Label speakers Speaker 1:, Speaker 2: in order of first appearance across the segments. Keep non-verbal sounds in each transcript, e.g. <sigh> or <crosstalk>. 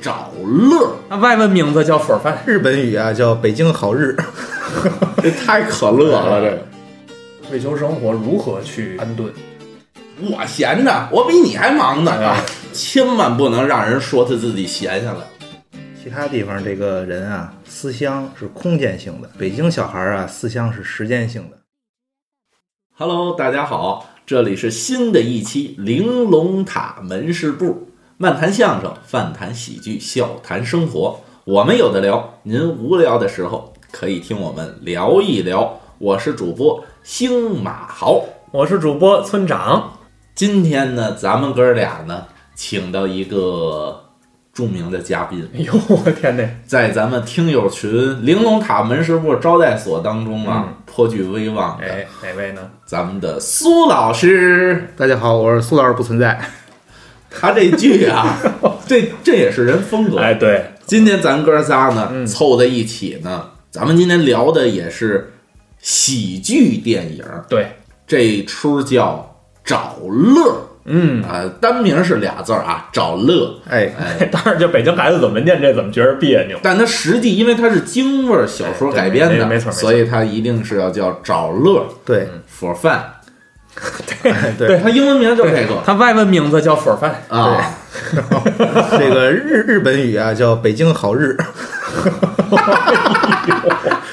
Speaker 1: 找乐儿，
Speaker 2: 那外文名字叫粉儿饭，
Speaker 3: 日本语啊叫北京好日， <laughs>
Speaker 1: 这太可乐了。这个
Speaker 2: 为求生活如何去安顿？
Speaker 1: 我闲着，我比你还忙呢
Speaker 2: 哎
Speaker 1: 啊！千万不能让人说他自己闲下来。
Speaker 3: 其他地方这个人啊思乡是空间性的，北京小孩儿啊思乡是时间性的。
Speaker 1: Hello，大家好，这里是新的一期玲珑塔门市部，漫谈相声，饭谈喜剧，笑谈生活，我们有的聊。您无聊的时候可以听我们聊一聊。我是主播星马豪，
Speaker 2: 我是主播村长，
Speaker 1: 今天呢，咱们哥俩呢，请到一个著名的嘉宾，
Speaker 2: 哎呦我天哪，
Speaker 1: 在咱们听友群玲珑塔门市部招待所当中啊，颇具威望的
Speaker 2: 嗯哎哪位呢？
Speaker 1: 咱们的苏老师。
Speaker 3: 大家好，我是苏老师不存在。
Speaker 1: 他这句
Speaker 2: <laughs>
Speaker 1: 啊，这这也是人风格。
Speaker 2: 哎嗯对，
Speaker 1: 今天咱哥仨呢、凑在一起呢，咱们今天聊的也是喜剧电影，
Speaker 2: 对，
Speaker 1: 这出叫《找乐》
Speaker 2: 嗯， <laughs>
Speaker 1: 啊、单名是俩字儿啊，《找乐
Speaker 3: 哎》。，
Speaker 1: 哎，
Speaker 2: 当然，这北京孩子怎么念这，怎么觉着别扭？
Speaker 1: 但它实际因为它是京味儿小说改编
Speaker 2: 哎对
Speaker 1: 的，
Speaker 2: 没没错没错嗯
Speaker 1: 所以它一定是要叫《找乐
Speaker 3: 对》 <laughs>
Speaker 1: for fun。
Speaker 3: 哎对，
Speaker 1: 它英文名就这个
Speaker 2: 他外文名字叫粉儿饭，
Speaker 1: 啊，
Speaker 3: 这个日日本语啊叫北京好日， <laughs>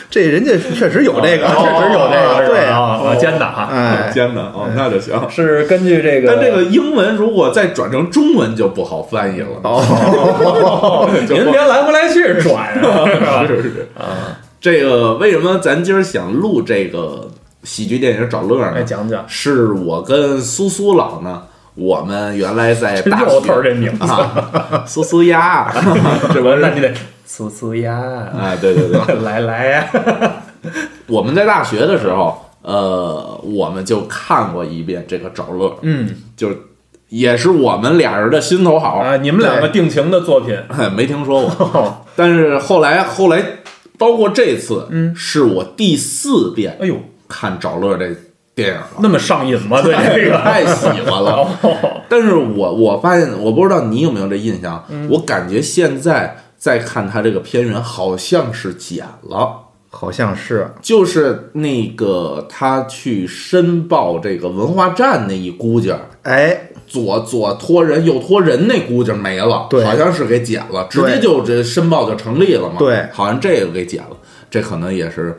Speaker 3: 这人家确实有这个，
Speaker 1: 哦
Speaker 3: 确实有这个，
Speaker 2: 对
Speaker 3: 对，
Speaker 2: 啊，啊尖的哈，
Speaker 3: 哎，
Speaker 1: 艰难哦，那就行。
Speaker 2: 是根据这
Speaker 1: 但这个英文如果再转成中文就不好翻译了。 <laughs>
Speaker 2: 哦，您别来回来去 <laughs> 转啊，是嗯吧？
Speaker 1: 是是这个为什么咱今儿想录这个喜剧电影找乐
Speaker 2: 哎，
Speaker 1: 呢？
Speaker 2: 讲讲，
Speaker 1: 是我跟苏苏老呢，我们原来在
Speaker 2: 真
Speaker 1: 大
Speaker 2: 绕头儿
Speaker 1: 学
Speaker 2: 这名字， <laughs>
Speaker 1: 啊，苏苏鸭 <laughs>
Speaker 2: 这不是？那你得苏苏呀， <laughs>
Speaker 1: 啊，对对对，
Speaker 2: 来来呀，
Speaker 1: 我们在大学的时候，呃，我们就看过一遍这个找乐，
Speaker 2: 嗯
Speaker 1: 就是也是我们俩人的心头好，
Speaker 2: 啊，你们两个定情的作品，
Speaker 1: 没听说过。
Speaker 2: 哦
Speaker 1: 但是后来后来，包括这次，
Speaker 2: 嗯
Speaker 1: 是我第四遍
Speaker 2: 哎呦，
Speaker 1: 看找乐这电影了，
Speaker 2: 那么上瘾吗？对这个，
Speaker 1: <laughs> 太喜欢了。
Speaker 2: 哦，
Speaker 1: 但是我我发现，我不知道你有没有这印象，
Speaker 2: 嗯
Speaker 1: 我感觉现在再看他这个片源，好像是剪了，
Speaker 3: 好像是
Speaker 1: 就是那个他去申报这个文化站那一估计儿。
Speaker 3: 哎，
Speaker 1: 左左托人，右托人那估计没了，
Speaker 3: 对
Speaker 1: 好像是给剪了，直接
Speaker 3: 对
Speaker 1: 就这申报就成立了嘛，
Speaker 3: 对
Speaker 1: 好像这个给剪了，这可能也是，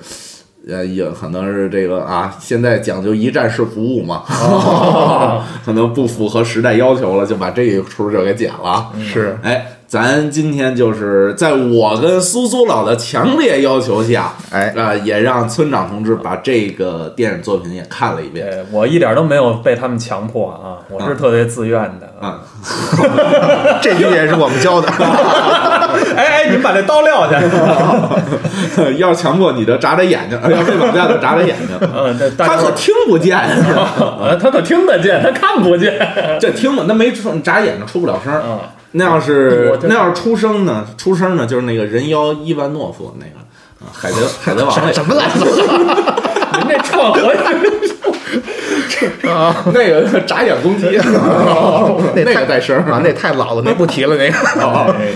Speaker 1: 呃，也可能是这个啊，现在讲究一站式服务嘛， <laughs>
Speaker 3: 哦
Speaker 1: 可能不符合时代要求了，就把这一出就给剪了。
Speaker 3: 是
Speaker 1: 哎，咱今天就是在我跟苏苏老的强烈要求下，
Speaker 3: 哎，
Speaker 1: 啊、也让村长同志把这个电影作品也看了一遍。
Speaker 2: 对我一点都没有被他们强迫啊，我是特别自愿的。
Speaker 1: 啊， <laughs>
Speaker 3: 这句也是我们教 <laughs> 的，
Speaker 2: 哎哎，你们把这刀撂下。
Speaker 1: 要强迫你的眨眨眼睛，呃要被绑架的眨眨眼睛。
Speaker 2: 嗯，这 <laughs> 大
Speaker 1: 他
Speaker 2: 家
Speaker 1: 可
Speaker 2: 伙
Speaker 1: 听不
Speaker 2: <laughs>
Speaker 1: 见，
Speaker 2: 儿，他可听得见，他看不见。
Speaker 1: 这听不，那没出眨眼睛出不了声儿。
Speaker 2: 嗯，
Speaker 1: 那要是
Speaker 2: 我这
Speaker 1: 那要是出声呢？出声呢，就是那个人妖伊万诺夫那个啊海贼海贼王那什么来
Speaker 2: 您这串活
Speaker 3: 啊
Speaker 1: <laughs> 那个眨眼
Speaker 2: <laughs>
Speaker 1: 攻击，那个带声儿。
Speaker 3: 啊，那太老了，那不提了，那个
Speaker 2: 哎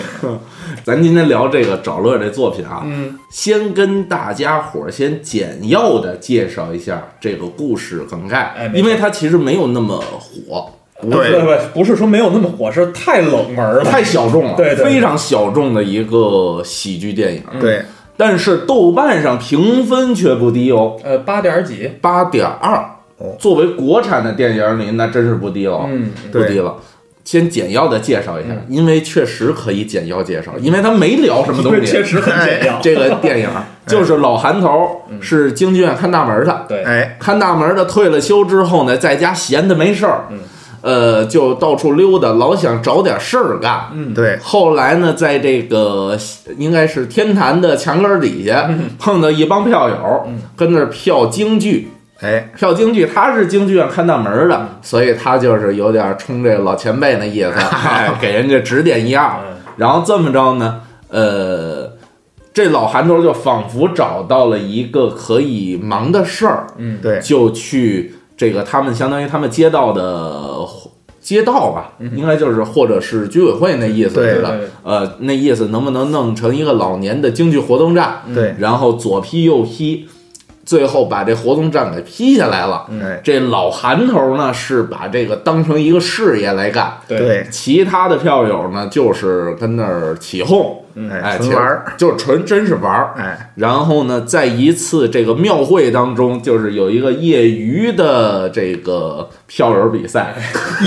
Speaker 1: 咱今天聊这个找乐这作品啊，
Speaker 2: 嗯，
Speaker 1: 先跟大家伙儿先简要的介绍一下这个故事梗概
Speaker 2: 哎，没
Speaker 1: 因为它其实没有那么火，
Speaker 2: 不是不是不是说没有那么火，是太冷门了。
Speaker 1: 太小众了，
Speaker 2: 对对
Speaker 1: 非常小众的一个喜剧电影。
Speaker 3: 对，
Speaker 1: 但是豆瓣上评分却不低哦，
Speaker 2: 呃，八点几，
Speaker 1: 八点二
Speaker 3: 哦。
Speaker 1: 作为国产的电影里，那真是不低了，哦
Speaker 2: 嗯，
Speaker 1: 不
Speaker 3: 对
Speaker 1: 低了。先简要的介绍一下，因为确实可以简要介绍，因为他没聊什么东
Speaker 2: <laughs> 确
Speaker 1: 西。
Speaker 2: 实很简要。
Speaker 1: 这个电影就是老韩头是京剧院看大门的，
Speaker 2: 对，
Speaker 3: 哎，
Speaker 1: 看大门的退了休之后呢，在家闲的没事儿，呃，就到处溜达，老想找点事儿干，
Speaker 3: 对，
Speaker 1: 后来呢，在这个应该是天坛的墙根儿底下，碰到一帮票友，跟那儿票京剧。
Speaker 3: 哎，
Speaker 1: 票京剧，他是京剧院看大门儿的，所以他就是有点冲这老前辈那意思，哎，给人家指点一二。
Speaker 2: 嗯
Speaker 1: 然后这么着呢，呃，这老韩头就仿佛找到了一个可以忙的事儿，
Speaker 3: 对，
Speaker 1: 就去这个他们相当于他们街道的街道吧，应该就是或者是居委会那意思
Speaker 3: 对
Speaker 1: 似的
Speaker 2: 对，
Speaker 1: 呃，那意思能不能弄成一个老年的京剧活动站？
Speaker 3: 对，
Speaker 1: 然后左批右批，最后把这活动站给批下来了。
Speaker 3: 哎，
Speaker 1: 这老韩头呢是把这个当成一个事业来干，
Speaker 2: 对，
Speaker 1: 其他的票友呢就是跟那儿起哄，哎，
Speaker 3: 哎，纯玩儿，
Speaker 1: 其实就是纯真是玩儿。
Speaker 3: 哎，
Speaker 1: 然后呢，在一次这个庙会当中，就是有一个业余的这个票友
Speaker 3: <laughs>
Speaker 1: 比赛，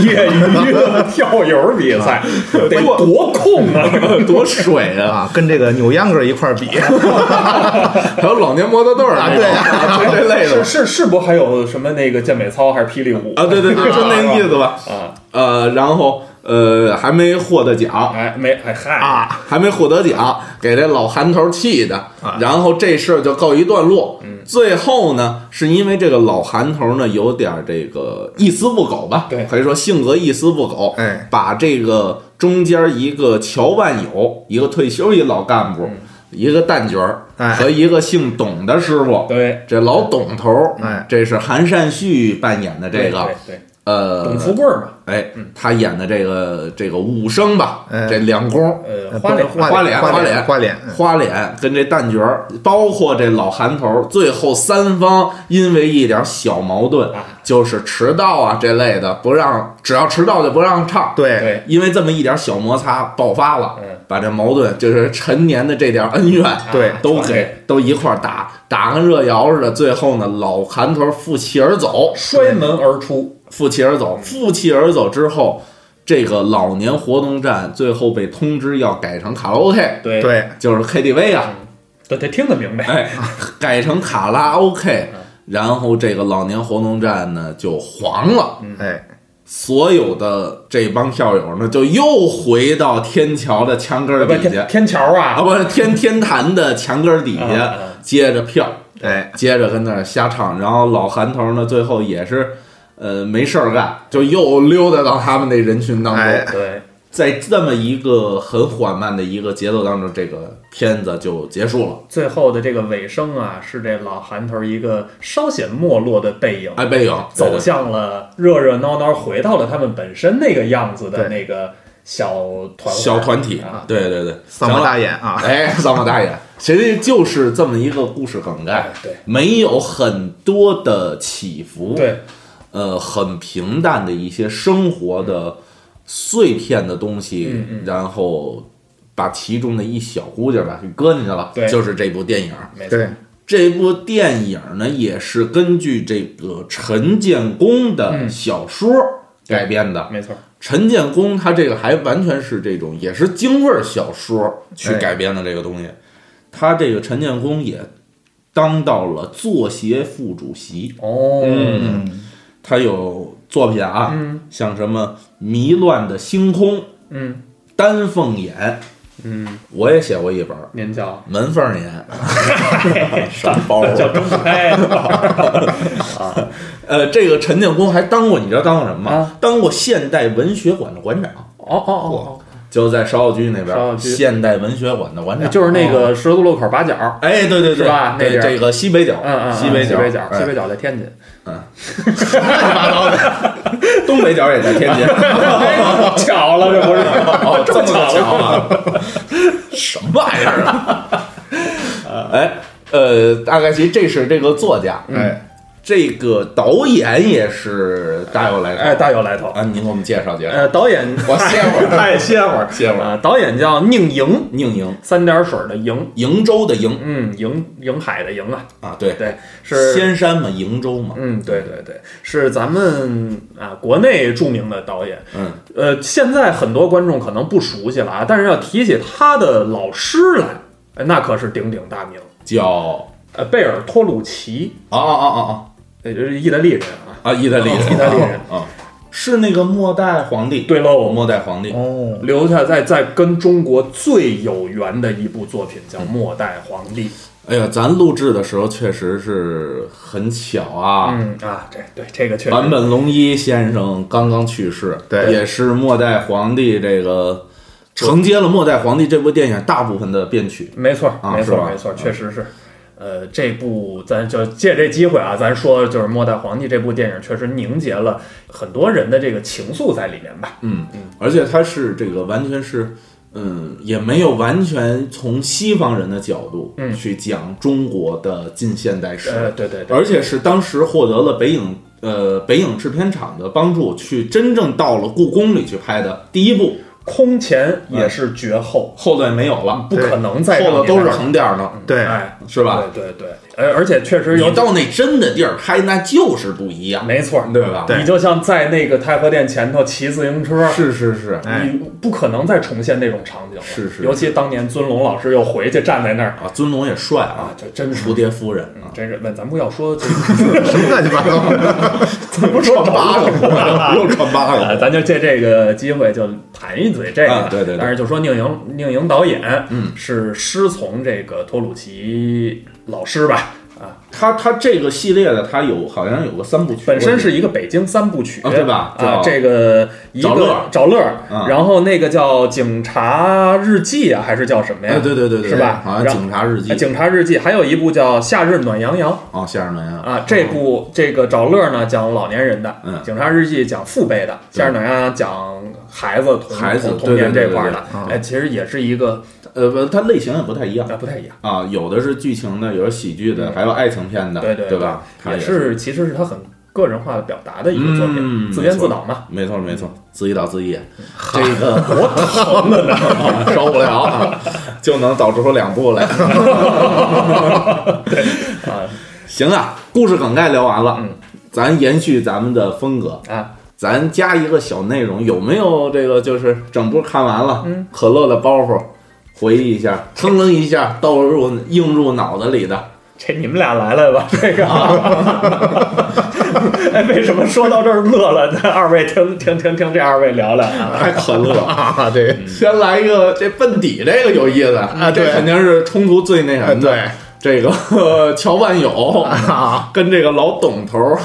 Speaker 2: 业余的跳友比赛得多空啊！这个
Speaker 1: 多水啊！
Speaker 3: 啊，跟这个扭秧歌一块儿比，
Speaker 1: <laughs> 还有老年摩托队儿啊，
Speaker 3: 对
Speaker 1: 啊，就这类
Speaker 2: 是
Speaker 1: 的
Speaker 2: 是是不还有什么那个健美操还是霹雳舞
Speaker 1: 啊，对对
Speaker 3: <laughs>
Speaker 1: 对，就那意思吧。
Speaker 2: 啊？
Speaker 1: 呃，然后呃，还没获得奖，
Speaker 2: 哎，没哎嗨
Speaker 3: 啊，
Speaker 1: 还没获得奖，给这老韩头气的。
Speaker 2: 啊
Speaker 1: 然后这事儿就告一段落。
Speaker 2: 嗯
Speaker 1: 最后呢，是因为这个老韩头呢有点儿这个一丝不苟吧，
Speaker 2: 对
Speaker 1: 可以说性格一丝不苟。
Speaker 3: 哎，
Speaker 1: 把这个中间一个乔万友，一个退休一老干部，
Speaker 2: 嗯
Speaker 1: 一个旦角儿
Speaker 3: 哎
Speaker 1: 和一个姓董的师傅。
Speaker 2: 对
Speaker 1: 这老董头儿，
Speaker 3: 哎
Speaker 1: 这是韩善旭扮演的这
Speaker 2: 对
Speaker 1: 个
Speaker 2: 对，对，
Speaker 1: 呃
Speaker 2: 董，福贵儿嘛，
Speaker 1: 哎，他演的这个这个武生吧，
Speaker 3: 嗯哎
Speaker 1: 这两公，
Speaker 2: 呃，花脸
Speaker 3: 花
Speaker 1: 花
Speaker 3: 脸
Speaker 1: 花
Speaker 3: 花
Speaker 1: 脸
Speaker 3: 花脸嗯
Speaker 1: 花脸跟这旦角儿，包括这老韩头儿，最后三方因为一点小矛盾
Speaker 2: 啊，
Speaker 1: 就是迟到啊这类的，不让只要迟到就不让唱。
Speaker 3: 对，
Speaker 2: 对
Speaker 1: 因为这么一点小摩擦爆发了
Speaker 2: 嗯，
Speaker 1: 把这矛盾就是陈年的这点恩怨，
Speaker 3: 啊
Speaker 2: 啊
Speaker 3: 对
Speaker 1: 都
Speaker 2: 传
Speaker 1: 给
Speaker 2: 给
Speaker 1: 都一块儿打，打跟热窑似的。最后呢，老韩头儿负气而走，
Speaker 2: 摔门而出，
Speaker 1: 负气而
Speaker 2: 嗯
Speaker 1: 走，负气而走之后，这个老年活动站最后被通知要改成卡拉 OK，
Speaker 2: 对对，
Speaker 3: 对，
Speaker 1: 就是 KTV 啊，
Speaker 2: 得得听得明白，
Speaker 1: 哎，改成卡拉 OK，然
Speaker 2: 嗯
Speaker 1: 后这个老年活动站呢就黄了，
Speaker 2: 嗯
Speaker 3: 哎，
Speaker 1: 所有的这帮票友呢就又回到天桥的墙根儿
Speaker 2: 不
Speaker 1: 底下
Speaker 2: 天。天桥
Speaker 1: 啊，
Speaker 2: 啊，
Speaker 1: 不是天天坛的墙根儿底
Speaker 2: 啊
Speaker 1: 下
Speaker 2: 啊
Speaker 1: 接着票，
Speaker 3: 哎，
Speaker 1: 接着跟那儿瞎唱，然后老韩头呢，最后也是，呃，没事儿干，就又溜达到他们那人群当中。
Speaker 3: 哎
Speaker 2: 对，
Speaker 1: 在这么一个很缓慢的一个节奏当中，这个片子就结束了。
Speaker 2: 最后的这个尾声啊，是这老韩头一个稍显没落的背影，
Speaker 1: 哎，背影
Speaker 2: 走向了热热闹闹，回到了他们本身那个样子的那个小团
Speaker 1: 哎
Speaker 2: 伙
Speaker 1: 小团体
Speaker 2: 啊，，
Speaker 1: 对对对，
Speaker 3: 嗓
Speaker 1: 行
Speaker 3: 门
Speaker 1: 了
Speaker 3: 大眼啊，
Speaker 1: 哎，桑马大爷，其实就是这么一个故事梗概
Speaker 2: 哎，对
Speaker 1: 没有很多的起伏，
Speaker 2: 对，
Speaker 1: 呃，很平淡的一些生活的碎片的东西，然后把其中的一小姑姐吧给搁进去了，
Speaker 2: 对
Speaker 1: 就是这部电影。
Speaker 2: 没错，
Speaker 3: 对，
Speaker 1: 这部电影呢，也是根据这个陈建功的小说改编的。
Speaker 2: 没错，
Speaker 1: 陈建功他这个还完全是这种，也是京味儿小说去
Speaker 3: 哎
Speaker 1: 改编的这个东西。他这个陈建功也当到了作协副主席，
Speaker 2: 哦，
Speaker 1: 嗯，他有作品啊，像什么《迷乱的星空》、《
Speaker 2: 嗯
Speaker 1: 丹凤眼》，
Speaker 2: 嗯，
Speaker 1: 我也写过一本儿
Speaker 2: 您叫
Speaker 1: 《门缝眼》，啥包
Speaker 2: <laughs>
Speaker 1: 啊？
Speaker 2: 叫钟
Speaker 1: <laughs>
Speaker 2: 哦开，
Speaker 1: 呃，这个陈建功还当过，你知道当过什么吗？
Speaker 2: 啊
Speaker 1: 当过现代文学馆的馆长，
Speaker 2: 哦哦
Speaker 1: 就在芍药居那边
Speaker 2: 芍药
Speaker 1: 儿，
Speaker 2: 居
Speaker 1: 现代文学馆的馆
Speaker 2: 哦，
Speaker 1: 长，
Speaker 2: 就是那个十字路口八角。
Speaker 1: 哎，对对对，
Speaker 2: 是吧那
Speaker 1: 对
Speaker 2: 地儿
Speaker 1: 这个西北角，
Speaker 2: 嗯嗯，嗯
Speaker 1: 西北
Speaker 2: 西
Speaker 1: 角，
Speaker 2: 北角，
Speaker 1: 哎
Speaker 2: 西北角在
Speaker 1: <laughs>
Speaker 2: 天津，
Speaker 1: 东北角也在天津。
Speaker 2: 巧了，这不
Speaker 1: <laughs>
Speaker 2: 是？
Speaker 1: 哦，这么
Speaker 2: 巧
Speaker 1: 巧啊！什么玩意儿啊？ <laughs> 哎，呃，大概其实这是这个作家，
Speaker 3: 哎，
Speaker 1: 这个导演也是大有来头。
Speaker 2: 哎，大有来头。
Speaker 1: 啊，您给我们介绍介绍。
Speaker 2: 呃，导演，
Speaker 1: 我歇会
Speaker 2: <laughs>
Speaker 1: 儿
Speaker 2: 哎，歇会儿，
Speaker 1: 歇会儿
Speaker 2: 啊。导演叫宁莹，
Speaker 1: 宁宁，
Speaker 2: 三点水的莹，
Speaker 1: 瀛州的瀛
Speaker 2: 嗯，莹莹海的莹啊，
Speaker 1: 啊，对，
Speaker 2: 对，是
Speaker 1: 仙山嘛，瀛州嘛，
Speaker 2: 嗯，对对对，是咱们啊国内著名的导演。
Speaker 1: 嗯，
Speaker 2: 呃，现在很多观众可能不熟悉了啊，但是要提起他的老师来，呃那可是鼎鼎大名。
Speaker 1: 叫哦
Speaker 2: 呃，贝尔托鲁奇，
Speaker 1: 啊啊啊啊
Speaker 2: 呃，就是意大利人啊。
Speaker 1: 啊啊，意大利人，
Speaker 2: 意大利人
Speaker 1: 啊，是那个末代皇帝，，
Speaker 2: 对喽，
Speaker 1: 末代皇帝，
Speaker 3: 哦，
Speaker 2: 留下在在跟中国最有缘的一部作品叫《末代皇帝》。
Speaker 1: 哎呀，咱录制的时候确实是很巧啊，
Speaker 2: 嗯啊，这对这个确实
Speaker 1: 坂本龙一先生刚刚去世，
Speaker 3: 对
Speaker 1: 也是末代皇帝这个承接了末代皇帝这部电影大部分的编曲。
Speaker 2: 没错
Speaker 1: 啊，
Speaker 2: 没
Speaker 1: 是吧
Speaker 2: 错，没错，确实是。呃，这部咱就借这机会啊，咱说就是《末代皇帝》这部电影确实凝结了很多人的这个情愫在里面吧。
Speaker 1: 而且它是这个完全是，嗯，也没有完全从西方人的角度
Speaker 2: 嗯
Speaker 1: 去讲中国的近现代史，
Speaker 2: 呃，对对对，
Speaker 1: 而且是当时获得了北影呃北影制片厂的帮助，去真正到了故宫里去拍的第一部，
Speaker 2: 空前也是绝后，
Speaker 1: 后头也没有了，
Speaker 2: 不可能嗯再让
Speaker 1: 后头都
Speaker 2: 你
Speaker 1: 是
Speaker 2: 来
Speaker 1: 横点儿呢，
Speaker 3: 对，
Speaker 2: 哎，
Speaker 1: 是吧？
Speaker 2: 对对对，而而且确实有
Speaker 1: 你到那真的地儿拍，那就是不一样，
Speaker 2: 没错，
Speaker 1: 嗯对吧？
Speaker 3: 对
Speaker 2: 你就像在那个太和殿前头骑自行车，
Speaker 1: 是是是
Speaker 3: 哎
Speaker 2: 你不可能再重现那种场景了。
Speaker 1: 是是
Speaker 2: 尤其当年尊龙老师又回去站在那儿
Speaker 1: 啊，尊龙也帅啊
Speaker 2: 啊，，这真是
Speaker 1: 蝴蝶夫人啊，
Speaker 2: 真是问咱不要说这
Speaker 3: 什么乱七八糟
Speaker 1: <laughs>
Speaker 3: 的，
Speaker 2: 咱不说
Speaker 1: 八 <laughs> 个又穿八
Speaker 2: 啊， <laughs> 咱就借这个机会就谈一嘴这个，
Speaker 1: 啊对对对
Speaker 2: 但是就说宁莹，宁莹导演，
Speaker 1: 嗯，
Speaker 2: 是师从这个托鲁奇老师吧？啊，
Speaker 1: 他他这个系列的，他有好像有个三部曲，
Speaker 2: 本身是一个北京三部曲，
Speaker 1: 啊对吧
Speaker 2: 啊
Speaker 1: 叫，
Speaker 2: 这个一个
Speaker 1: 找乐儿
Speaker 2: 找乐儿，
Speaker 1: 嗯
Speaker 2: 然后那个叫《警察日记》啊，还是叫什么呀？
Speaker 1: 哎，对对对对，
Speaker 2: 是吧
Speaker 1: 好像《
Speaker 2: 然后
Speaker 1: 警察日记
Speaker 2: 啊，》警察日记，还有一部叫《夏日暖洋洋》
Speaker 1: 哦，夏日门啊，
Speaker 2: 啊，这部这个找乐儿呢讲老年人的，
Speaker 1: 嗯
Speaker 2: 警察日记》讲父辈的，《夏日暖洋洋》讲孩子童
Speaker 1: 孩子
Speaker 2: 童
Speaker 1: 对
Speaker 2: 童
Speaker 1: 对
Speaker 2: 年
Speaker 1: 对
Speaker 2: 这块儿
Speaker 1: 对
Speaker 2: 的，哎，其实也是一个
Speaker 1: 呃，不，它类型也不太一样
Speaker 2: 啊不太一样，
Speaker 1: 啊，有的是剧情的，有的是喜剧的，还有爱情片的，
Speaker 2: 对
Speaker 1: 嗯对
Speaker 2: 对
Speaker 1: 吧？它
Speaker 2: 也
Speaker 1: 是
Speaker 2: 是其实是他很个人化的表达的一个作
Speaker 1: 嗯
Speaker 2: 品，自编自导嘛。
Speaker 1: 没错没错，自己导自己演，这个多疼的呢， <laughs> 受不了啊，就能导出两部 <laughs> 来。
Speaker 2: 啊
Speaker 1: 行啊，故事梗概聊完了，
Speaker 2: 嗯
Speaker 1: 咱延续咱们的风格，
Speaker 2: 啊，
Speaker 1: 咱加一个小内容，有没有这个就是整部看完了，
Speaker 2: 嗯
Speaker 1: 可乐的包袱，回忆一下，腾楞一下，倒入映入脑子里的，
Speaker 2: 这你们俩来来 <laughs> 吧，这个。哎，为什么说到这儿乐了？ <laughs> 那二位听听听听这二位聊聊啊。
Speaker 1: 太可乐了。
Speaker 3: 啊，这个
Speaker 1: <laughs> 先来一个这笨底，这个有意思啊
Speaker 3: 对
Speaker 1: 这肯定是冲突最嗯那什么的。
Speaker 3: 对
Speaker 1: 这个 <laughs> 呃乔万友
Speaker 3: 啊，
Speaker 1: 跟这个老董头儿，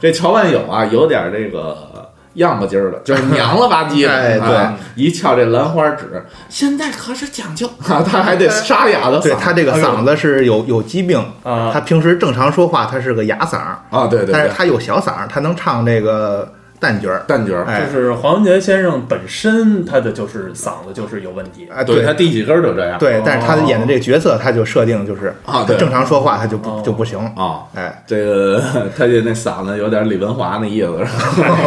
Speaker 1: 这乔万友啊，有点这个样吧唧儿的， <laughs> 就是娘了吧唧的，
Speaker 3: 哎
Speaker 1: 啊，一翘这兰花指，现在可是讲究 <laughs> 啊，他还得沙哑的
Speaker 3: 对
Speaker 1: 嗓哎
Speaker 3: 他这个嗓子是有有疾病，
Speaker 2: 啊
Speaker 3: 他平时正常说话他是个哑嗓儿，
Speaker 1: 啊，对对
Speaker 3: 但
Speaker 1: 对
Speaker 3: 是，他有小嗓儿，他能唱这个旦角儿，
Speaker 1: 蛋角儿，
Speaker 3: 哎
Speaker 2: 就是黄文杰先生本身他的就是嗓子就是有问题，
Speaker 3: 啊，
Speaker 1: 哎对他第几根儿就这样，
Speaker 3: 对
Speaker 2: 哦，
Speaker 3: 但是他演的这个角色，他就设定就是
Speaker 1: 啊
Speaker 3: 他
Speaker 1: 对
Speaker 3: 正常说话他就不
Speaker 2: 哦
Speaker 3: 就不行，
Speaker 1: 啊。
Speaker 3: 哎，
Speaker 1: 这个他就那嗓子有点李文华那意思，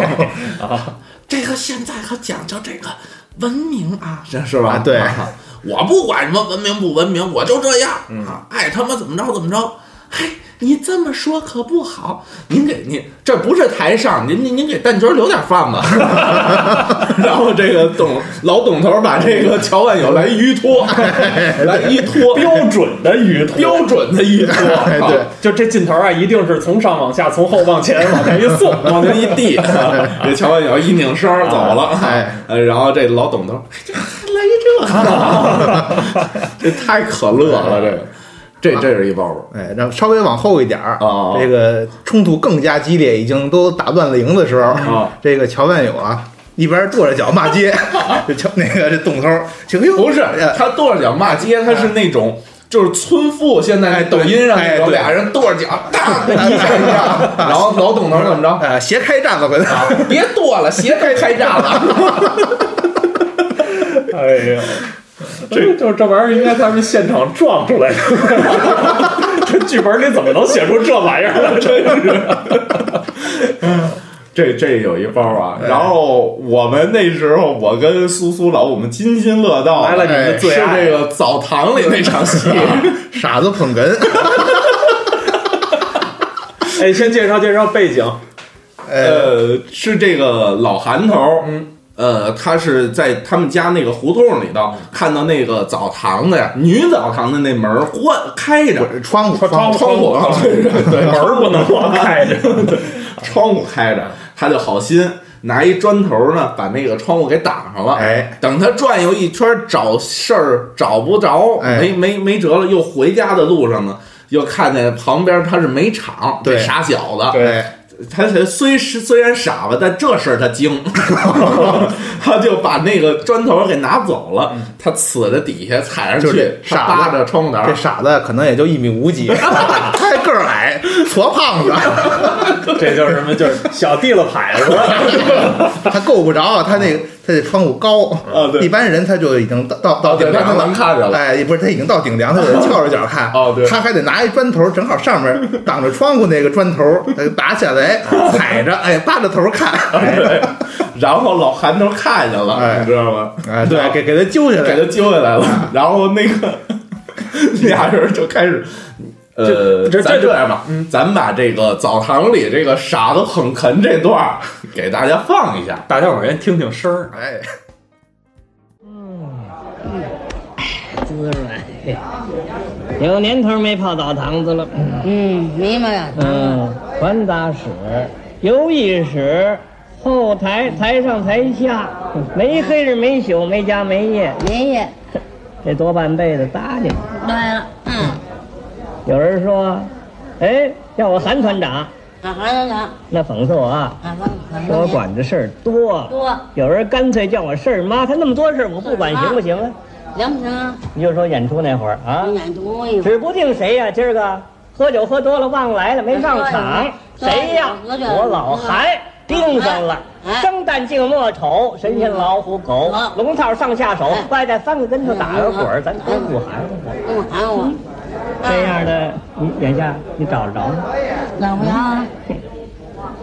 Speaker 1: <laughs> 啊这个现在可讲究这个文明啊，是是吧？
Speaker 3: 啊对
Speaker 1: 啊我不管什么文明不文明，我就这样啊，爱他妈怎么着怎么着。嘿，你这么说可不好，您给您这不是台上，您您您给蛋娟留点饭吧。 <laughs> 然后这个董老董头把这个乔万友来鱼 <laughs> 拖，来一拖，
Speaker 2: 标准的语图，
Speaker 1: 标准的一拖，
Speaker 3: 哎
Speaker 1: 啊
Speaker 3: 对
Speaker 2: 就这劲头啊，一定是从上往下，从后往前，往前一送，
Speaker 1: 往那一
Speaker 3: <laughs>
Speaker 1: 递，这乔万友一拧身儿走了，
Speaker 3: 哎
Speaker 1: <laughs> 呃，然后这老董头，哎这还
Speaker 3: <laughs>
Speaker 1: 来一这个，这太可乐了，这个，这这是一包袱。
Speaker 3: 哎，然后稍微往后一点儿
Speaker 1: 哦，
Speaker 3: 这个冲突更加激烈，已经都打乱了营的时
Speaker 1: 哦
Speaker 3: 候，这个乔万友啊，一边跺着脚骂
Speaker 1: <laughs>
Speaker 3: 街，就乔那个这董头儿，请用
Speaker 1: 不是他跺着脚骂街，他是那种就是村妇现在那抖音上那
Speaker 3: 哎
Speaker 1: 种
Speaker 3: 对
Speaker 1: 俩人跺着
Speaker 3: <laughs>
Speaker 1: 脚，当一下一下，然后老董头怎么着？
Speaker 3: 呃斜开站子回来，
Speaker 1: 啊别跺了，鞋该开炸了。
Speaker 2: <laughs> 哎呦，这就这玩意儿应该咱们现场撞出来的， <laughs> 这剧本里怎么能写出这玩意儿来？真是
Speaker 1: 这这有一包啊，
Speaker 2: 哎
Speaker 1: 然后我们那时候，我跟苏苏老，我们津津乐道的，
Speaker 2: 来了你们
Speaker 3: 哎
Speaker 2: 的最
Speaker 1: 是
Speaker 2: 爱，
Speaker 1: 这个澡堂里那场
Speaker 2: <laughs>
Speaker 1: 戏，
Speaker 3: 傻子捧哏，
Speaker 2: <laughs> 哎，先介绍介绍背景，
Speaker 3: 呃，
Speaker 1: 呃，是这个老韩头，嗯，呃，他是在他们家那个胡同里
Speaker 2: 嗯
Speaker 1: 头看到那个澡堂的呀，女澡堂的那门儿关开着，
Speaker 3: 窗户
Speaker 2: 窗
Speaker 3: 户
Speaker 2: 户
Speaker 1: 窗户啊，
Speaker 2: <laughs>
Speaker 1: 对对对，
Speaker 2: 门儿不能光开着， <laughs>
Speaker 1: 窗户开着，他就好心拿一砖头呢，把那个窗户给挡上了。
Speaker 3: 哎，
Speaker 1: 等他转悠一圈找事儿找不着，
Speaker 3: 哎
Speaker 1: 没没没辙了，又回家的路上呢，又看见旁边他是煤场，这
Speaker 3: 对
Speaker 1: 傻小子，
Speaker 2: 对
Speaker 3: 哎，
Speaker 1: 他才虽是虽然傻吧，但这事儿他
Speaker 4: <laughs>
Speaker 1: 精，他就把那个砖头给拿走了，他呲在底下踩上
Speaker 4: 嗯就是
Speaker 1: 去，他
Speaker 4: 傻子
Speaker 1: 扒着窗户那
Speaker 4: 这
Speaker 1: 儿，
Speaker 4: 傻子可能也就一米
Speaker 1: <laughs>
Speaker 4: 五几，他还个儿矮，矬胖子，
Speaker 2: 这就是什么？就是小地了牌子，
Speaker 4: <laughs> 他够不着，啊他那他这窗户高，
Speaker 1: 啊对啊
Speaker 4: 一般人他就已经到到到
Speaker 1: 对，
Speaker 4: 顶
Speaker 1: 他
Speaker 4: 梁
Speaker 1: 能
Speaker 4: 了。
Speaker 1: 看着了，
Speaker 4: 哎，不是，他已经到顶梁，
Speaker 1: <laughs>
Speaker 4: 他得翘着脚看。
Speaker 1: 哦对
Speaker 4: 他还得拿一砖头，正好
Speaker 1: <laughs>
Speaker 4: 上面挡着窗户那个砖头，呃拔下来踩着，哎，扒着头看。
Speaker 1: 啊
Speaker 4: 哎，
Speaker 1: <laughs> 然后老韩头看见了，
Speaker 4: 哎
Speaker 1: 你知道吗？
Speaker 4: 哎对，给给他揪下
Speaker 1: 啊给他
Speaker 4: 来。
Speaker 1: 揪下来了，然后那个俩人就开始。呃，
Speaker 2: 这这
Speaker 1: 咱
Speaker 2: 这
Speaker 1: 这样吧，咱把这个澡堂里这个傻子捧哏这段儿给大家放一下。
Speaker 2: <laughs> 大家伙儿先听听声儿。
Speaker 4: 哎，
Speaker 5: 滋润。有年头没泡澡堂子了。
Speaker 6: 嗯，明白了。
Speaker 5: Ừ. 嗯，传达室、游艺室、后台、台上、台下，没黑日、没宿、没家、没夜，
Speaker 6: 爷爷，
Speaker 5: 这多半辈子搭进去。
Speaker 6: 对了，嗯，
Speaker 5: 有人说，哎，叫我韩团长，
Speaker 6: 小孩子呢？
Speaker 5: 那讽刺我啊。
Speaker 6: 俺们俺
Speaker 5: 说我
Speaker 6: 们
Speaker 5: 管的事儿多，
Speaker 6: 多
Speaker 5: 有人干脆叫我事儿妈，他那么多事儿我不管
Speaker 6: 事儿妈
Speaker 5: 行不行啊？
Speaker 6: 行不行啊？
Speaker 5: 你就说演出那会儿啊，
Speaker 6: 你演多一会儿
Speaker 5: 指不定谁呀、今儿个喝酒喝多了忘来了，没上场，
Speaker 6: 对
Speaker 5: 谁呀、
Speaker 6: 对对
Speaker 5: 我老韩盯上了
Speaker 6: 哎，
Speaker 5: 生旦净末丑，神仙老虎狗
Speaker 6: 嗯，
Speaker 5: 龙套上下手
Speaker 6: 哎，
Speaker 5: 外带翻个跟头
Speaker 6: 嗯
Speaker 5: 打个滚儿，
Speaker 6: 嗯
Speaker 5: 咱都不含糊。
Speaker 6: 跟我喊我，
Speaker 5: 这
Speaker 6: Ờ.
Speaker 5: 样的，你眼下你找得着吗？
Speaker 6: 怎么样？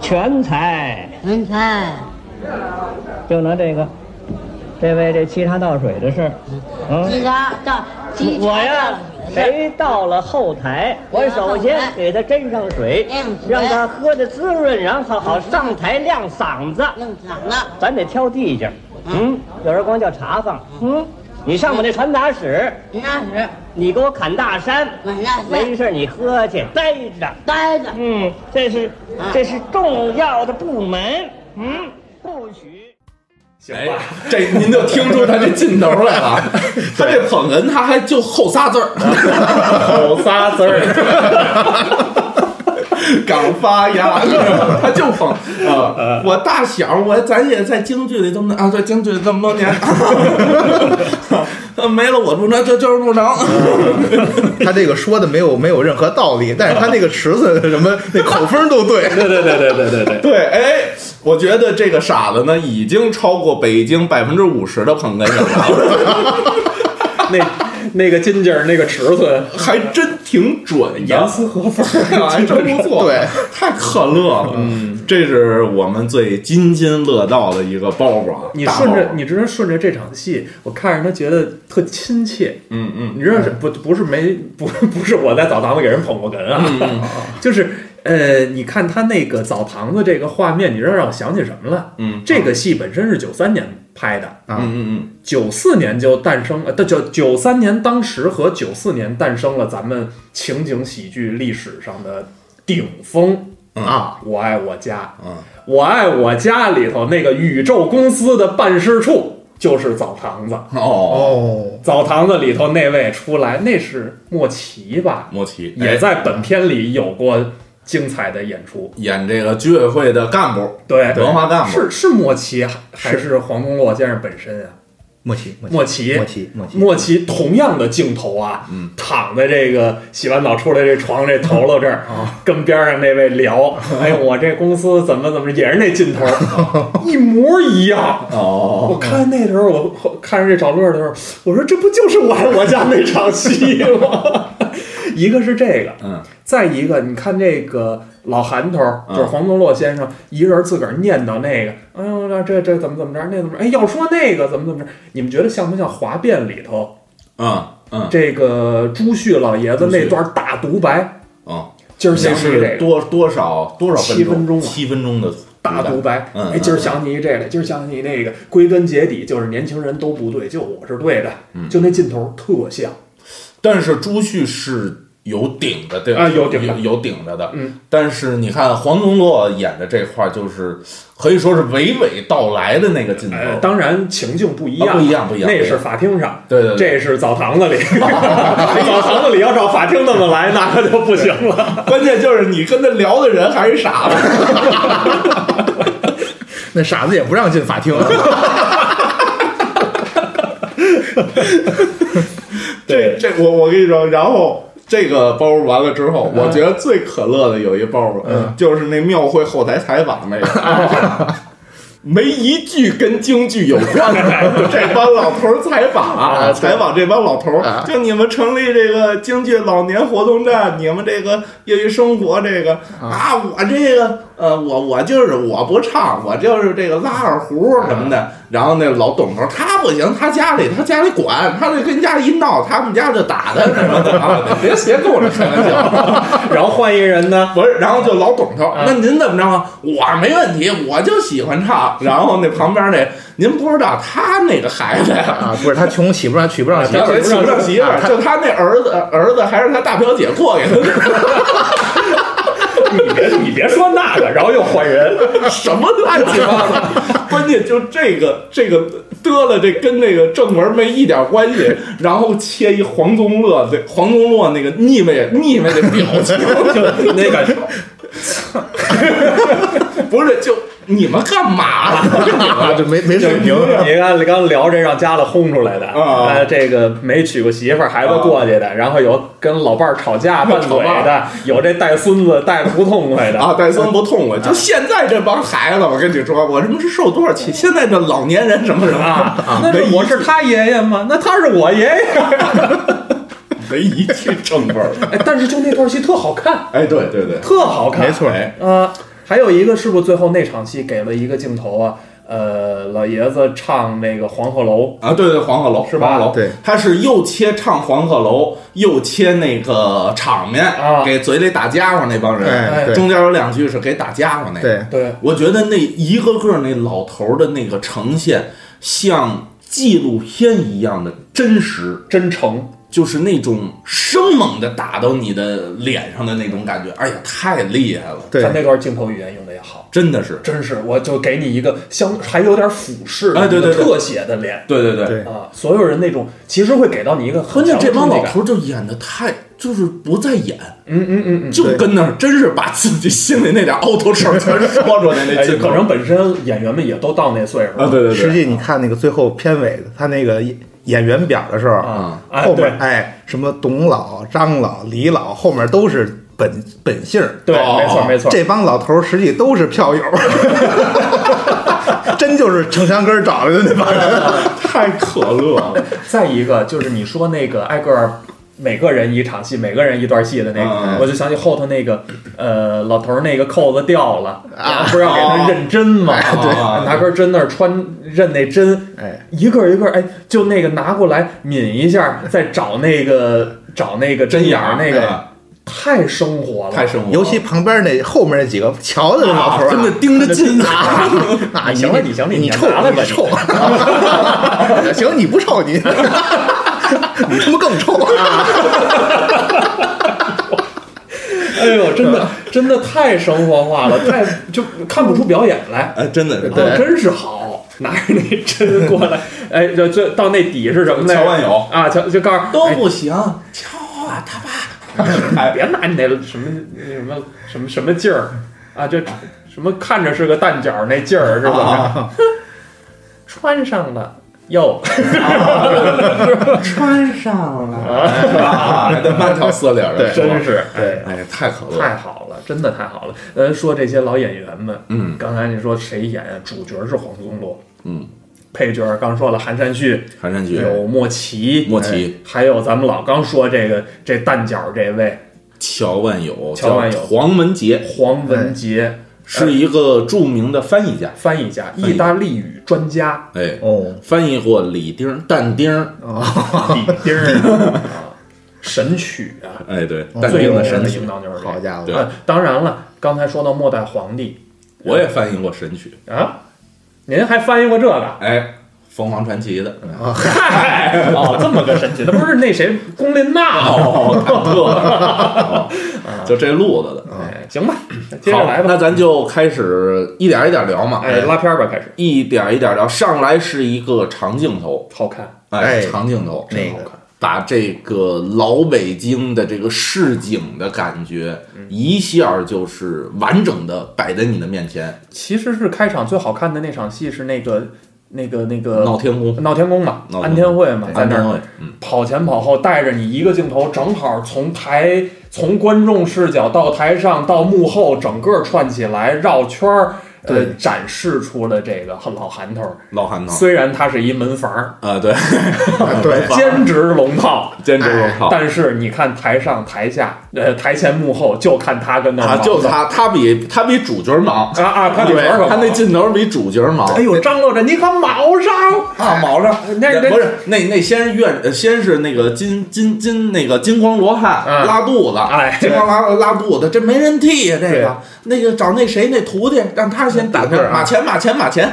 Speaker 5: 全才
Speaker 6: 人才，
Speaker 5: 就拿这个，这位这沏茶倒水的事儿，嗯
Speaker 6: 鸡。扎到鸡扎
Speaker 5: 我呀
Speaker 6: 到水，
Speaker 5: 谁到了后台，我首先给他斟上水
Speaker 6: 嗯，
Speaker 5: 让他喝的滋润，然后好上台亮嗓子。
Speaker 6: 弄嗓子，
Speaker 5: 咱得挑地界儿，嗯，有人光叫茶坊，嗯，你上我那传达室，
Speaker 6: 那是
Speaker 5: 你给我砍大山，
Speaker 6: 晚上
Speaker 5: 没
Speaker 6: 是
Speaker 5: 事儿你喝去，待着。
Speaker 6: 呆着。
Speaker 5: 嗯，这是
Speaker 6: 啊
Speaker 5: 这是重要的部门，嗯，不许。
Speaker 2: 行
Speaker 1: 哎， <laughs> 这您就听出他这劲头来了。 <laughs> 他这捧哏，他还就后仨字 <laughs> 儿，
Speaker 2: 口仨
Speaker 1: <laughs>
Speaker 2: 字儿，
Speaker 1: 港发 <laughs> 呀，他就捧啊！我大小，我咱也在京剧里这么啊，在京剧里这么多年， <laughs> 啊没了我不能，这就是不能。嗯 <laughs>
Speaker 4: 他这个说的没有没有任何道理，但是他那个池子什么那口风都对。
Speaker 2: 对对对对对对对，
Speaker 1: 对，哎，我觉得这个傻子呢，已经超过北京百分之五十的捧哏人了，
Speaker 2: <laughs>
Speaker 1: <laughs>
Speaker 2: 那那个金劲儿，那个尺寸，
Speaker 1: 还真挺准的
Speaker 2: 严。丝合缝 <laughs> 儿，
Speaker 1: 还真不错，
Speaker 4: 对，
Speaker 1: 太可乐了。嗯，这是我们最津津乐道的一个包袱啊。
Speaker 2: 你
Speaker 1: 大
Speaker 2: 顺
Speaker 1: 包
Speaker 2: 着
Speaker 1: 袱，
Speaker 2: 你直接顺着这场戏，我看着他觉得特亲切。
Speaker 1: 嗯嗯，
Speaker 2: 你知道是不不是没不不是我在澡堂子给人捧过哏啊，
Speaker 1: 嗯
Speaker 2: <laughs> 就是呃，你看他那个澡堂子这个画面，你知道让我想起什么了？
Speaker 1: 嗯，
Speaker 2: 这个戏本身是九三年拍的，
Speaker 1: 嗯嗯
Speaker 2: 九四年就诞生，呃，九九三年当时和九四年诞生了咱们情景喜剧历史上的顶峰
Speaker 1: 嗯
Speaker 2: 啊！我爱我家，
Speaker 1: 嗯嗯，
Speaker 2: 我爱我家里头那个宇宙公司的办事处就是澡堂子，
Speaker 1: <laughs> 哦，
Speaker 4: 哦，
Speaker 2: 澡堂子里头那位出来，那是莫奇吧？
Speaker 1: 莫奇
Speaker 2: 也
Speaker 1: 哎
Speaker 2: 在本片里有过精彩的演出。
Speaker 1: 演这个居委会的干部，
Speaker 2: 对，
Speaker 1: 文化干部
Speaker 2: 是是莫奇还还是黄宗洛先生本身啊？
Speaker 4: 默契，默
Speaker 2: 莫
Speaker 4: 契，
Speaker 2: 奇，
Speaker 4: 默契，默契，
Speaker 2: 莫奇同样的镜头啊，
Speaker 1: 嗯
Speaker 2: 躺在这个洗完澡出来这床这头了这 <laughs> 儿，跟边上那位 <laughs> 聊，哎，我这公司怎么怎么，也是那 <laughs> 劲头，一模一样。
Speaker 1: 哦，
Speaker 2: 我看那时候，我我看着这找乐的时候，我说这不就是我爱我家那场戏吗？ <laughs> 一个是这个，
Speaker 1: 嗯，
Speaker 2: 再一个，你看这个老韩头儿，
Speaker 1: 嗯
Speaker 2: 就是黄宗洛先生，一人自个儿念叨那个，哎呦，那这这怎么怎么着，那怎么着，哎，要说那个怎么怎么着，你们觉得像不像《华变》里头
Speaker 1: 嗯嗯，
Speaker 2: 这个朱旭老爷子
Speaker 1: 朱旭
Speaker 2: 那段大独白？
Speaker 1: 哦，
Speaker 2: 今儿想
Speaker 1: 这
Speaker 2: 起这
Speaker 1: 是
Speaker 2: 个
Speaker 1: 多多少多少
Speaker 2: 七分钟啊
Speaker 1: 七分钟的
Speaker 2: 大独白，
Speaker 1: 嗯
Speaker 2: 哎，今儿想起一这个，今儿想起那个，归根结底就是年轻人
Speaker 1: 嗯哦
Speaker 2: 都不对，就我是对的，就那劲头儿特像。
Speaker 1: 但是朱旭是有顶着对
Speaker 2: 啊有顶着
Speaker 1: 有顶着的，
Speaker 2: 嗯，
Speaker 1: 但是你看黄宗洛演的这块儿，就是可以说是娓娓道来的那个镜头，
Speaker 2: 呃，当然情境不一样，
Speaker 1: 啊不一样不一样
Speaker 2: 那
Speaker 1: 不一
Speaker 2: 是
Speaker 1: 样
Speaker 2: 法庭上，
Speaker 1: 对对对
Speaker 2: 这是澡堂
Speaker 1: <laughs>
Speaker 2: 子里，澡堂子里要照法庭那么来，那可就不行
Speaker 1: <laughs>
Speaker 2: 了。
Speaker 1: 关键就是你跟他聊的人还是傻子，
Speaker 4: 那傻子也不让进
Speaker 1: <laughs>
Speaker 4: 法庭，
Speaker 1: 这 <laughs> 这我我跟你说，然后。这个包完了之后，我觉得最可乐的有一包，嗯、就是那庙会后台采访那个，没一句跟京剧有关 <laughs> 的。这帮老头儿采访啊，采访这帮老头儿，就你们成立这个京剧老年活动站，你们这个业余生活这个啊，我这个呃，我我就是我不唱，我就是这个拉二胡什么的。然后那老董头儿他不行，他家里他家里管，他这跟家一闹，他们家就打他什么的啊， <laughs> 别别跟我这开玩 <laughs> 笑。
Speaker 2: 然后换一人呢，
Speaker 1: 不是，然后就老董头，
Speaker 4: 嗯
Speaker 1: 那您怎么着啊？我没问题，我就喜欢唱。然后那旁边那，您不知道他那个孩子呀，
Speaker 4: 啊，不是他穷娶不上娶不上媳妇
Speaker 1: 要
Speaker 4: 儿，
Speaker 1: 是娶不上媳妇儿，就他那儿子，儿子还是他大表姐过给他的， <laughs>
Speaker 2: 你别你别说那个，然后又换人，
Speaker 1: 什么乱七八糟。 <laughs> 关键就这个这个得了，这跟那个正文没一点关系。然后切一黄宗乐，这黄宗洛那个腻歪腻歪的表情， <laughs>
Speaker 2: 就那个
Speaker 1: 不是就你们干嘛了？
Speaker 4: 啊，这没
Speaker 2: <laughs>
Speaker 4: 没水平，
Speaker 2: 你看刚聊这让家里轰出来的，
Speaker 1: 啊
Speaker 2: 呃，这个没娶过媳妇儿孩子过去的，然后有跟老伴儿啊吵架拌嘴
Speaker 1: 吵
Speaker 2: 的，有这带孙子带不痛快的，
Speaker 1: 啊，戴森不痛快，就现在这帮孩子，我跟你说，我他妈是受多少气？现在这老年人什么什么
Speaker 2: 嗯啊，那是我是他爷爷吗？那他是我爷爷。
Speaker 1: 没一句正味儿。
Speaker 2: <laughs> 哎，但是就那段戏特好看，
Speaker 1: 哎，对对对，
Speaker 2: <laughs> 特好看，
Speaker 4: 没错
Speaker 1: 哎，
Speaker 2: 呃，还有一个是不是最后那场戏给了一个镜头啊？呃，老爷子唱那个《黄鹤楼
Speaker 1: 啊，对对，黄鹤楼
Speaker 2: 是吧
Speaker 1: 黄鹤楼
Speaker 4: 对，
Speaker 1: 他是又切唱黄鹤楼，又切那个场面，
Speaker 2: 啊
Speaker 1: 给嘴里打家伙那帮人，
Speaker 4: 哎，对
Speaker 1: 中间有两句是给打家伙那个。
Speaker 4: 对》。，
Speaker 2: 对，
Speaker 1: 我觉得那一个个那老头儿的那个呈现，像纪录片一样的真实。
Speaker 2: 真诚。
Speaker 1: 就是那种生猛的打到你的脸上的那种感觉，哎呀，太厉害了，
Speaker 4: 对
Speaker 2: 他那段镜头语言用的也好，
Speaker 1: 真的是，
Speaker 2: 真是，我就给你一个相，还有点俯视的
Speaker 1: 哎对
Speaker 2: 一个
Speaker 1: 对对
Speaker 2: 特写的脸
Speaker 1: 对对对。
Speaker 4: 对
Speaker 2: 啊，所有人那种其实会给到你一个很
Speaker 1: 关键
Speaker 2: 强
Speaker 1: 这
Speaker 2: 的
Speaker 1: 帮
Speaker 2: 冲击
Speaker 1: 老
Speaker 2: 感。
Speaker 1: 头儿就演的太，就是不在演，
Speaker 2: 嗯嗯嗯嗯。
Speaker 1: 就跟那儿真是把自己心里那点凹头事儿全说出来 <laughs> 那
Speaker 2: 哎，
Speaker 1: 劲头
Speaker 2: 可能本身演员们也都到那岁数
Speaker 1: 啊，
Speaker 2: 了
Speaker 1: 对对
Speaker 4: 实
Speaker 1: 对，
Speaker 4: 际你看那个最后片尾，他那个演员表的时候，
Speaker 2: 啊，哎
Speaker 4: 后
Speaker 2: 对
Speaker 4: 面哎什么董老、张老、李老，后面都是本本姓儿。
Speaker 2: 对，
Speaker 1: 哦
Speaker 2: 没错
Speaker 1: 哦
Speaker 2: 没错，
Speaker 4: 这帮老头儿实际都是票友， <laughs> 真就是城墙根儿找来的那帮人。
Speaker 1: 太可乐了，
Speaker 2: 再一个就是你说那个挨个儿每个人一场戏，每个人一段戏的那
Speaker 1: 嗯
Speaker 2: 个，我就想起后头那个呃老头儿那个扣子掉了，
Speaker 4: 啊
Speaker 2: 不是要给他认针吗？
Speaker 1: 对
Speaker 2: 啊拿根针那儿穿认那针，
Speaker 4: 哎，
Speaker 2: 一个一个哎就那个拿过来抿一下，再找那个找那个针眼儿那个，太生活了，
Speaker 1: 太生活了，
Speaker 4: 尤其旁边那后面那几个瞧的那老头儿、啊，
Speaker 1: 真的盯着劲
Speaker 2: <laughs>
Speaker 1: 啊，
Speaker 4: <laughs> 啊，
Speaker 2: 你
Speaker 4: 行了，
Speaker 2: 你行了
Speaker 4: 你
Speaker 2: 你
Speaker 4: 臭，
Speaker 2: 拿来吧
Speaker 4: 你臭， <laughs> 行，你不臭你， <laughs> 你他妈更臭啊
Speaker 2: 哎呦，真的真的太生活化了，太就看不出表演来。
Speaker 1: 哎，真的是
Speaker 2: 哦，真是好，拿着那针过
Speaker 1: <laughs>
Speaker 2: 来，哎，就就到那底是什么来着？
Speaker 1: 乔万友
Speaker 2: 啊，乔就告诉
Speaker 1: 都不行，瞧啊，他 <laughs> 爸，
Speaker 2: 哎，别拿你那什么那什么什么什么劲儿啊，就什么看着是个蛋饺那劲儿是吧？
Speaker 1: 啊
Speaker 2: 穿上了
Speaker 1: <laughs>
Speaker 2: 哟，
Speaker 1: 穿上了，那慢条斯理儿的，
Speaker 2: 真是
Speaker 4: 对，
Speaker 1: 哎呀，太可乐了，
Speaker 2: 太好了，真的太好了。呃，说这些老演员们，
Speaker 1: 嗯
Speaker 2: 刚才你说谁演啊主角是黄宗洛，
Speaker 1: 嗯，
Speaker 2: 配角刚说了韩山旭，
Speaker 1: 韩山菊，
Speaker 2: 有莫奇，
Speaker 1: 莫奇
Speaker 2: 哎还有咱们老刚说这个这蛋饺这位
Speaker 1: 乔万友，
Speaker 2: 乔万友
Speaker 1: 叫黄门杰
Speaker 2: 黄文杰，
Speaker 1: 是一个著名的哎翻译家，
Speaker 2: 翻译家，
Speaker 1: 译，
Speaker 2: 意大利语专家
Speaker 1: <laughs> 哎，
Speaker 4: <laughs> 哦，
Speaker 1: 翻译过李丁、但丁，啊
Speaker 2: 李丁儿啊，神曲啊，
Speaker 1: 哎，对，但
Speaker 2: 最
Speaker 1: 丁
Speaker 2: 有
Speaker 1: 的
Speaker 2: 名的
Speaker 1: 神曲
Speaker 2: 应，当就是这个
Speaker 4: 好家伙
Speaker 1: 对，
Speaker 2: 啊当然了，刚才说到末代皇帝
Speaker 1: 我也翻译过神曲，
Speaker 2: 啊，您还翻译过这个？ <laughs>
Speaker 1: 哎，凤凰传奇的，
Speaker 2: 嗯嗨，哦，这么个神奇，那不是那谁龚琳娜吗？
Speaker 1: 哦，忐忑
Speaker 2: <laughs>
Speaker 1: 哦，就这路子的。
Speaker 2: 哎，行吧，接着
Speaker 1: 好
Speaker 2: 来吧，
Speaker 1: 那咱就开始一点一点聊嘛，
Speaker 2: 哎，拉片儿吧，开始，
Speaker 1: 一点一点聊。上来是一个长镜头，
Speaker 2: 好看，
Speaker 1: 哎，
Speaker 4: 哎
Speaker 1: 长镜头，
Speaker 4: 那
Speaker 2: 好
Speaker 4: 个
Speaker 2: 看，
Speaker 1: 把这个老北京的这个市井的感觉，一下就是完整的摆在你的面前。
Speaker 2: 其实是开场最好看的那场戏是那个那个那个
Speaker 1: 闹天宫，
Speaker 2: 闹天宫嘛，
Speaker 1: 闹天宫
Speaker 2: 安天会嘛，在
Speaker 1: 安
Speaker 2: 呃那
Speaker 1: 天
Speaker 2: 儿
Speaker 1: 会，嗯，
Speaker 2: 跑前跑后，带着你一个镜头，正好从台从观众视角到台上到幕后，整个串起来绕圈儿，呃，
Speaker 4: 对
Speaker 2: 展示出了这个老韩头儿。
Speaker 1: 老韩头，
Speaker 2: 虽然它是一门房儿，
Speaker 1: 啊，嗯对，
Speaker 4: 对，
Speaker 2: 兼职龙套，
Speaker 1: 兼职龙套。
Speaker 2: 但是你看台上台下，呃，台前幕后就看他跟那儿
Speaker 1: 啊，<laughs>
Speaker 2: 忙
Speaker 1: 就
Speaker 2: 的
Speaker 1: 他，他比他比主角忙，
Speaker 2: 啊啊，他里
Speaker 1: 对
Speaker 2: 边儿，
Speaker 1: 他那劲头比主角忙。
Speaker 2: 哎呦，张罗着你可卯上，
Speaker 1: 啊，毛上
Speaker 2: 那那
Speaker 1: 不是那那先是院，呃先是那个金金金那个金光罗汉、
Speaker 2: 嗯
Speaker 1: 拉肚子，
Speaker 2: 哎
Speaker 1: 金光拉呃拉肚子，这没人替呀、这个那个找那谁那徒弟，让他先打
Speaker 4: 打字
Speaker 1: 他
Speaker 4: 啊
Speaker 1: 马钱马钱马
Speaker 2: <laughs>
Speaker 1: 钱，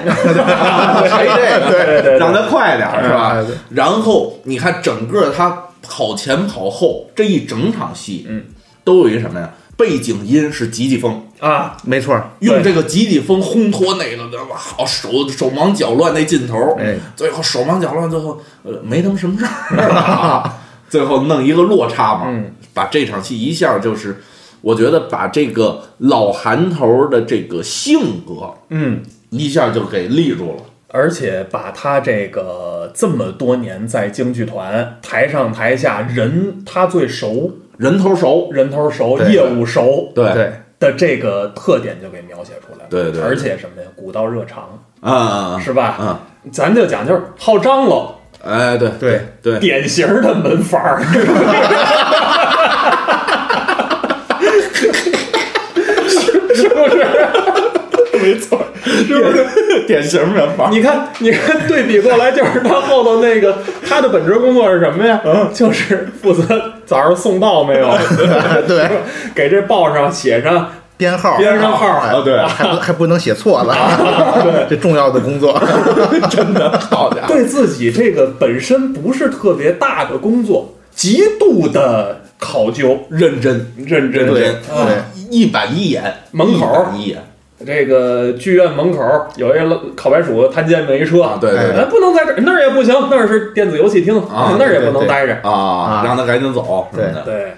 Speaker 1: 谁这个
Speaker 2: 对对对，
Speaker 1: 让他快点儿是吧
Speaker 4: 哎对？
Speaker 1: 然后你看整个他跑前跑后这一整场戏，
Speaker 2: 嗯，
Speaker 1: 都有一什么呀？背景音是急急风，
Speaker 2: 啊，
Speaker 4: 没错儿，
Speaker 1: 用
Speaker 2: 对
Speaker 1: 这个急急风烘托那个的，好手手忙脚乱那劲头儿，
Speaker 4: 哎
Speaker 1: 最后手忙脚乱，最后呃没他妈什么事儿、 <laughs> 啊，最后弄一个落差嘛，
Speaker 2: 嗯
Speaker 1: 把这场戏一下就是，我觉得把这个老韩头儿的这个性格
Speaker 2: 嗯，
Speaker 1: 一下就给立住了。
Speaker 2: 而且把他这个这么多年在京剧团台上台下人他最熟，
Speaker 1: 人头熟，
Speaker 2: 人头熟，
Speaker 4: 对
Speaker 2: 业务熟
Speaker 1: 对
Speaker 4: 对，
Speaker 2: 的这个特点就给描写出来了。
Speaker 1: 对对对
Speaker 2: 而且什么呀，古道热肠
Speaker 1: 啊啊
Speaker 2: 是吧？
Speaker 1: 嗯，
Speaker 2: 咱就讲就是好张罗，
Speaker 1: 哎，对
Speaker 4: 对
Speaker 2: <laughs>
Speaker 1: 对，
Speaker 2: 典型的门
Speaker 1: <laughs>
Speaker 2: 阀儿。 <laughs> 是不是？没错，是不是？
Speaker 1: <laughs> 典型人法
Speaker 2: 你看，你看，对比过来就是他后头那个，他的本职工作是什么呀？就是负责早上送报没有，
Speaker 4: 对，
Speaker 2: 给这报上写上
Speaker 4: 编号，哎
Speaker 2: 编上号
Speaker 1: 啊，
Speaker 2: <laughs>
Speaker 1: 对，
Speaker 4: 还不还不能写错了，这重要的工作，
Speaker 1: 真的好家伙，
Speaker 2: 对自己这个本身不是特别大的工作极度的考究
Speaker 1: 认真
Speaker 2: 认真。
Speaker 1: 认
Speaker 4: 对
Speaker 1: 真，
Speaker 4: 对，
Speaker 1: 一板一眼，
Speaker 2: 门口儿
Speaker 1: 一板一眼
Speaker 2: 这个剧院门口有一个烤白薯摊煎饼一车，
Speaker 1: 啊，对对对
Speaker 2: 咱不能在这儿那儿也不行，那儿是电子游戏厅，
Speaker 1: 啊
Speaker 2: 那儿也不
Speaker 4: 对
Speaker 2: 能
Speaker 4: 对
Speaker 2: 待着。
Speaker 1: 啊，让他赶紧走什么的，
Speaker 2: 对，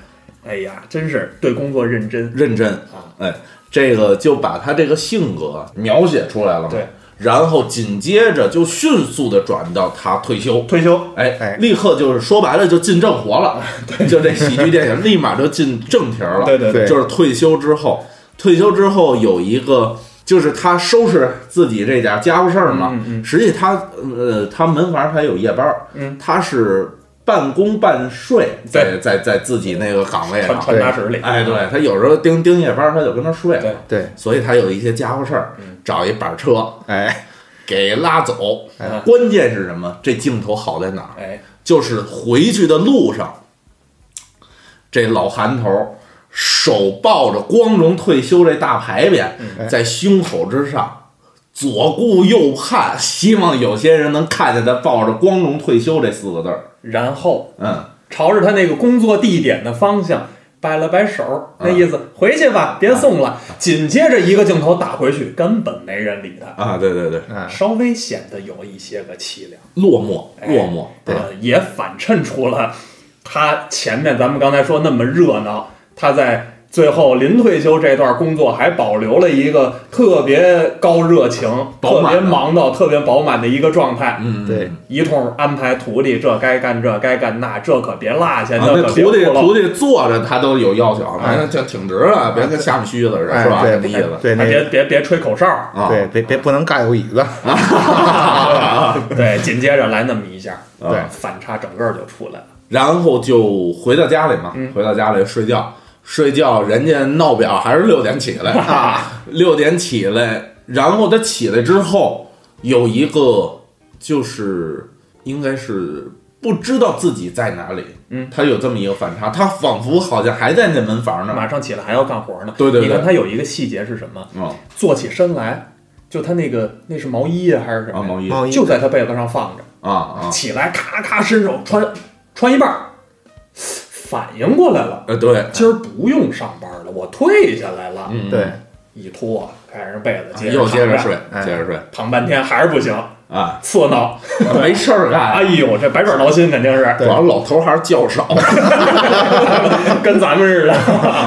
Speaker 2: 哎呀，真是对工作认真。
Speaker 1: 认真
Speaker 2: 啊，
Speaker 1: 哎，这个就把他这个性格描写出来了嘛。
Speaker 2: 对，
Speaker 1: 然后紧接着就迅速的转到他退休。
Speaker 2: 退休
Speaker 1: 哎
Speaker 4: 哎，
Speaker 1: 立刻就是说白了就进正活
Speaker 2: <laughs>
Speaker 1: 了，就这喜剧电影立马就进正题儿了。
Speaker 2: 对对
Speaker 4: 对
Speaker 1: 就是退休之后，退休之后有一个就是他收拾自己这点家伙事儿嘛。
Speaker 2: 嗯嗯
Speaker 1: 实际他呃，他门房还有夜班儿，
Speaker 2: 嗯
Speaker 1: 他是半工半睡，在
Speaker 2: 对
Speaker 1: 在在自己那个岗位
Speaker 2: 传
Speaker 1: 上。
Speaker 2: 传达室里，
Speaker 1: 哎，对他有时候盯盯夜班儿，他就跟那儿睡
Speaker 2: 对嗯
Speaker 1: 了。
Speaker 4: 对，
Speaker 1: 所以他有一些家伙事儿，找一板车
Speaker 4: 哎，
Speaker 1: 给拉走。
Speaker 2: 哎
Speaker 1: 关键是什么？这镜头好在哪儿？
Speaker 2: 哎，
Speaker 1: 就是回去的路上，这老韩头儿手抱着“光荣退休”这大牌匾，在胸口之上。左顾右盼，希望有些人能看见他抱着“光荣退休”这四个字儿。
Speaker 2: 然后
Speaker 1: 嗯，
Speaker 2: 朝着他那个工作地点的方向摆了摆手，那
Speaker 1: 啊
Speaker 2: 意思回去吧，别送了。紧接着一个镜头打回去，根本没人理他，
Speaker 1: 啊，对对对，
Speaker 4: 啊，
Speaker 2: 稍微显得有一些个凄凉，
Speaker 1: 落寞，
Speaker 2: 哎
Speaker 1: 落寞，对
Speaker 2: 呃，也反衬出了他前面咱们刚才说那么热闹，他在。最后临退休这段工作还保留了一个特别高热情、
Speaker 1: 饱
Speaker 2: 特
Speaker 1: 满
Speaker 2: 别
Speaker 1: 的
Speaker 2: 忙到特别饱满的一个状态，
Speaker 1: 嗯，
Speaker 4: 对
Speaker 1: 啊
Speaker 2: 一通安排徒弟，这该干这该干那，这可别落下，
Speaker 1: 啊那
Speaker 2: 可别
Speaker 1: 徒弟
Speaker 2: 不
Speaker 1: 徒
Speaker 2: 了，
Speaker 1: 弟坐着他都有要求，反正就挺直的，别跟下面虚子似的，
Speaker 4: 哎
Speaker 1: 是吧？
Speaker 4: 对
Speaker 1: 这意思
Speaker 4: 对，
Speaker 2: 还
Speaker 4: 那
Speaker 2: 啊别
Speaker 4: 个
Speaker 2: 别别吹口哨。
Speaker 1: 啊，
Speaker 4: 对，别别不能尬有椅子，
Speaker 2: <laughs> 对，紧接着来那么一下，
Speaker 1: 啊
Speaker 4: 对
Speaker 2: 反差整个就出来了。
Speaker 1: 然后就回到家里嘛，回到家里睡觉，睡觉人家闹表还是六点起来啊，六点起来，然后他起来之后有一个就是应该是不知道自己在哪里，
Speaker 2: 嗯，
Speaker 1: 他有这么一个反差，他仿佛好像还在那门房那儿，
Speaker 2: 马上起来还要干活呢。
Speaker 1: 嗯对对对
Speaker 2: 你看他有一个细节是什么？
Speaker 1: 嗯，
Speaker 2: 坐起身来，就他那个那是毛衣啊还是什
Speaker 1: 啊，
Speaker 2: 么呀？
Speaker 1: 毛衣
Speaker 4: <laughs> 毛衣
Speaker 2: 就在他被子上放着，
Speaker 1: 啊啊，
Speaker 2: 起来咔咔伸手穿穿一半儿，反应过来了，
Speaker 1: 呃，对，
Speaker 2: 今儿不用上班了，我退下来了，
Speaker 1: 嗯，
Speaker 4: 对，
Speaker 2: 一脱开始被子
Speaker 1: 嗯
Speaker 2: 接着
Speaker 1: 又接着
Speaker 2: 躺
Speaker 1: 睡，
Speaker 4: 哎
Speaker 1: 接着睡
Speaker 2: 躺半天还是不行，
Speaker 1: 啊，
Speaker 2: 刺挠，
Speaker 1: 没事儿
Speaker 2: 哎
Speaker 1: 干，
Speaker 2: 呦，这百爪挠心肯定是
Speaker 1: 主要老头儿还是较少，
Speaker 2: <laughs> 跟咱们似的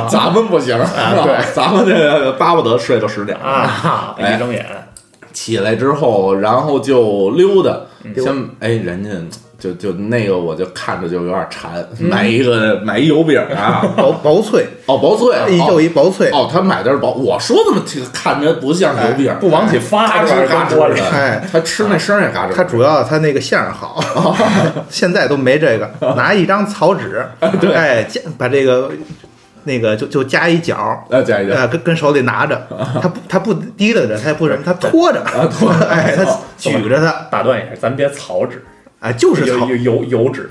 Speaker 7: 咱们不行，对，
Speaker 1: 对，咱们这个巴不得睡到十点了
Speaker 2: 啊，
Speaker 1: 哎
Speaker 2: 一睁眼
Speaker 1: 起来之后，然后就溜达，
Speaker 4: 溜
Speaker 1: 先哎，人家就就那个，我就看着就有点馋，买一个买一油饼啊，
Speaker 4: <laughs> 薄薄脆，
Speaker 1: 哦，薄脆，
Speaker 4: <laughs> 一就
Speaker 1: 一
Speaker 4: 一薄脆，
Speaker 1: 哦，他买的是薄，我说怎么这个看着不像油饼，
Speaker 2: 不往起发
Speaker 1: 嘎
Speaker 2: 是
Speaker 1: 吱
Speaker 2: 吧？
Speaker 1: 嘎
Speaker 2: 跟玻
Speaker 1: 吱
Speaker 2: 璃
Speaker 1: 的，
Speaker 4: 哎，
Speaker 1: 他吃那声儿也嘎吱，<laughs>
Speaker 4: 它主要它那个馅儿好， <laughs> 现在都没这个，拿一张草纸，
Speaker 1: 对
Speaker 4: 哎，夹把这个那个就就夹一角。
Speaker 1: 哎，加一加
Speaker 4: 呃，跟跟手里拿着，他不他不提溜着，他也不什么，他拖着，
Speaker 1: 啊
Speaker 4: 拖，
Speaker 1: 嗯
Speaker 4: <laughs> 哎，
Speaker 1: 哦
Speaker 4: 他举着它，
Speaker 2: 打断一下，咱别草纸，
Speaker 4: 哎，就是
Speaker 2: 有
Speaker 4: 草
Speaker 2: 有，有油纸，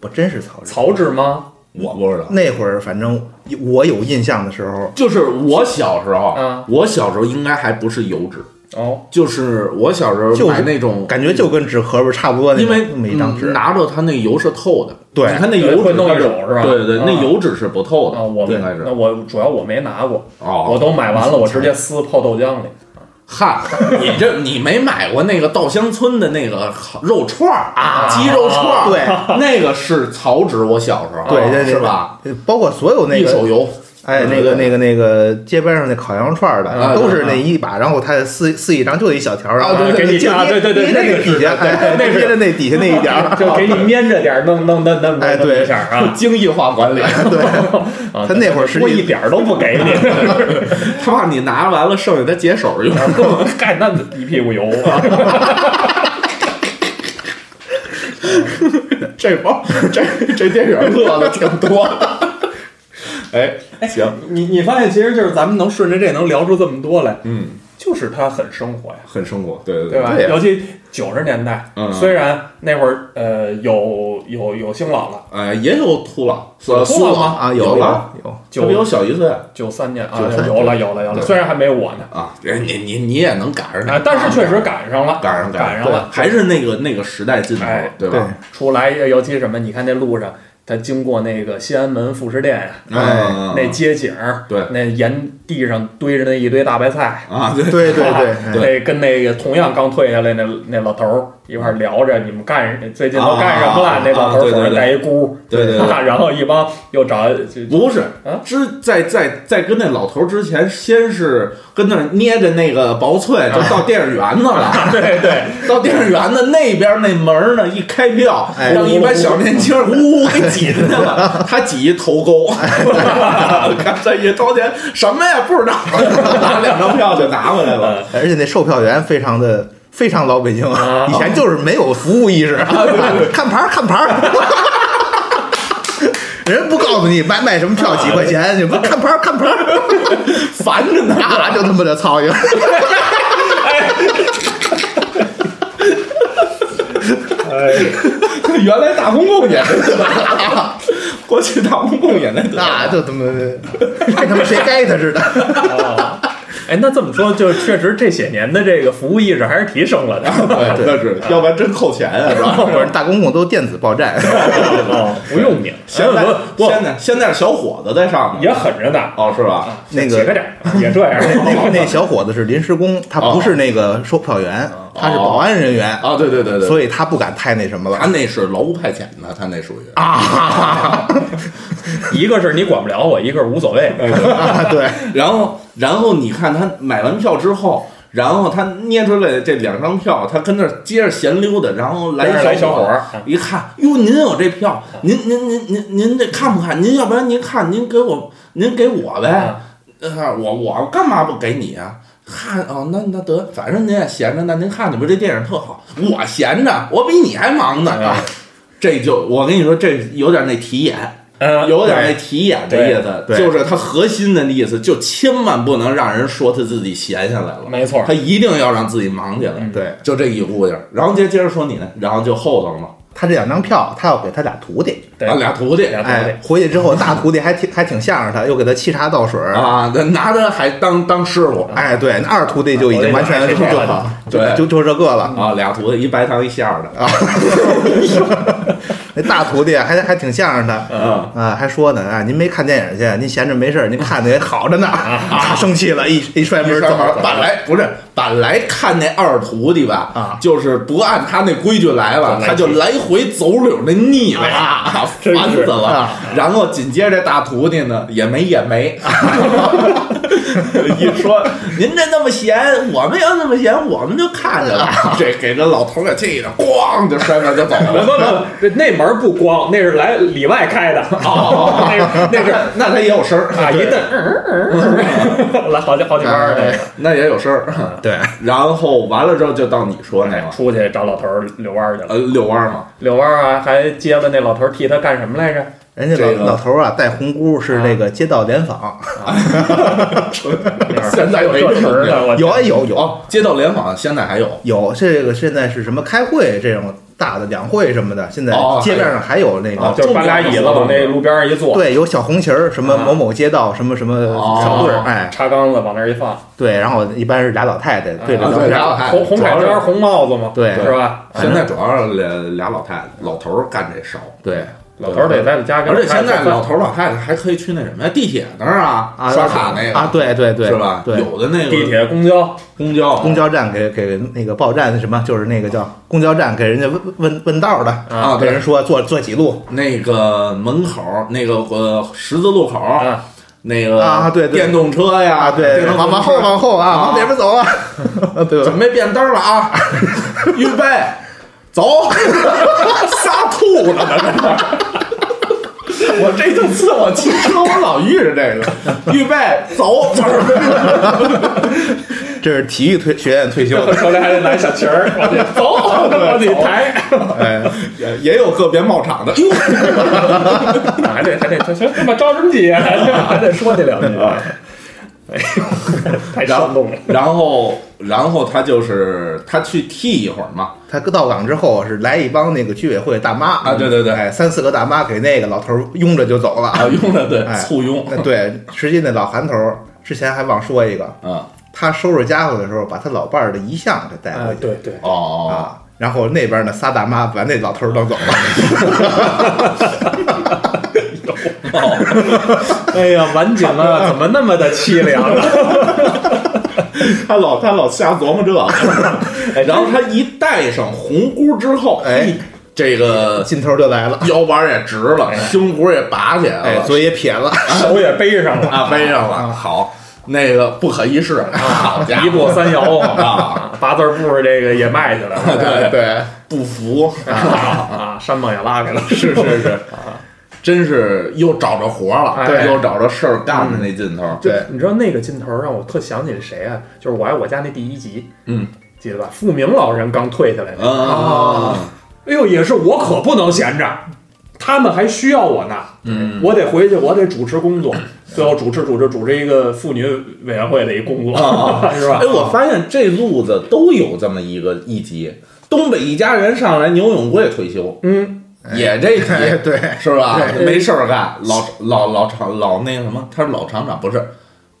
Speaker 4: 不真是草纸。
Speaker 2: 草纸吗？
Speaker 1: 我不知道。
Speaker 4: 那会儿反正我有印象的时候，
Speaker 1: 就是我小时候，
Speaker 2: 嗯
Speaker 1: 我小时候应该还不是油纸，
Speaker 2: 哦，
Speaker 1: 就是我小时
Speaker 4: 就
Speaker 1: 候买
Speaker 4: 是
Speaker 1: 那种
Speaker 4: 感觉就跟纸盒儿差不多那
Speaker 1: 因
Speaker 4: 种，
Speaker 1: 为
Speaker 4: 那么一张纸
Speaker 1: 嗯，拿着它那油是透的，
Speaker 4: 对
Speaker 1: 你看那
Speaker 2: 对
Speaker 1: 油
Speaker 2: 会
Speaker 1: 纸
Speaker 2: 弄
Speaker 1: 它
Speaker 2: 一手是吧
Speaker 1: 对对，
Speaker 2: 啊
Speaker 1: 那油纸是不透的，
Speaker 2: 啊，我
Speaker 1: 应该
Speaker 2: 们
Speaker 1: 是
Speaker 2: 那我主要我没拿过，
Speaker 1: 哦，
Speaker 2: 我都买完了，我直接撕泡豆浆里。
Speaker 1: 嗨，你这你没买过那个稻香村的那个肉串儿
Speaker 2: 啊
Speaker 1: 鸡肉串儿，
Speaker 4: 对，
Speaker 1: 那个是草纸，我小时候
Speaker 2: 哦
Speaker 4: 对，这
Speaker 1: 是吧？？
Speaker 4: 这包括所有那
Speaker 1: 一
Speaker 4: 个
Speaker 1: 手油，
Speaker 4: 哎，那个、那个、那个，街边上那烤羊肉串儿
Speaker 1: 啊。
Speaker 4: 的，都是那一把，然后他撕撕一张，就一小条儿，然后
Speaker 2: 啊对对对
Speaker 4: 就
Speaker 2: 啊对对对
Speaker 4: 捏着
Speaker 2: 那个
Speaker 4: 那
Speaker 2: 是
Speaker 4: 底下，
Speaker 2: 对
Speaker 4: 哎，
Speaker 2: 对那是
Speaker 4: 捏着那底下那一点
Speaker 2: <laughs>
Speaker 4: 儿，
Speaker 2: 就给你粘着点儿，弄弄弄弄
Speaker 4: 啊哎
Speaker 2: 弄
Speaker 4: 对
Speaker 2: 一下啊
Speaker 1: <laughs> 精细化管理，
Speaker 4: <laughs>
Speaker 2: <laughs>
Speaker 4: 对，
Speaker 2: 啊
Speaker 4: 他那会儿实际
Speaker 2: 多一点儿都不给你，
Speaker 1: <laughs>
Speaker 2: <laughs>
Speaker 1: 他怕你拿完了剩下他解手
Speaker 4: 啊
Speaker 1: 用。
Speaker 2: 盖那一屁股油啊！
Speaker 1: 这包 <laughs> 这这电影乐的挺多
Speaker 4: <laughs>
Speaker 1: 的。哎，行，
Speaker 2: 你你发现其实就是咱们能顺着这能聊出这么多来，
Speaker 1: 嗯，
Speaker 2: 就是它很生活呀，
Speaker 1: 很生活，对对
Speaker 2: 对吧？
Speaker 4: 对呀啊
Speaker 2: 尤其九十年代，
Speaker 1: 嗯
Speaker 2: 虽然那会儿呃有有有兴老了，
Speaker 1: 呃，也有秃老，
Speaker 2: 有秃
Speaker 1: 苏
Speaker 2: 老
Speaker 1: 老
Speaker 2: 吗
Speaker 4: 啊，
Speaker 1: 有
Speaker 4: 有
Speaker 1: 了，
Speaker 4: 有，
Speaker 1: 他比我小一岁啊，
Speaker 2: 九三年啊，
Speaker 1: 93
Speaker 2: 有了有了有了，
Speaker 1: 对
Speaker 2: 虽然还没我呢，
Speaker 1: 人哎你你你也能赶上他
Speaker 2: 啊，，但是确实赶上了，
Speaker 1: 赶上
Speaker 2: 赶上
Speaker 1: 上
Speaker 2: 了，
Speaker 1: 还是那个那个时代尽头
Speaker 2: 哎，
Speaker 1: 对
Speaker 4: 对
Speaker 1: 吧？，
Speaker 2: 出来呃尤其什么，你看那路上。他经过那个西安门副食店呀、
Speaker 4: 哎
Speaker 1: 嗯
Speaker 2: 那街景儿，
Speaker 1: 对
Speaker 2: 那沿地上堆着那一堆大白菜，
Speaker 1: 啊，对
Speaker 4: 对对
Speaker 2: <laughs>
Speaker 4: 对，
Speaker 2: 啊
Speaker 4: 哎
Speaker 2: 那跟那个同样刚退下来那那老头儿一块儿聊着，你们干最近都干什么
Speaker 1: 啊
Speaker 2: 了？那老头
Speaker 1: 啊
Speaker 2: 儿手
Speaker 1: 对对
Speaker 2: 上
Speaker 1: 对
Speaker 2: 带一箍，
Speaker 1: 对对对
Speaker 2: 啊 <laughs> 然后一帮又找就
Speaker 1: 不是
Speaker 2: 啊，
Speaker 1: 之在在在跟那老头之前，先是跟那儿捏着那个薄脆，就到电影院子了。
Speaker 2: 啊 <laughs> 对对，
Speaker 1: 到电影院的那边那门儿呢，一开票，
Speaker 4: 哎
Speaker 1: 让一帮小年轻儿呜呜给挤进去 <laughs> 了。他挤一头沟， <laughs> 看这一掏钱什么呀？不知道，拿两张票就拿回来了。
Speaker 4: 而且那售票员非常的。非常老北京
Speaker 2: 啊
Speaker 4: 以前就是没有服务意识，
Speaker 1: 啊
Speaker 4: 看牌儿看牌儿，人不告诉你买买什么
Speaker 1: 啊
Speaker 4: 票几块钱，你不看牌儿看牌儿，
Speaker 1: 烦着呢，
Speaker 4: 那就他妈的操心。
Speaker 1: 原来大公共也是，过去大公共也在那
Speaker 4: 那就他妈的，这他妈谁该他
Speaker 1: <laughs>
Speaker 4: 似的。
Speaker 2: 哦哎，那这么说，就确实这些年的这个服务意识还是提升了的。
Speaker 1: 对，那哎是，要不然真扣钱啊，是 <laughs> 吧？
Speaker 4: 不是大公公都电子
Speaker 1: <laughs>
Speaker 4: 报站，
Speaker 2: <laughs> 哦，不用你了，
Speaker 1: 现
Speaker 2: 还有
Speaker 1: 在
Speaker 2: 很多
Speaker 1: 现在现在是小伙子在上面，
Speaker 2: 也狠着呢，啊
Speaker 1: 哦，是吧？
Speaker 4: 那个
Speaker 2: 起个点儿也这样。
Speaker 4: 那那小伙子是临时工，他不
Speaker 1: 哦
Speaker 4: 是那个售票员，他是保安人员，
Speaker 1: 啊，对对哦对对，
Speaker 4: 所
Speaker 1: 以
Speaker 4: 以他不敢太那什么
Speaker 1: 他
Speaker 4: 了。
Speaker 1: 那是劳务派遣的，他那属于
Speaker 4: <laughs>
Speaker 1: 啊，
Speaker 2: <laughs> 一个是你管不了我，一个是无所谓。
Speaker 1: 哎
Speaker 4: 啊，对，
Speaker 1: 然后然后你看他买完票之后。然后他捏出来这两张票，他跟那儿接着闲溜达，然后来
Speaker 2: 边上来
Speaker 1: 一小
Speaker 2: 小伙
Speaker 1: 儿
Speaker 2: 儿
Speaker 1: 一看，哟，您有这票，您您您您您这看不看？您要不然您看，您给我您给我呗，
Speaker 2: 嗯
Speaker 1: 呃，我我干嘛不给你啊？看哦，那那得，反正您也闲着，那您看你吧，这电影特好，我闲着，我比你还忙呢。
Speaker 2: 啊
Speaker 1: 这就我跟你说，这有点那题眼，
Speaker 2: 嗯，
Speaker 1: 有点那题眼的意思，
Speaker 4: 对对
Speaker 1: 就是它核心的意思，就千万不能让人说他自己闲下来了，
Speaker 2: 没错
Speaker 1: 他一定要让自己忙起来。
Speaker 2: 嗯
Speaker 4: 对
Speaker 1: 就这一股劲儿。然后接接着说你呢，然后就后头了嘛。
Speaker 4: 他这两张票，他要给他俩徒弟，
Speaker 2: 对
Speaker 1: 啊，俩徒弟
Speaker 2: 俩徒弟
Speaker 4: 哎，回去之后大徒弟还挺还挺向着他，又给他沏茶倒水儿。
Speaker 1: 啊，那拿他还当当师
Speaker 2: 啊
Speaker 1: 傅
Speaker 4: 哎，对，那二徒弟就已经完全就
Speaker 2: 对
Speaker 1: 对
Speaker 4: 就就就这个了。
Speaker 1: 啊，俩徒弟，一白糖一馅儿的啊 <laughs>
Speaker 4: 那大徒弟啊还还挺向着他，
Speaker 2: 嗯
Speaker 1: 啊
Speaker 4: 啊，还说呢，啊，您没看电影去，您闲着没事儿，您看的也好着呢。他生气了，一啊一摔门走了。
Speaker 1: 本来不是，本来看那二徒弟吧，
Speaker 4: 啊
Speaker 1: 就是不按他那规矩来吧，
Speaker 2: 就来
Speaker 1: 他就来回走柳那腻歪啊，
Speaker 2: <laughs> 真
Speaker 1: 烦死
Speaker 2: 是
Speaker 1: 了。
Speaker 4: 啊
Speaker 1: 然后紧接着大徒弟呢，也没也
Speaker 2: <laughs>
Speaker 1: 没，一说您这那么闲，我们要那么闲，我们就看着了。
Speaker 2: 啊
Speaker 1: 这给这老头儿给气的，咣就摔门就走
Speaker 2: 不
Speaker 1: 了。
Speaker 2: 不不，这那门不光，那是来里外开的。哦，那是那是
Speaker 1: 那他也有声儿
Speaker 2: 啊，一顿嗯嗯嗯，来好几好几弯
Speaker 4: 哎
Speaker 2: 那个。
Speaker 1: 那也有声儿。
Speaker 4: 对，
Speaker 1: 然后完了之后就到你说那
Speaker 2: 哎
Speaker 1: 个，
Speaker 2: 出去找老头儿遛弯儿去了。
Speaker 1: 呃，遛弯儿嘛，
Speaker 2: 遛弯儿啊，还接了那老头儿替他干什么来着？
Speaker 4: 人家
Speaker 1: 这个
Speaker 4: 老老头儿啊，戴红箍是那个街道联访，
Speaker 1: 现在没
Speaker 2: 有这词儿呢，我
Speaker 4: 有啊有有
Speaker 1: 哦，街道联访现在还有
Speaker 4: 有，这个现在是什么开会这种大的两会什么的，现在
Speaker 1: 哦
Speaker 4: 街面上还有哦那
Speaker 2: 啊
Speaker 4: 个，
Speaker 2: 就是搬俩椅子往那路边上一坐，
Speaker 4: 对，有小红旗儿，什么
Speaker 2: 啊
Speaker 4: 某某街道，什么什么
Speaker 1: 哦
Speaker 4: 小队儿，哎，
Speaker 2: 插缸子往那儿一放，
Speaker 4: 对，然后一般是俩老太太对着
Speaker 1: 啊
Speaker 4: 咱
Speaker 1: 对
Speaker 4: 们
Speaker 1: 俩老太太
Speaker 2: 红红
Speaker 1: 主
Speaker 2: 海
Speaker 1: 要是
Speaker 2: 边儿红帽子嘛，
Speaker 4: 对
Speaker 2: 是吧？
Speaker 1: 现在主要是俩俩老太太、老头儿干这少，
Speaker 4: 对
Speaker 2: 老头儿得在家给
Speaker 1: 而
Speaker 2: 老
Speaker 1: 且
Speaker 2: 太太做饭，
Speaker 1: 现在老头儿老太太还可以去那什么呀，地铁那儿啊，
Speaker 4: 啊
Speaker 1: 刷卡那个
Speaker 4: 啊，对对对，
Speaker 1: 是吧？
Speaker 4: 对，
Speaker 1: 有的那个
Speaker 2: 地铁、公交，
Speaker 1: 公交啊
Speaker 4: 公交站给给那个报站什么，就是那个叫公交站给人家问问问道的
Speaker 1: 啊
Speaker 4: 给
Speaker 1: 对
Speaker 4: 人说坐坐几路
Speaker 1: 那个门口儿那个呃十字路口儿
Speaker 2: 啊
Speaker 1: 那个
Speaker 4: 啊对对
Speaker 1: 电动车呀，
Speaker 4: 啊，对，
Speaker 1: 电动
Speaker 4: 往往后往后啊，往哪边走啊，对吧 <laughs>
Speaker 1: 准？备变灯了啊， <laughs> 预备，走， <laughs> 仨吐了呢，这是。我这就自我骑车，我老遇着这
Speaker 4: <laughs>
Speaker 1: 个。预备，走！
Speaker 4: 这是体育退学院退休
Speaker 2: <laughs> 这
Speaker 4: 的，
Speaker 2: 手里还得拿小旗儿，往里 <laughs> 走，往里抬，
Speaker 4: 哎，
Speaker 1: 也也有个别冒场的，哟，
Speaker 2: <laughs> 还得还得行行，把着什么 <laughs> 急啊？还得还得说这两句，哎呦， <laughs> 太生
Speaker 4: <laughs>
Speaker 2: 动了。
Speaker 1: 然后，然后他就是他去剃一会儿嘛，
Speaker 4: 他到岗之后是来一帮那个居委会大妈
Speaker 1: 啊对对对
Speaker 4: 哎，三四个大妈给那个老头儿拥着
Speaker 1: <laughs>
Speaker 4: 就走了，
Speaker 1: 啊，用的对，
Speaker 4: 哎
Speaker 1: 簇拥，
Speaker 4: 那对，实际那老韩头儿之前还忘说一个，
Speaker 1: 嗯，
Speaker 4: 他收拾家伙的时候把他老伴儿的遗像给带
Speaker 2: 啊
Speaker 4: 回，去
Speaker 2: 对对，
Speaker 1: 哦，
Speaker 4: 啊，然后那边呢仨大妈把那老头儿弄走了，
Speaker 2: 哎呀，晚景啊， <laughs> 怎么那么的凄凉啊？
Speaker 1: <laughs> 他老他老瞎琢磨
Speaker 4: <laughs>
Speaker 1: 这个，然后他一戴上红箍之后，
Speaker 4: 哎，
Speaker 1: 这个
Speaker 4: 劲头儿就来了，
Speaker 1: 腰板儿也直了，胸脯儿也拔起来
Speaker 4: 哎，
Speaker 1: 了，
Speaker 4: 嘴也撇了，
Speaker 2: 手也背上了，
Speaker 1: <laughs> 啊，背上了。好，那个不可一世， <laughs> 好家伙，
Speaker 2: 一步三 <laughs>
Speaker 1: <laughs>
Speaker 2: 摇
Speaker 1: 啊，
Speaker 2: 八字步这个也迈起来 <laughs> 了
Speaker 1: 对
Speaker 4: 对，
Speaker 1: 不服， <laughs>
Speaker 2: 啊，山蹦也拉 <laughs> 开了，
Speaker 1: 是是是，哎真是又找着活了，
Speaker 2: 对
Speaker 1: 又找着事儿干的那劲头。
Speaker 4: 对
Speaker 2: 你知道那个劲头让我特想起谁啊？就是《我爱我家》那第一集，
Speaker 1: 嗯，
Speaker 2: 记得吧？傅明老人刚退下来那个
Speaker 1: 啊，
Speaker 2: 哎呦，也是我可不能闲着，他们还需要我呢。
Speaker 1: 嗯，
Speaker 2: 我得回去，我得主持工作。最后主持主持主持一个妇女委员会的一工 <laughs> 作，是吧
Speaker 1: 哎，？我发现这路子都有这么一个一集，东北一家人上来，牛永贵退休，
Speaker 2: 嗯，
Speaker 1: 也 <laughs> 这
Speaker 4: 哎
Speaker 1: 集。
Speaker 4: 对，
Speaker 1: 是吧？
Speaker 4: 对
Speaker 1: 没事儿 <laughs> 干，老老老厂老那个什么，他是老厂长，不是，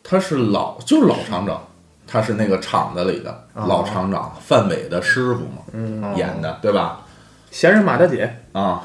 Speaker 1: 他是老就是老厂长，他是那个厂子里的老厂长，范伟的师傅嘛，
Speaker 2: 嗯
Speaker 1: 演的对吧？
Speaker 2: 闲人马大姐
Speaker 1: 啊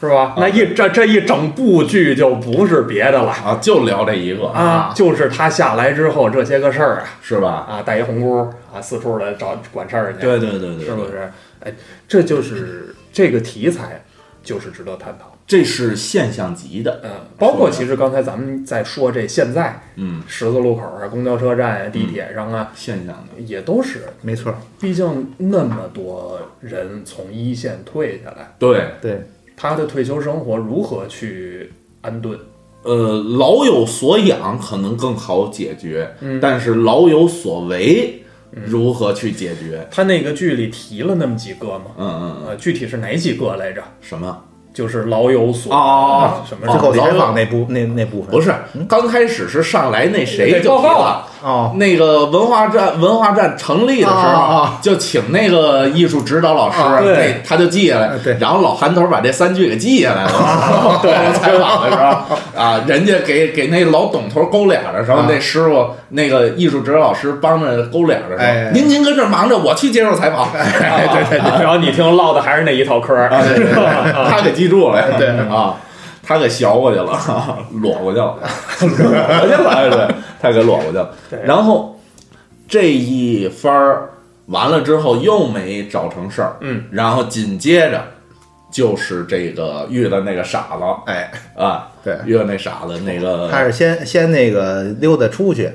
Speaker 2: 是吧？那一这这一整部剧就不是别的了
Speaker 1: 啊，就聊这一个
Speaker 2: 啊，，就是他下来之后这些个事儿啊
Speaker 1: 是吧？
Speaker 2: 啊，带一红箍啊，四处的找管事儿去，
Speaker 1: 对对对对，
Speaker 2: 是不？是？哎，这就是这个题材，就是值得探讨。
Speaker 1: 这是现象级的，
Speaker 2: 嗯，包括
Speaker 1: 是的
Speaker 2: 其实刚才咱们在说这现在
Speaker 1: 嗯，
Speaker 2: 十字路口啊、公交车站啊、地铁上啊，
Speaker 1: 现象的，
Speaker 2: 也都是，
Speaker 4: 没错儿，
Speaker 2: 毕竟那么多人从一线退下来，
Speaker 1: 对，
Speaker 4: 对，
Speaker 2: 他的退休生活如何去安顿？
Speaker 1: 呃，老有所养可能更好解决，
Speaker 2: 嗯
Speaker 1: 但是老有所为如何去解决？
Speaker 2: 他那个剧里提了那么几个嘛，
Speaker 1: 嗯嗯嗯，
Speaker 2: 呃，具体是哪几个来着？
Speaker 1: 什么？
Speaker 2: 就是老有所
Speaker 1: 哦
Speaker 2: 啊什么
Speaker 1: 哦
Speaker 4: 最后
Speaker 1: 老
Speaker 4: 采
Speaker 1: 有
Speaker 4: 访那部那那部分
Speaker 1: 不是，刚开始是上来那谁
Speaker 2: 对
Speaker 1: 就
Speaker 2: 报
Speaker 1: 提
Speaker 2: 告
Speaker 1: 了
Speaker 2: 了
Speaker 4: 哦，
Speaker 1: 那个文化站文化站成立的时
Speaker 4: 啊
Speaker 1: 候
Speaker 4: 啊，
Speaker 1: 就请那个艺术指导老师，
Speaker 4: 啊
Speaker 2: 对
Speaker 1: 那他就记下来
Speaker 4: 啊，对
Speaker 1: 然后老韩头把这三句给记下来
Speaker 4: <laughs>
Speaker 1: 了。对，采访的时候啊，人家给给那老董头勾脸的时候，
Speaker 4: 啊
Speaker 1: 那师傅那个艺术指导老师帮着勾脸的时
Speaker 4: 哎
Speaker 1: 候，您您跟这儿忙着，我去接受采访。
Speaker 4: 对对对
Speaker 2: 然后你听唠的还是那一套嗑儿，
Speaker 1: 对
Speaker 4: <laughs>
Speaker 1: 对
Speaker 2: 啊
Speaker 1: 他给记住了，
Speaker 4: 对
Speaker 1: 啊，他给削过去了， <laughs> 裸过去
Speaker 4: <laughs>
Speaker 1: 了，裸过去了，哎对，他给裸过去了
Speaker 2: 对。
Speaker 1: 然后这一番儿完了之后又没找成事儿，
Speaker 2: 嗯，
Speaker 1: 然后紧接着就是这个遇到那个傻子
Speaker 4: 哎，
Speaker 1: 啊，
Speaker 4: 对
Speaker 1: 遇到那傻子那个
Speaker 4: 他是先先那个溜达出去，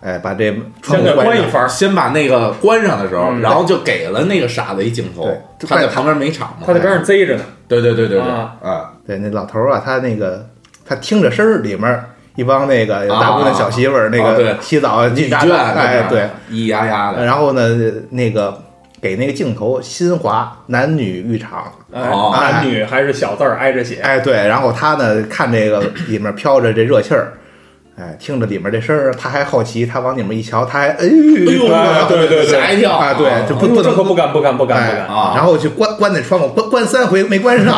Speaker 4: 哎，把这窗
Speaker 2: 先
Speaker 4: 户
Speaker 2: 给
Speaker 4: 关
Speaker 2: 关
Speaker 4: 上
Speaker 2: 一。番儿。
Speaker 1: 先把那个关上的时候，
Speaker 2: 嗯
Speaker 1: 然后就给了那个傻子一镜头
Speaker 4: 对，
Speaker 1: 他在旁边没场嘛
Speaker 2: <laughs> 他，在边上贼着呢，
Speaker 1: 对对对对对，
Speaker 2: 啊
Speaker 1: 啊，
Speaker 4: 对，那老头儿啊，他那个他听着声儿里面儿一帮那个有大姑娘小媳妇儿，那
Speaker 1: 啊对
Speaker 4: 个洗澡
Speaker 1: 女
Speaker 4: 女
Speaker 1: 眷
Speaker 4: 眷，哎对，，
Speaker 1: 咿咿呀呀的，
Speaker 4: 然后呢那个给那个镜头新华男女浴场，
Speaker 2: 哎
Speaker 1: 哦
Speaker 2: 男女还是小字儿挨着写，
Speaker 4: 哎对，然后他呢看这个里面飘着这热气儿。哎，听着里面这声儿，他还好奇，他往里面一瞧，他还哎
Speaker 1: 哎呦
Speaker 4: 呦，
Speaker 1: 哎
Speaker 2: 对对对
Speaker 1: 吓一跳
Speaker 4: 啊！对，就不
Speaker 2: 这
Speaker 4: 不能
Speaker 2: 可不敢不敢不敢不
Speaker 4: 哎
Speaker 2: 敢，
Speaker 1: 啊
Speaker 4: 然后就关关那窗户，关关三回没关上，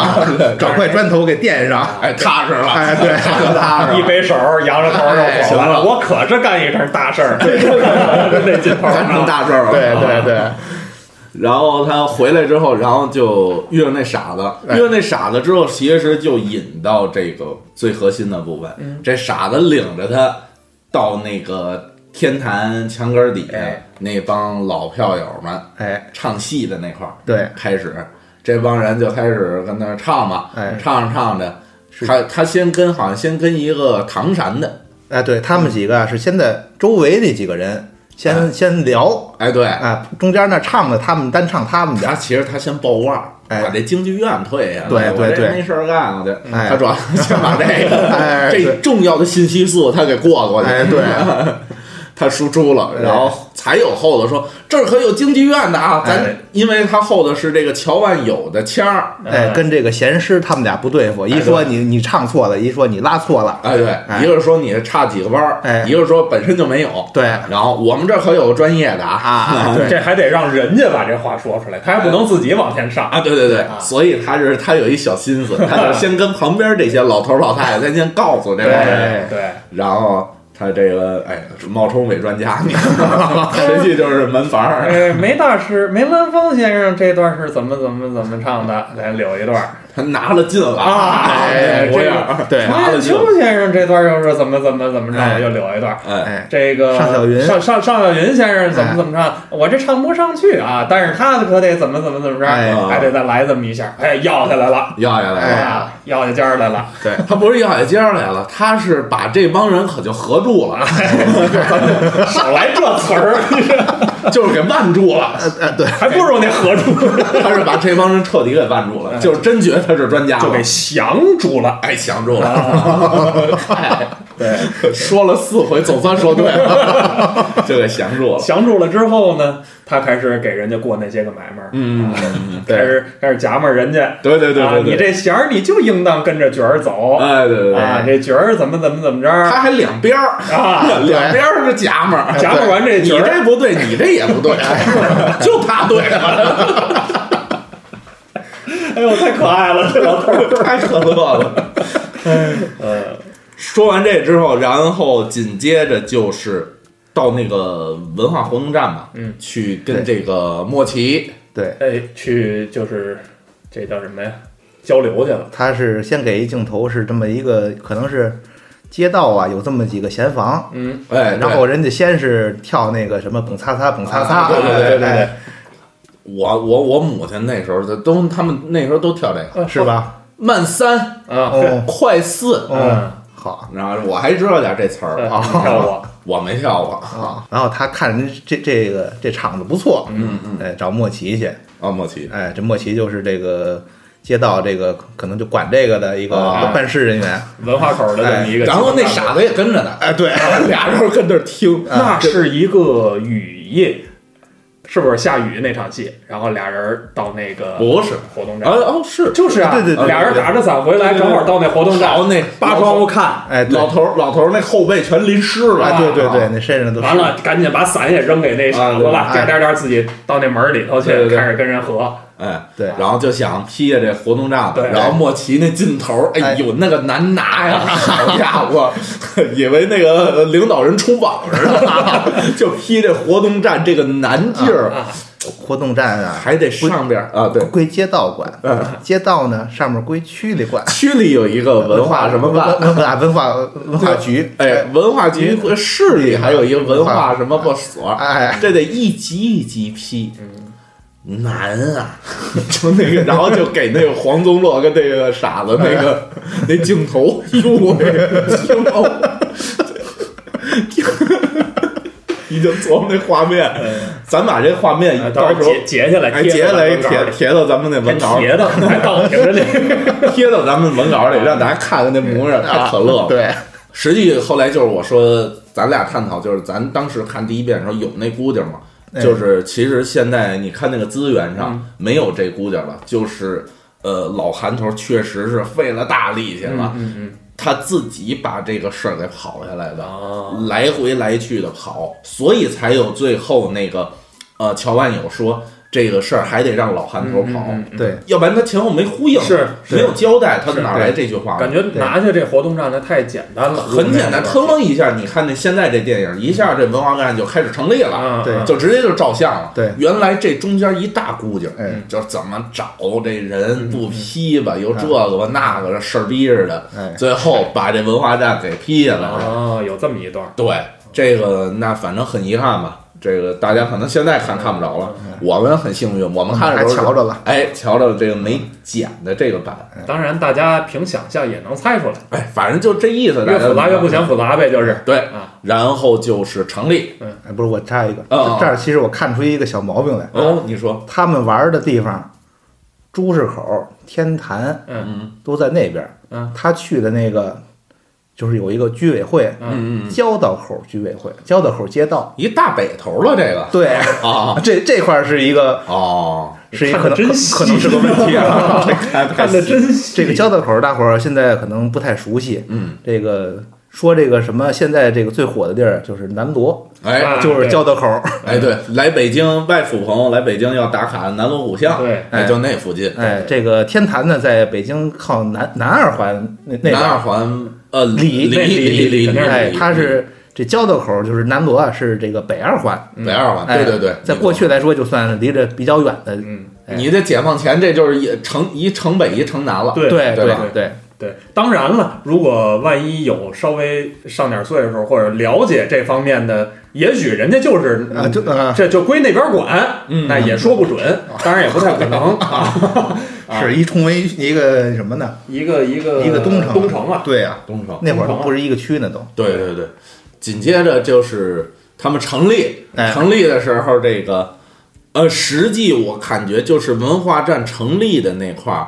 Speaker 4: 找块砖头给垫上。
Speaker 1: 哎，踏实了，
Speaker 4: 哎，对，
Speaker 1: <laughs> 踏实
Speaker 4: <laughs>
Speaker 2: 一
Speaker 1: 了。
Speaker 2: 背手扬着头就
Speaker 4: 哎
Speaker 1: 行
Speaker 2: 走了。
Speaker 1: 了
Speaker 2: 我可这干一件大事儿， <laughs> 这劲头儿
Speaker 1: 干成
Speaker 2: 啊，
Speaker 1: 大事儿了，嗯
Speaker 4: 对对对，
Speaker 1: 然后他回来之后，然后就遇到那傻子，
Speaker 4: 哎
Speaker 1: 遇到那傻子之后，其实就引到这个最核心的部分。
Speaker 4: 嗯
Speaker 1: 这傻子领着他到那个天坛墙根儿底下、
Speaker 4: 哎
Speaker 1: 那帮老票友们
Speaker 4: 哎，
Speaker 1: 唱戏的那块儿，
Speaker 4: 对，
Speaker 1: 开始这帮人就开始跟那儿唱嘛，
Speaker 4: 哎
Speaker 1: 唱着唱着，他他先跟好像先跟一个唐山的，
Speaker 4: 哎，对他们几个啊是先在周围这几个人
Speaker 1: 啊
Speaker 4: 先先聊，
Speaker 1: 哎，对，
Speaker 4: 哎，中间那唱的他们单唱他们
Speaker 1: 他
Speaker 4: 的，
Speaker 1: 其实他先报腕儿，
Speaker 4: 哎
Speaker 1: 把这京剧院退下来，
Speaker 4: 对
Speaker 1: 我
Speaker 4: 对
Speaker 1: 这
Speaker 4: 对
Speaker 1: 没事儿干了，对，
Speaker 4: 哎
Speaker 1: 他主
Speaker 4: <laughs>
Speaker 1: 要先把这
Speaker 4: 哎
Speaker 1: 个这
Speaker 4: 对
Speaker 1: 重要的信息素他给过过去，
Speaker 4: 哎对，
Speaker 1: <laughs> 他输出了，
Speaker 4: 哎
Speaker 1: 然后才有后头说这儿可有京剧院的啊，
Speaker 4: 哎
Speaker 1: 咱因为他后头是这个乔万友的腔儿，
Speaker 4: 哎，跟这个贤师他们俩不对
Speaker 1: 哎
Speaker 4: 付，一说你你唱错了，一说你拉错了，
Speaker 1: 哎，对，
Speaker 4: 哎
Speaker 1: 一个是说你差几个弯儿，
Speaker 4: 哎
Speaker 1: 一个是说本身就没有，
Speaker 4: 对
Speaker 1: 然后我们这儿可有专业的啊
Speaker 4: 啊，对
Speaker 2: 这还得让人家把这话说出来，他还不能自己往前上。
Speaker 1: 啊，对对对，所以他是他有一小心思，他就先跟旁边这些老头儿老太太，他先告诉这帮人。
Speaker 4: 哎
Speaker 2: 对，
Speaker 1: 然后他这个哎，冒充伪专家，你知道吗实际就是门房儿。
Speaker 2: 哎，梅大师，梅兰芳先生这段是怎么怎么怎么唱的？来柳一段儿
Speaker 1: 他拿了劲了
Speaker 2: 啊
Speaker 1: 哎，这
Speaker 2: 这个
Speaker 1: 样
Speaker 4: 对
Speaker 1: 拿
Speaker 2: 陈
Speaker 1: 了
Speaker 2: 远
Speaker 1: 劲了，
Speaker 2: 秋先生这段又是怎么怎么怎么唱
Speaker 4: 哎
Speaker 2: 的？又柳一段儿。
Speaker 1: 哎，
Speaker 4: 哎，
Speaker 2: 这个
Speaker 4: 尚小云哎
Speaker 2: 上上上小云先生怎么怎么唱，我这唱不上去啊，但是他可得怎么怎么怎么着，
Speaker 4: 哎
Speaker 2: 还得再来这么一下，哎，要下来了，
Speaker 1: 要下来了。
Speaker 2: 啊，要下尖儿来了，
Speaker 4: 对，
Speaker 1: 他不是要下尖儿来了，他是把这帮人可就合住了，
Speaker 2: 哎 <laughs> 少来这词儿，
Speaker 1: <laughs> 就是给绊住了。
Speaker 4: 呃呃对，
Speaker 2: 还不如那合住，
Speaker 1: 他是把这帮人彻底给绊住了，
Speaker 2: 哎
Speaker 1: 就是真觉得他是专家了，
Speaker 2: 就给降住了。
Speaker 1: 哎降住了。哎， <laughs> 对，说了四回，总算说对了， <laughs> 就给降住了。
Speaker 2: 降住了之后呢，他开始给人家过那些个买卖儿，
Speaker 1: 嗯，嗯
Speaker 2: 开始开始夹磨人家。
Speaker 1: 对对对
Speaker 2: 啊
Speaker 1: 对，对，
Speaker 2: 你这弦儿你就应当跟着角儿走
Speaker 1: 哎对对对，
Speaker 2: 啊！这角儿怎么怎么怎么着
Speaker 1: 他还两边儿 <laughs>
Speaker 2: 啊？
Speaker 1: 两边儿是夹门 <laughs> 儿，
Speaker 2: 夹磨完这
Speaker 1: 你
Speaker 2: 角儿，
Speaker 1: 这哎不对，你这也不对， <laughs> 就他对了，
Speaker 2: 哎呦，太可爱了，这老头儿。
Speaker 1: 太可乐 <laughs> 了。
Speaker 2: 嗯，
Speaker 1: 说完这之后，然后紧接着就是到那个文化活动站吧，
Speaker 2: 嗯，
Speaker 1: 去跟这个莫奇，
Speaker 4: 对，
Speaker 2: 哎，去就是这叫什么呀？交流去了。
Speaker 4: 他是先给一镜头，是这么一个，可能是街道啊，有这么几个闲房，
Speaker 2: 嗯，
Speaker 1: 哎，
Speaker 4: 然后人家先是跳那个什么蹦擦擦蹦擦
Speaker 1: 啊
Speaker 4: 擦，
Speaker 1: 对对对对
Speaker 2: 对
Speaker 4: 哎
Speaker 1: 我我我母亲那时候就都他们那时候都跳这个
Speaker 2: 呃
Speaker 4: 哎
Speaker 1: <laughs>
Speaker 4: 是？吧？
Speaker 1: 慢三
Speaker 2: 啊，
Speaker 4: 哦
Speaker 1: 快四，
Speaker 4: 哦，好
Speaker 1: 然后我还知道点这词
Speaker 2: 嗯，
Speaker 1: 儿，啊
Speaker 2: 你看我，
Speaker 1: 我没跳过
Speaker 4: 啊。然后他看人这这个这场子不错，
Speaker 1: 嗯嗯，
Speaker 4: 哎，找莫奇去，
Speaker 1: 啊，莫奇，
Speaker 4: 哎，这莫奇就是这个街道这个可能就管这个的一个
Speaker 1: 啊
Speaker 4: 办事人员，
Speaker 2: 文化口的这么一个。
Speaker 1: 然后那，傻子也跟着呢，
Speaker 2: <laughs>
Speaker 4: 哎，对，
Speaker 1: 啊俩人跟那儿听，
Speaker 2: 那是一个雨夜，是不是下雨那场戏？然后俩人到那个
Speaker 1: 不是
Speaker 2: 活动
Speaker 1: 啊
Speaker 2: 站，
Speaker 1: 哦是
Speaker 2: 就是啊，
Speaker 4: 对对对
Speaker 2: 俩人打着伞回来，
Speaker 1: 对对对
Speaker 2: 正好到那活动站
Speaker 1: 然，后那扒窗户看，
Speaker 4: 哎对
Speaker 1: 老头儿老头儿那后背全淋湿了，
Speaker 4: 哎，对对
Speaker 1: 啊
Speaker 4: 对，那身上都是
Speaker 2: 完了，赶紧把伞也扔给那傻子了
Speaker 4: 啊，对
Speaker 2: 颠颠颠自己到那门里头去
Speaker 1: 哎对对对
Speaker 2: 开始跟人合。
Speaker 1: 哎，
Speaker 4: 对
Speaker 1: 然后就想劈下这活动帐篷，
Speaker 2: 对
Speaker 1: 然后莫奇那劲头儿，哎呦，那个难拿呀， <laughs> 好家伙， <laughs> 以为那个领导人出网似的， <laughs> 就劈这活动站这个难劲儿，
Speaker 4: 活动站啊，
Speaker 1: 还得上边儿啊，对。
Speaker 4: 归街道管，街道呢上面归区里管，
Speaker 1: 区里有一个文化什么办？
Speaker 4: 文文化文化文化局，
Speaker 1: 哎，文化局和市里还有一个文化什么不所，
Speaker 4: 哎
Speaker 1: 这得一级一级批，难啊！就那个，然后就给那个黄宗洛跟那个傻子那个那镜头，哟喂，镜头，已经琢磨那画面，咱把这画面
Speaker 2: 呃哎到
Speaker 1: 嗯到时
Speaker 2: 时候
Speaker 1: 候
Speaker 2: 截截下来，
Speaker 1: 哎截下来
Speaker 2: 贴
Speaker 1: 贴贴到咱们那文稿
Speaker 2: 贴
Speaker 1: 里，
Speaker 2: 贴的，还倒贴
Speaker 1: <laughs>
Speaker 2: 着那。
Speaker 1: 贴到咱们文稿里，让大家看看那模样，太可乐了。
Speaker 4: 对，
Speaker 1: 实际后来就是我说，咱俩探讨就是咱当时看第一遍的时候有那姑娘吗？
Speaker 4: 哎
Speaker 1: 就是其实现在你看那个资源上
Speaker 2: 嗯
Speaker 1: 没有这姑娘了，就是呃老韩头确实是费了大力气了，
Speaker 2: 嗯嗯
Speaker 1: 他自己把这个事儿给跑下来的，
Speaker 2: 哦
Speaker 1: 来回来去的跑，所以才有最后那个呃乔万友说这个事儿还得让老韩头跑，
Speaker 2: 嗯嗯
Speaker 4: 对，
Speaker 1: 要不然他前后没呼应，
Speaker 2: 是
Speaker 1: 没有交代，他哪
Speaker 4: 对
Speaker 1: 来这句话呢？
Speaker 2: 感觉拿下这活动站的太简单了，
Speaker 1: 很简单，腾楞一下，你看那现在这电影，一下这文化干就开始成立了，
Speaker 2: 啊，
Speaker 4: 对
Speaker 2: 啊
Speaker 1: 就直接就照相了。
Speaker 4: 对
Speaker 1: 原来这中间一大估计，
Speaker 4: 哎嗯
Speaker 1: 就是怎么找这
Speaker 2: 嗯
Speaker 1: 人不批吧，又这个吧那个事儿逼着的，
Speaker 4: 哎
Speaker 1: 最后把这文化站给批下来了。
Speaker 2: 啊，有这么一段，
Speaker 1: 对，这个那反正很遗憾吧。这个大家可能现在看看不着了，我们很幸运，我们看的时候是
Speaker 4: 嗯还瞧着了，
Speaker 1: 哎，瞧着这个没剪的这个版，
Speaker 2: 当然大家凭想象也能猜出来，
Speaker 1: 哎，反正就这意思，大
Speaker 2: 越
Speaker 1: 家
Speaker 2: 复杂越不嫌复杂呗，
Speaker 4: 嗯
Speaker 2: 就是
Speaker 1: 对
Speaker 2: 啊，
Speaker 1: 然后就是成立
Speaker 4: 哎不是我插一个，
Speaker 1: 啊啊
Speaker 4: 这儿其实我看出一个小毛病来，
Speaker 1: 哦，你说
Speaker 4: 他们玩的地方，朱市口、天坛
Speaker 2: 嗯
Speaker 4: 都在那边，
Speaker 2: 嗯
Speaker 4: 他去的那个就是有一个居委会，
Speaker 1: 嗯，
Speaker 4: 交道口居委会，交道口街道，
Speaker 1: 一大北头了，这个
Speaker 4: 对，
Speaker 1: 啊
Speaker 4: 这这块儿是一个 <laughs>
Speaker 1: 哦，
Speaker 4: 是一个
Speaker 2: 看
Speaker 4: 可
Speaker 2: 得
Speaker 4: 能
Speaker 2: 真
Speaker 4: 可能是个问题啊。
Speaker 2: <laughs> 啊，看的真细，
Speaker 4: 这个交道口，大伙儿现在可能不太熟悉。
Speaker 1: 嗯，
Speaker 4: 这个说这个什么，现在这个最火的地儿就是南锣，
Speaker 1: 哎
Speaker 2: 啊
Speaker 4: 就是
Speaker 2: 对
Speaker 4: 交道口。
Speaker 1: 哎，对，来北京外府朋友来北京要打卡南锣鼓巷，
Speaker 2: 对
Speaker 1: 哎，就那附近，
Speaker 4: 哎，这个天坛呢，在北京靠南南二环那那边
Speaker 1: 南二
Speaker 4: 儿，
Speaker 1: 环呃
Speaker 4: 里
Speaker 1: 里里里里，
Speaker 2: 肯定
Speaker 4: 哎，它
Speaker 1: 它
Speaker 4: 是这交道口就是南锣啊，是这个北二环。
Speaker 1: 北二环，嗯
Speaker 4: 哎
Speaker 1: 啊对对对，
Speaker 4: 在过去来说，就算离着比较远的，
Speaker 2: 嗯，
Speaker 4: 哎
Speaker 1: 你这解放前这就是一城一城北一城南了，
Speaker 2: 对
Speaker 4: 对
Speaker 1: 对
Speaker 4: 对
Speaker 1: 吧
Speaker 4: 对，
Speaker 2: 对，当然了，如果万一有稍微上点岁数或者了解这方面的，也许人家就是、嗯
Speaker 4: 啊就啊
Speaker 2: 这就归那边管，嗯、那也说不准，当然也不太可
Speaker 4: <laughs>
Speaker 2: 能啊。
Speaker 4: 是一重围一个什么呢？
Speaker 2: 一个一个
Speaker 4: 一个东城，
Speaker 2: 呃东城啊，
Speaker 4: 对啊，
Speaker 1: 东城，
Speaker 4: 那会儿都不是一个区呢，都。
Speaker 1: 对对对，紧接着就是他们成立，
Speaker 4: 哎
Speaker 1: 成立的时候这个，呃，实际我感觉就是文化站成立的那块儿，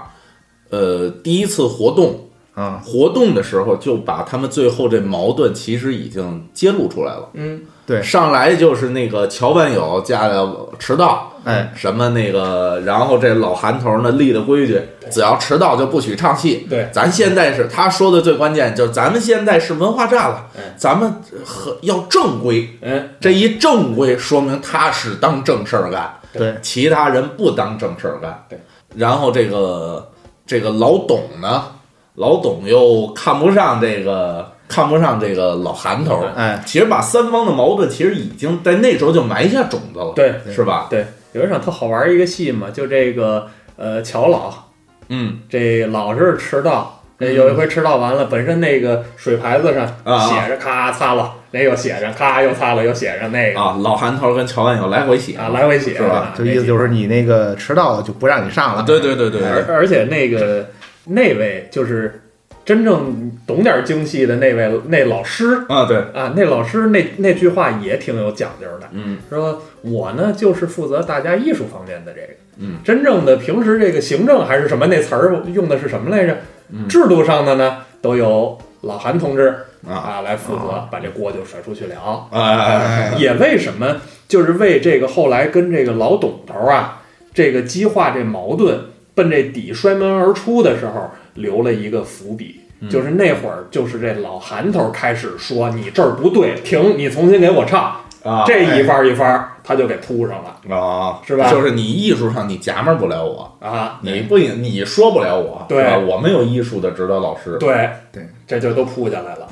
Speaker 1: 呃，第一次活动
Speaker 4: 啊，
Speaker 1: 活动的时候就把他们最后这矛盾其实已经揭露出来了。
Speaker 2: 嗯，
Speaker 4: 对
Speaker 1: 上来就是那个乔万友家的迟到，
Speaker 4: 哎，
Speaker 1: 什么那个，然后这老韩头呢立的规矩，只要迟到就不许唱戏。
Speaker 2: 对
Speaker 1: 咱现在是他说的最关键，就是咱们现在是文化站了，咱们和要正规，
Speaker 4: 嗯
Speaker 2: 哎，
Speaker 1: 这一正规说明他是当正事儿干，
Speaker 4: 对，
Speaker 1: 其他人不当正事儿干。
Speaker 2: 对，
Speaker 1: 然后这个这个老董呢，老董又看不上这个看不上这个老韩头，
Speaker 4: 哎，
Speaker 1: 其实把三方的矛盾其实已经在那时候就埋下种子了，，
Speaker 2: 对
Speaker 1: 是吧？
Speaker 2: 对，有一场特好玩一个戏嘛，就这个呃乔老
Speaker 1: 嗯，
Speaker 2: 这老是迟到。这有一回迟到完了，本身那个水牌子上
Speaker 1: 啊
Speaker 2: 写着咔擦了，那又写着咔又擦了，又写着那个
Speaker 1: 啊，老韩头跟乔万友来回写
Speaker 2: 啊，来回写
Speaker 1: 是吧
Speaker 4: 就意思就是你那个迟到了就不让你上了。
Speaker 1: 啊对对对对对
Speaker 2: 而而且那个那位就是真正懂点京戏的那位那老师
Speaker 1: 啊，对，
Speaker 2: 啊，那老师那那句话也挺有讲究的，
Speaker 1: 嗯，
Speaker 2: 说我呢就是负责大家艺术方面的这个，
Speaker 1: 嗯，
Speaker 2: 真正的平时这个行政还是什么那词儿用的是什么来着？
Speaker 1: 嗯
Speaker 2: 制度上的呢都由老韩同志
Speaker 1: 啊
Speaker 2: 来负责，把这锅就甩出去了。
Speaker 1: 哎哎哎，
Speaker 2: 也为什么就是为这个后来跟这个老董头啊这个激化这矛盾，奔这底摔门而出的时候留了一个伏笔。
Speaker 4: 嗯
Speaker 2: 就是那会儿，就是这老韩头开始说你这儿不对，停，你重新给我唱，
Speaker 4: 啊，哎
Speaker 2: 这一番一番，他就给扑上了
Speaker 4: 啊，
Speaker 2: 是吧
Speaker 1: 哎就是你艺术上你夹摸不了我，
Speaker 2: 啊！
Speaker 1: 你不你说不了我，
Speaker 2: 对
Speaker 1: 是吧？我没有艺术的指导老师。
Speaker 2: 对
Speaker 4: 对，嗯
Speaker 2: 这就都扑下来了。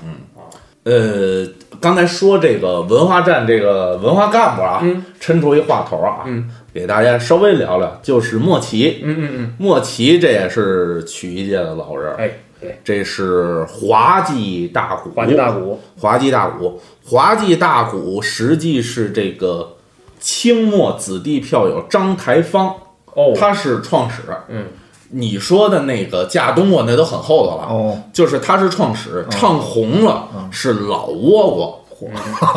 Speaker 1: 呃，刚才说这个文化站这个文化干部啊，
Speaker 2: 嗯
Speaker 1: 抻出一话头啊，
Speaker 2: 嗯
Speaker 1: 给大家稍微聊聊，就是莫奇。
Speaker 2: 嗯嗯
Speaker 1: 莫奇这也是曲艺界的老人
Speaker 2: 嗯，
Speaker 1: 儿，
Speaker 2: 哎，对，
Speaker 1: 这是滑稽大鼓，
Speaker 2: 华稽大鼓，
Speaker 1: 滑稽大鼓，滑稽大鼓实际是这个清末子弟票友张台芳，
Speaker 2: 哦，
Speaker 1: 他是创始。
Speaker 2: 嗯，
Speaker 1: 你说的那个架冬瓜那都很后头了，
Speaker 4: 哦，
Speaker 1: 就是他是创始，
Speaker 4: 嗯
Speaker 1: 唱红了是老倭瓜，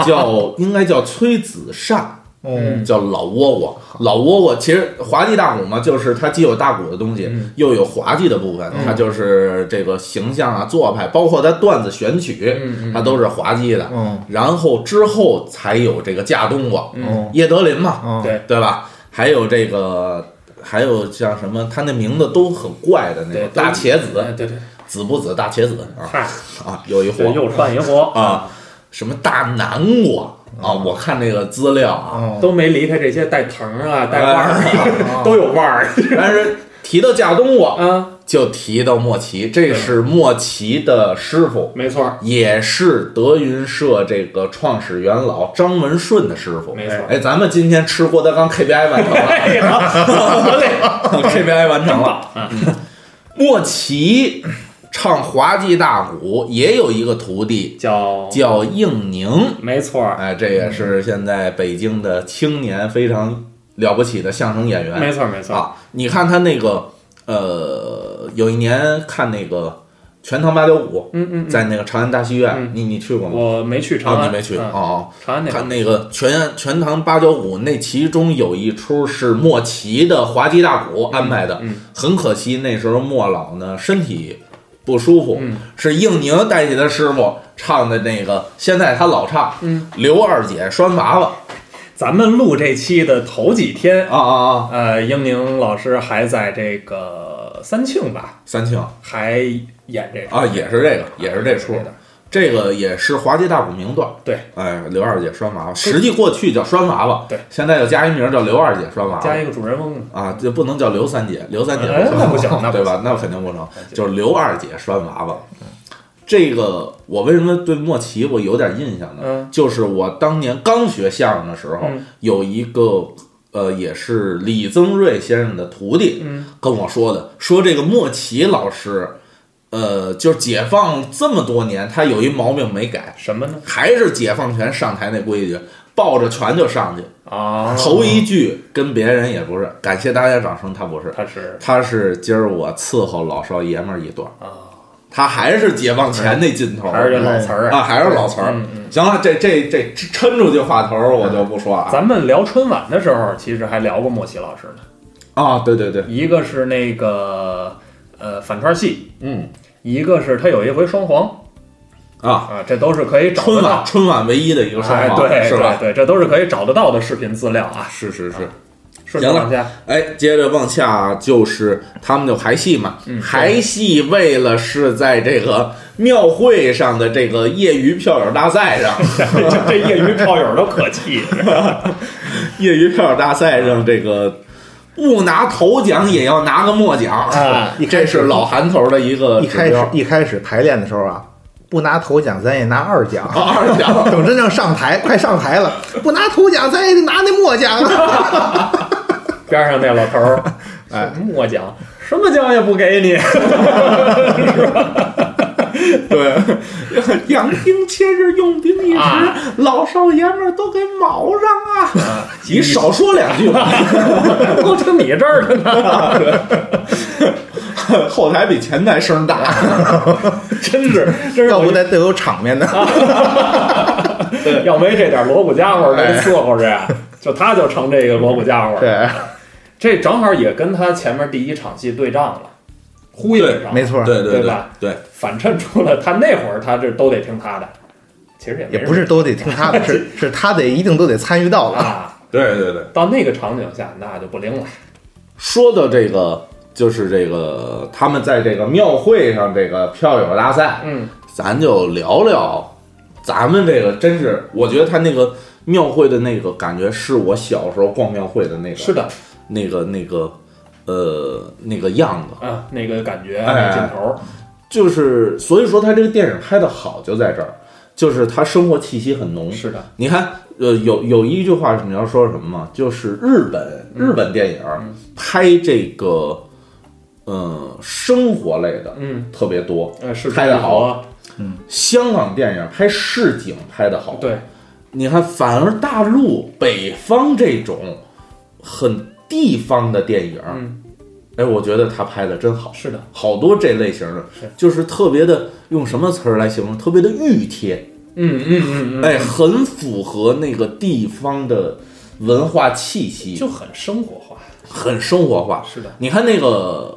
Speaker 1: 叫应该叫崔子善。
Speaker 4: 嗯，
Speaker 1: 叫老倭瓜，老倭瓜其实滑稽大鼓嘛，就是它既有大鼓的东西，
Speaker 4: 嗯
Speaker 1: 又有滑稽的部分，它就是这个形象啊、做派，包括它段子选曲，它都是滑稽的。
Speaker 4: 嗯
Speaker 1: 然后之后才有这个架冬瓜，
Speaker 4: 嗯
Speaker 1: 叶德林嘛，
Speaker 4: 嗯，
Speaker 2: 对
Speaker 1: 对吧？还有这个，还有像什么，他那名字都很怪的那
Speaker 2: 对
Speaker 1: 个，，大茄
Speaker 2: 都
Speaker 1: 子
Speaker 2: 哎，对对，
Speaker 1: 子不子大茄子啊
Speaker 2: 嗨，
Speaker 1: 啊，有一
Speaker 2: 这
Speaker 1: 伙
Speaker 2: 又串一活，
Speaker 1: 啊，什么大南瓜啊，
Speaker 2: 嗯
Speaker 1: 我看这个资料啊，
Speaker 4: 哦，
Speaker 2: 都没离开这些带藤啊、带腕
Speaker 4: 哎
Speaker 2: 儿啊，都有腕儿
Speaker 1: 但是提到架冬瓜，
Speaker 2: 啊，
Speaker 1: 就提到莫奇，这是莫奇的师傅，
Speaker 2: 没错儿，
Speaker 1: 也是德云社这个创始元老张文顺的师傅。
Speaker 2: 没错
Speaker 1: 哎，咱们今天吃郭德纲 KPI 完成 <laughs> 了
Speaker 2: <laughs> 哎呀，
Speaker 1: ，KPI 完成了。嗯，莫奇唱滑稽大鼓也有一个徒弟
Speaker 2: <laughs> 叫
Speaker 1: 叫应宁，
Speaker 2: 没错儿，
Speaker 1: 哎，这也是现在北京的青年非常了不起的相声演员。
Speaker 2: 没错儿没错儿，
Speaker 1: 啊，你看他那个，呃，有一年看那个《全唐八九五》，
Speaker 2: 嗯嗯，嗯
Speaker 1: 在那个长安大戏院，
Speaker 2: 嗯
Speaker 1: 你你去过吗？
Speaker 2: 我没去长
Speaker 1: 啊，
Speaker 2: 安，
Speaker 1: 你没去
Speaker 2: 嗯
Speaker 1: 哦哦。
Speaker 2: 长安那
Speaker 1: 看
Speaker 2: 个
Speaker 1: 那个全《全唐八九五》，那其中有一出是莫奇的滑稽大鼓安排的，
Speaker 2: 嗯
Speaker 1: 很可惜那时候莫老呢身体不舒服，
Speaker 2: 嗯
Speaker 1: 是应宁带起他师傅唱的那个，现在他老唱，
Speaker 2: 嗯
Speaker 1: 刘二姐拴娃娃
Speaker 2: 咱们录这期的头几天，
Speaker 1: 啊啊啊，
Speaker 2: 呃，英宁老师还在这个三庆吧，
Speaker 1: 三庆
Speaker 2: 还演这个
Speaker 1: 啊，也是这个，也是这出
Speaker 2: 对的，
Speaker 1: 这个也是滑稽大鼓名段。
Speaker 2: 嗯对，
Speaker 1: 哎，刘二姐拴娃娃，实际过去叫拴娃娃，
Speaker 2: 对，
Speaker 1: 现在又加一名叫刘二姐拴娃
Speaker 2: 加
Speaker 1: 娃。
Speaker 2: 一个主人翁，
Speaker 1: 啊，就不能叫刘三姐，刘三姐
Speaker 2: 哎那不行那不行
Speaker 1: 对吧？那肯定不成
Speaker 2: 那，就
Speaker 1: 就是刘二姐拴娃娃。这个我为什么对莫奇我有点印象呢？
Speaker 2: 嗯
Speaker 1: 就是我当年刚学相声的时候，
Speaker 2: 嗯
Speaker 1: 有一个呃，也是李增瑞先生的徒弟，
Speaker 2: 嗯
Speaker 1: 跟我说的，说这个莫奇老师，呃，就是解放这么多年，他有一毛病没改，
Speaker 2: 什么呢？
Speaker 1: 还是解放前上台那规矩，抱着拳就上去，
Speaker 2: 啊，
Speaker 1: 头一句跟别人也不是，感谢大家掌声，他不是，
Speaker 2: 他是
Speaker 1: 他是今儿我伺候老少爷们儿一段，
Speaker 2: 啊，
Speaker 1: 他还是解放前那劲头儿，
Speaker 2: 还是这老词儿
Speaker 1: 啊，还是老词儿
Speaker 2: 嗯。嗯
Speaker 1: 行了，这这这抻出去话头儿我就不说啊了
Speaker 2: 咱们聊春晚的时候，其实还聊过莫奇老师呢。
Speaker 1: 啊，对对对，
Speaker 2: 一个是那个呃反串戏，
Speaker 1: 嗯
Speaker 2: 一个是他有一回双簧
Speaker 1: 啊，
Speaker 2: 啊，这都是可以找
Speaker 1: 春
Speaker 2: 得
Speaker 1: 晚
Speaker 2: 到，
Speaker 1: 春晚唯一的一个双
Speaker 2: 哎，
Speaker 1: 簧
Speaker 2: 对，
Speaker 1: 是吧？
Speaker 2: 对对，这都是可以找得到的视频资料啊。
Speaker 1: 是是是。
Speaker 2: 顺着
Speaker 1: 行了
Speaker 2: 往下，
Speaker 1: 哎，接着往下就是他们就排戏嘛，排戏为了是在这个庙会上的这个业余票友大赛上，
Speaker 2: 这这业余炮友都可气，
Speaker 1: 业余票友大赛上这个不拿头奖也要拿个末奖 <laughs>
Speaker 2: 啊
Speaker 4: 一开
Speaker 1: 这是
Speaker 4: 始
Speaker 1: 老韩头的一个
Speaker 4: 一
Speaker 1: 指
Speaker 4: 开始
Speaker 1: 标
Speaker 4: 一开始排练的时候啊，不拿头奖，咱也拿二奖。
Speaker 1: 啊二奖。
Speaker 4: <laughs> 等真正上台，快上台了，不拿头奖，咱也得拿那末奖啊！
Speaker 2: 边上那老头儿，哎，墨奖，什么奖也不给你，
Speaker 1: 对，养兵千日，用兵一时，
Speaker 2: 啊
Speaker 1: 老少爷们儿都给卯上
Speaker 2: <laughs>
Speaker 1: 啊！你少说两句吧。
Speaker 2: 都听你这儿的呢，
Speaker 1: <laughs> 后台比前台声大。
Speaker 2: 真是，真是
Speaker 4: 要
Speaker 2: 我
Speaker 4: 不得得有场面呢。
Speaker 2: 要没这点锣鼓家伙儿能伺候着呀，就他就成这个锣鼓家伙儿。
Speaker 4: 对，
Speaker 2: 这正好也跟他前面第一场戏对仗了，呼应上了，
Speaker 4: 没错，
Speaker 1: 对对
Speaker 2: 对吧
Speaker 1: 对，
Speaker 2: 反衬出了他那会儿他这都得听他的。其实也
Speaker 4: 也
Speaker 2: 没
Speaker 4: 不是都得听他的，是是他得一定都得参与到了。
Speaker 2: 啊，
Speaker 1: 对对对，
Speaker 2: 到那个场景下那就不灵了。
Speaker 1: 说到这个，就是这个他们在这个庙会上这个票友大赛，
Speaker 2: 嗯，
Speaker 1: 咱就聊聊咱们这个，真是我觉得他那个庙会的那个感觉，是我小时候逛庙会的那个，
Speaker 2: 是的，
Speaker 1: 那个那个呃那个样子，
Speaker 2: 啊，那个感觉，
Speaker 1: 哎
Speaker 2: 那个劲头儿，
Speaker 1: 就是所以说他这个电影拍的好就在这儿，就是他生活气息很浓。
Speaker 2: 是的，
Speaker 1: 你看，呃，有有一句话是你要说什么吗？就是日本日本电影儿拍这个，嗯，生活类的
Speaker 2: 嗯，
Speaker 1: 特别多，
Speaker 2: 呃，是
Speaker 1: 拍得好
Speaker 2: 啊，
Speaker 1: 香港电影拍市井拍的好，
Speaker 2: 对，
Speaker 1: 你看，反而大陆北方这种很地方的电影，
Speaker 2: 嗯
Speaker 1: 哎，我觉得他拍的真好，
Speaker 2: 是的，
Speaker 1: 好多这类型的，
Speaker 2: 是
Speaker 1: 就是特别的，用什么词儿来形容？特别的熨帖，
Speaker 2: 嗯嗯嗯嗯，
Speaker 1: 哎，很符合那个地方的文化气息，
Speaker 2: 就很生活化，
Speaker 1: 很生活化。
Speaker 2: 是的，
Speaker 1: 你看那个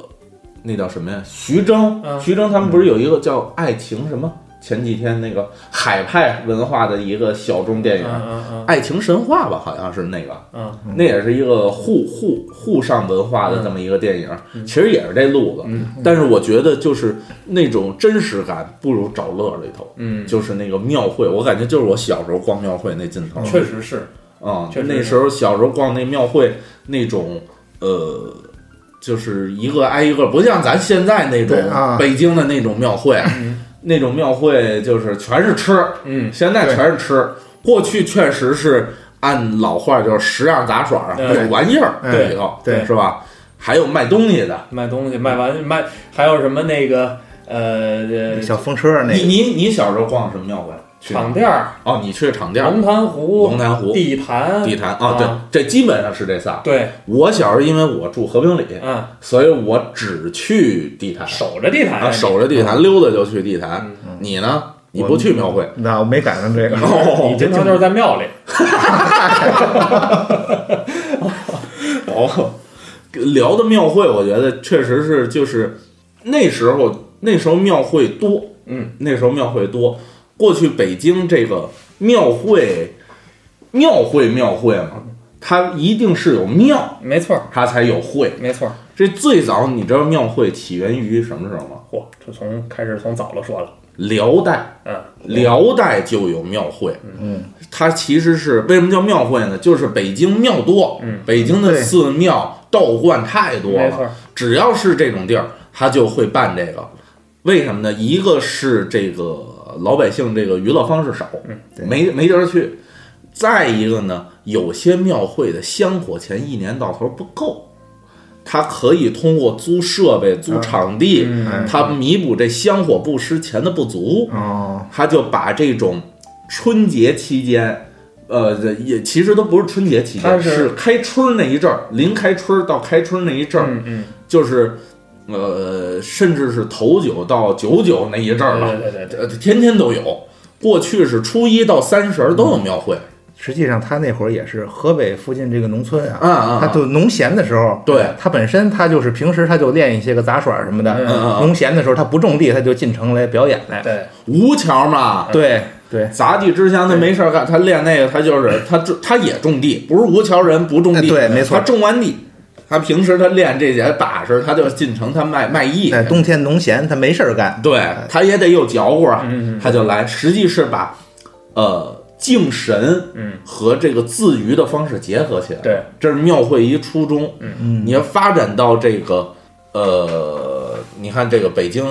Speaker 1: 那叫什么呀？徐峥，
Speaker 2: 嗯
Speaker 1: 徐峥他们不是有一个叫《爱情什么》？前几天那个海派文化的一个小众电
Speaker 2: 嗯
Speaker 1: 影，
Speaker 2: 嗯嗯
Speaker 1: 爱情神话》吧，好像是那个，
Speaker 2: 嗯，
Speaker 1: 那也是一个沪沪沪上文化的这么一个电影，其实也是这路子，
Speaker 2: 嗯
Speaker 1: 但是我觉得就是那种真实感不如找乐里头，
Speaker 2: 嗯，
Speaker 1: 就是那个庙会，我感觉就是我小时候逛庙会那劲头，
Speaker 2: 嗯确实是，
Speaker 1: 啊、
Speaker 2: 确实
Speaker 1: 那时候小时候逛那庙会那种呃。就是一个挨一个，不像咱现在那种
Speaker 4: 对啊
Speaker 1: 北京的那种庙会，那种庙会就是全是吃，
Speaker 2: 嗯，
Speaker 1: 现在全是吃，过去确实是按老话就是十样杂耍啊，
Speaker 2: 对哎
Speaker 1: 有玩意儿
Speaker 4: 对
Speaker 1: 里头，
Speaker 4: 对
Speaker 1: 是吧？还有卖东西的，
Speaker 2: 卖东西，卖完卖，还有什么那个呃
Speaker 4: 小风车那
Speaker 1: 你
Speaker 4: 个，
Speaker 1: 你你小时候逛什么庙会？去哪
Speaker 2: 场店儿、
Speaker 1: 哦，你去场店儿
Speaker 2: 龙潭湖、
Speaker 1: 龙潭湖、
Speaker 2: 地坛、
Speaker 1: 地坛啊，
Speaker 2: 啊
Speaker 1: 对，这基本上是这仨。
Speaker 2: 对，
Speaker 1: 我小时候因为我住和平里，
Speaker 2: 嗯，
Speaker 1: 所以我只去地坛
Speaker 2: 守哎嗯着地坛
Speaker 1: 啊，守着地坛溜达就去地坛。你呢？你不去庙会？
Speaker 4: 那我没赶上这个。
Speaker 2: 你经常就是在庙里，
Speaker 1: 哦，聊的庙会，我觉得确实是就是那时候那时候庙会多，
Speaker 2: 嗯，
Speaker 1: 那时候庙会多。过去北京这个庙会，庙会庙会嘛，它一定是有庙，
Speaker 2: 没错儿，
Speaker 1: 它才有会。
Speaker 2: 没错儿。
Speaker 1: 这最早你知道庙会起源于什么时候吗？
Speaker 2: 嚯，这从开始从早了说了，
Speaker 1: 辽代，
Speaker 2: 嗯，
Speaker 1: 辽代就有庙会，嗯，它其实是为什么叫庙会呢？就是北京庙多，
Speaker 2: 嗯
Speaker 1: 北京的
Speaker 4: 对
Speaker 1: 寺庙道观太多
Speaker 2: 没错
Speaker 1: 了
Speaker 2: 儿，
Speaker 1: 只要是这种地儿，它就会办这个。为什么呢？一个是这个老百姓这个娱乐方式少，
Speaker 2: 嗯
Speaker 4: 对
Speaker 1: 没没地儿去；再一个呢，有些庙会的香火钱一年到头不够。它可以通过租设备、租场地，
Speaker 2: 嗯
Speaker 1: 它弥补这香火不施钱的不足。
Speaker 4: 哦，
Speaker 1: 他就把这种春节期间，呃，这也其实都不是春节期
Speaker 2: 他
Speaker 1: 间，
Speaker 2: 是
Speaker 1: 开春那一阵儿，临开春到开春那一阵儿，
Speaker 2: 嗯嗯，
Speaker 1: 就是呃，甚至是头九到九九那一阵儿
Speaker 2: 对
Speaker 1: 了，
Speaker 2: 对对对，
Speaker 1: 呃，天天都有。过去是初一到三十儿都有庙会，
Speaker 4: 实际上他那会儿也是河北附近这个农村啊，
Speaker 1: 啊啊
Speaker 4: 他就农闲的时候，
Speaker 1: 对
Speaker 4: 他本身他就是平时他就练一些个杂耍什么的，
Speaker 1: 嗯嗯
Speaker 4: 农闲的时候他不种地，他就进城来表演来。
Speaker 2: 对，
Speaker 1: 吴桥嘛，
Speaker 4: 对对，
Speaker 1: 杂技之乡他没事儿干，他练那个，他就是他种他也种地，不是吴桥人不种地，
Speaker 4: 哎对没错
Speaker 1: 他种完地，他平时他练这些把式，他就进城他卖卖艺，
Speaker 4: 哎，冬天农闲他没事儿干，
Speaker 1: 对，他也得有嚼乎啊
Speaker 2: 嗯嗯，
Speaker 1: 他就来，实际是把呃敬神
Speaker 2: 嗯
Speaker 1: 和这个自娱的方式结合起来。
Speaker 2: 对，
Speaker 1: 这是庙会一初衷。
Speaker 4: 嗯
Speaker 1: 你要发展到这个呃，你看这个北京，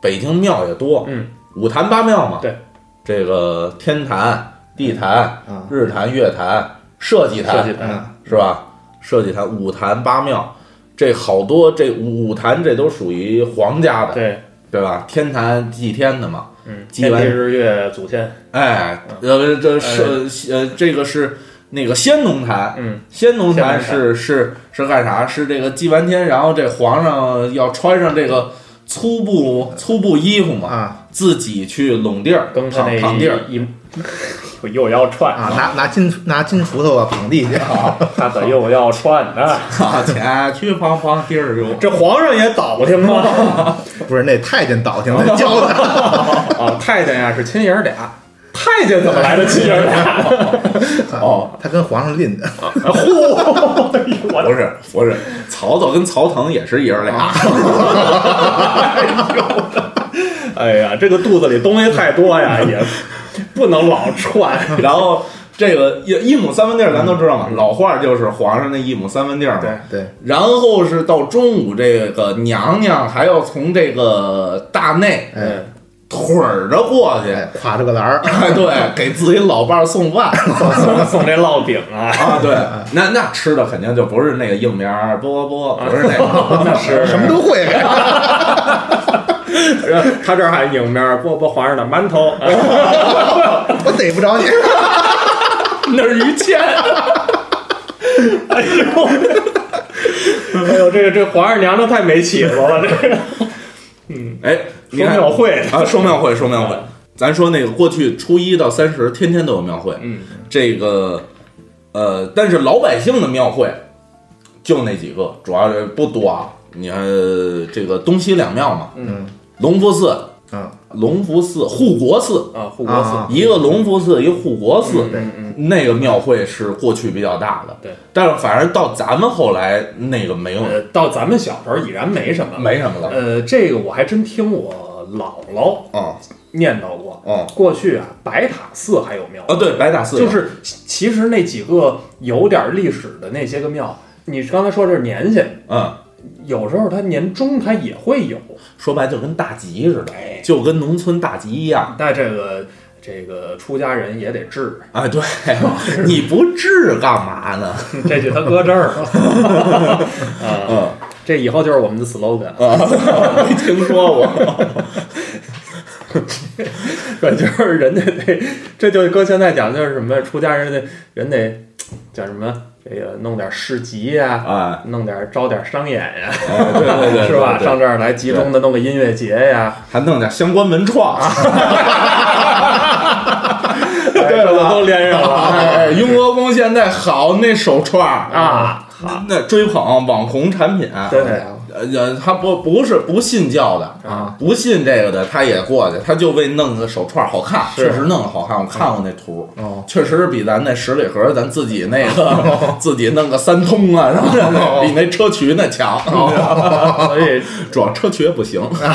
Speaker 1: 北京庙也多，
Speaker 2: 嗯，
Speaker 1: 五坛八庙嘛，
Speaker 2: 对，
Speaker 1: 这个天坛、地坛、
Speaker 4: 啊
Speaker 1: 日坛、月坛、社稷
Speaker 2: 设计
Speaker 1: 坛
Speaker 2: 的，
Speaker 1: 是吧？社稷坛、五坛八庙，这好多这五五坛这都属于皇家的，
Speaker 2: 对，
Speaker 1: 对吧？天坛祭天的嘛，
Speaker 2: 嗯，
Speaker 1: 基
Speaker 2: 天
Speaker 1: 本
Speaker 2: 地日月祖先，
Speaker 1: 哎，呃，这是呃，这个是那个先农坛，
Speaker 2: 嗯，
Speaker 1: 先农坛
Speaker 2: 先
Speaker 1: 是是是干啥？是这个祭完天，然后这皇上要穿上这个粗布粗布衣服嘛，
Speaker 4: 啊
Speaker 1: 自己去拢地儿，
Speaker 2: 跟他
Speaker 1: 躺
Speaker 2: 那
Speaker 1: 躺地儿， <laughs>
Speaker 2: 一，一我又要串
Speaker 4: 啊，，拿拿金拿金锄头啊
Speaker 1: <laughs>
Speaker 4: 捧地去，
Speaker 2: 他可又要串呢，
Speaker 1: 好前哎去旁旁地儿有。
Speaker 2: 这皇上也倒听吗？
Speaker 4: 不是那太监倒腾的教的， <laughs>
Speaker 2: 啊，太监呀是亲爷儿俩，太监怎么来的七爷大？
Speaker 1: 哦，
Speaker 4: <laughs> 他跟皇上吝的，
Speaker 2: 嚯！哎呦我
Speaker 1: 不是不是，曹操跟曹腾也是爷儿俩，
Speaker 2: 哎呀，这个肚子里东西太多呀，也不能老串。
Speaker 1: <laughs> 然后这个一一亩三分地儿咱都知道嘛，老话儿就是皇上那一亩三分地儿嘛。
Speaker 4: 对，
Speaker 1: 然后是到中午，这个娘娘还要从这个大内
Speaker 4: 哎，
Speaker 1: 腿儿着过去，
Speaker 4: 哎挎着个篮
Speaker 1: <laughs>
Speaker 4: 儿，
Speaker 1: 哎，
Speaker 2: <laughs>
Speaker 1: 对，给自己老伴儿送饭
Speaker 2: 送送这烙饼啊，
Speaker 1: 啊，对，那那吃的肯定就不是那个硬面儿波波，
Speaker 2: 啊
Speaker 1: 不是那个，
Speaker 2: 那是
Speaker 4: 什么都会。 <laughs>
Speaker 2: 他这儿还迎面儿不不皇上的
Speaker 1: <laughs>
Speaker 2: 馒头，啊
Speaker 4: 我逮不着你，
Speaker 2: <laughs> 那是于谦。哎呦，哎呦，这个这皇上娘娘太没起子了，这个
Speaker 1: 哎，你
Speaker 2: 说
Speaker 1: 看
Speaker 2: 庙会哎
Speaker 1: 啊，说庙会，说庙会，咱说那个过去初一到三十天天都有庙会，
Speaker 2: 嗯，
Speaker 1: 这个呃，但是老百姓的庙会就那几个，主要是不多啊。你看呃这个东西两庙嘛，
Speaker 2: 嗯，
Speaker 1: 隆福寺，
Speaker 4: 嗯，
Speaker 1: 隆福寺、护国寺，
Speaker 2: 啊，护国寺
Speaker 4: 啊
Speaker 1: 一个隆福寺，一个护国寺，
Speaker 2: 嗯嗯
Speaker 1: 那个庙会是过去比较大的，
Speaker 2: 对，
Speaker 1: 但是反正到咱们后来那个没有，
Speaker 2: 呃，到咱们小时候已然没什么，
Speaker 1: 没什么了，
Speaker 2: 呃，这个我还真听我姥姥
Speaker 1: 哦
Speaker 2: 念叨过，
Speaker 1: 哦
Speaker 2: 过去啊，白塔寺还有庙，
Speaker 1: 啊，对，白塔寺
Speaker 2: 就是其实那几个有点历史的那些个庙，你刚才说这是年下，
Speaker 1: 嗯。
Speaker 2: 有时候它年终它也会有，
Speaker 1: 说白就跟大集似的
Speaker 2: 哎，
Speaker 1: 就跟农村大集一样。
Speaker 2: 但这个这个出家人也得治， <laughs>
Speaker 1: 哎，对，你不治干嘛呢？
Speaker 2: 这就他搁这儿了， <laughs> 啊，
Speaker 1: 嗯，
Speaker 2: 这以后就是我们的 slogan，
Speaker 1: 啊没听说过。
Speaker 2: 对，就是人家得，这就搁现在讲就是什么出家人得人得叫什么这个弄点市集呀、
Speaker 1: 哎，
Speaker 2: 弄点招点商演呀、
Speaker 1: 哎对对对，
Speaker 2: <laughs> 是吧？
Speaker 1: 对对
Speaker 2: 上这儿来集中的弄个音乐节
Speaker 1: <laughs>
Speaker 2: 呀、
Speaker 1: <laughs> 还弄点相关文创。
Speaker 2: 对
Speaker 1: 了吧
Speaker 2: 哎都连上了
Speaker 1: 哎，哎雍和宫现在好那手串儿，
Speaker 2: 啊！
Speaker 1: 那那追捧网红产品。
Speaker 2: 对，
Speaker 1: 呃，呃，他不不是不信教的
Speaker 2: 啊，
Speaker 1: 不信这个的，他也过去，他就为弄个手串儿好看，
Speaker 2: 是
Speaker 1: 确实弄得好看，我看过那图，
Speaker 4: 哦，
Speaker 1: 确实比咱那十里河咱自己那
Speaker 2: 哦
Speaker 1: 个 <laughs> 自己弄个三通啊，然后比那砗磲那强，
Speaker 2: 所以
Speaker 1: <laughs> 主要砗磲不行，
Speaker 2: 啊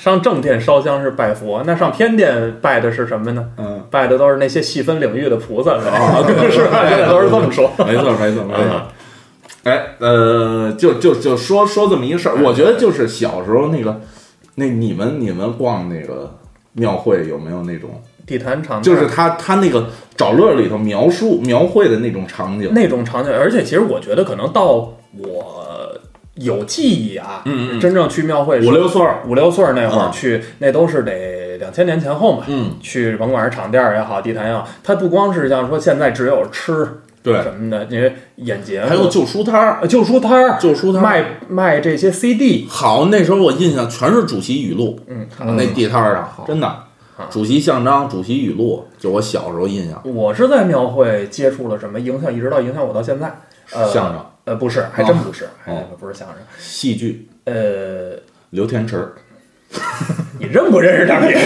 Speaker 2: 上正殿烧香是拜佛，那上天殿拜的是什么呢？
Speaker 1: 嗯，
Speaker 2: 拜的都是那些细分领域的菩萨们，
Speaker 1: 哦
Speaker 2: <laughs> 是吧？现在都是这么说。
Speaker 1: 哎没错没错没错
Speaker 2: 嗯。
Speaker 1: 哎，呃，就就就说说这么一事
Speaker 2: 哎
Speaker 1: 儿，我觉得就是小时候那个，那你们你们逛那个庙会有没有那种
Speaker 2: 地坛场
Speaker 1: 就是他他那个找乐里头描述描绘的那种场景，
Speaker 2: 那种场景，而且其实我觉得可能到我有记忆啊，
Speaker 1: 嗯嗯
Speaker 2: 真正去庙会是
Speaker 1: 五六岁儿，
Speaker 2: 五六岁儿那会儿
Speaker 1: 嗯
Speaker 2: 去，那都是得两千年前后嘛。
Speaker 1: 嗯，
Speaker 2: 去甭管是场店儿也好，地坛也好，它不光是像说现在只有吃
Speaker 1: 对，
Speaker 2: 什么的，你这眼节目
Speaker 1: 还有旧书摊儿，
Speaker 2: 呃旧书摊儿，
Speaker 1: 旧书摊儿
Speaker 2: 卖卖这些 CD，
Speaker 1: 好，那时候我印象全是主席语录，啊
Speaker 2: 嗯，啊
Speaker 1: 那地摊儿上真的，主席像章、主席语录，就我小时候印象，
Speaker 2: 我是在庙会接触了什么影响，一直到影响我到现在。呃，
Speaker 1: 相声、
Speaker 2: 呃不是，还真不是，还
Speaker 1: 哦
Speaker 2: 不是相声。
Speaker 1: 戏剧，
Speaker 2: 呃，
Speaker 1: 刘天池，
Speaker 2: 你认不认识张宇？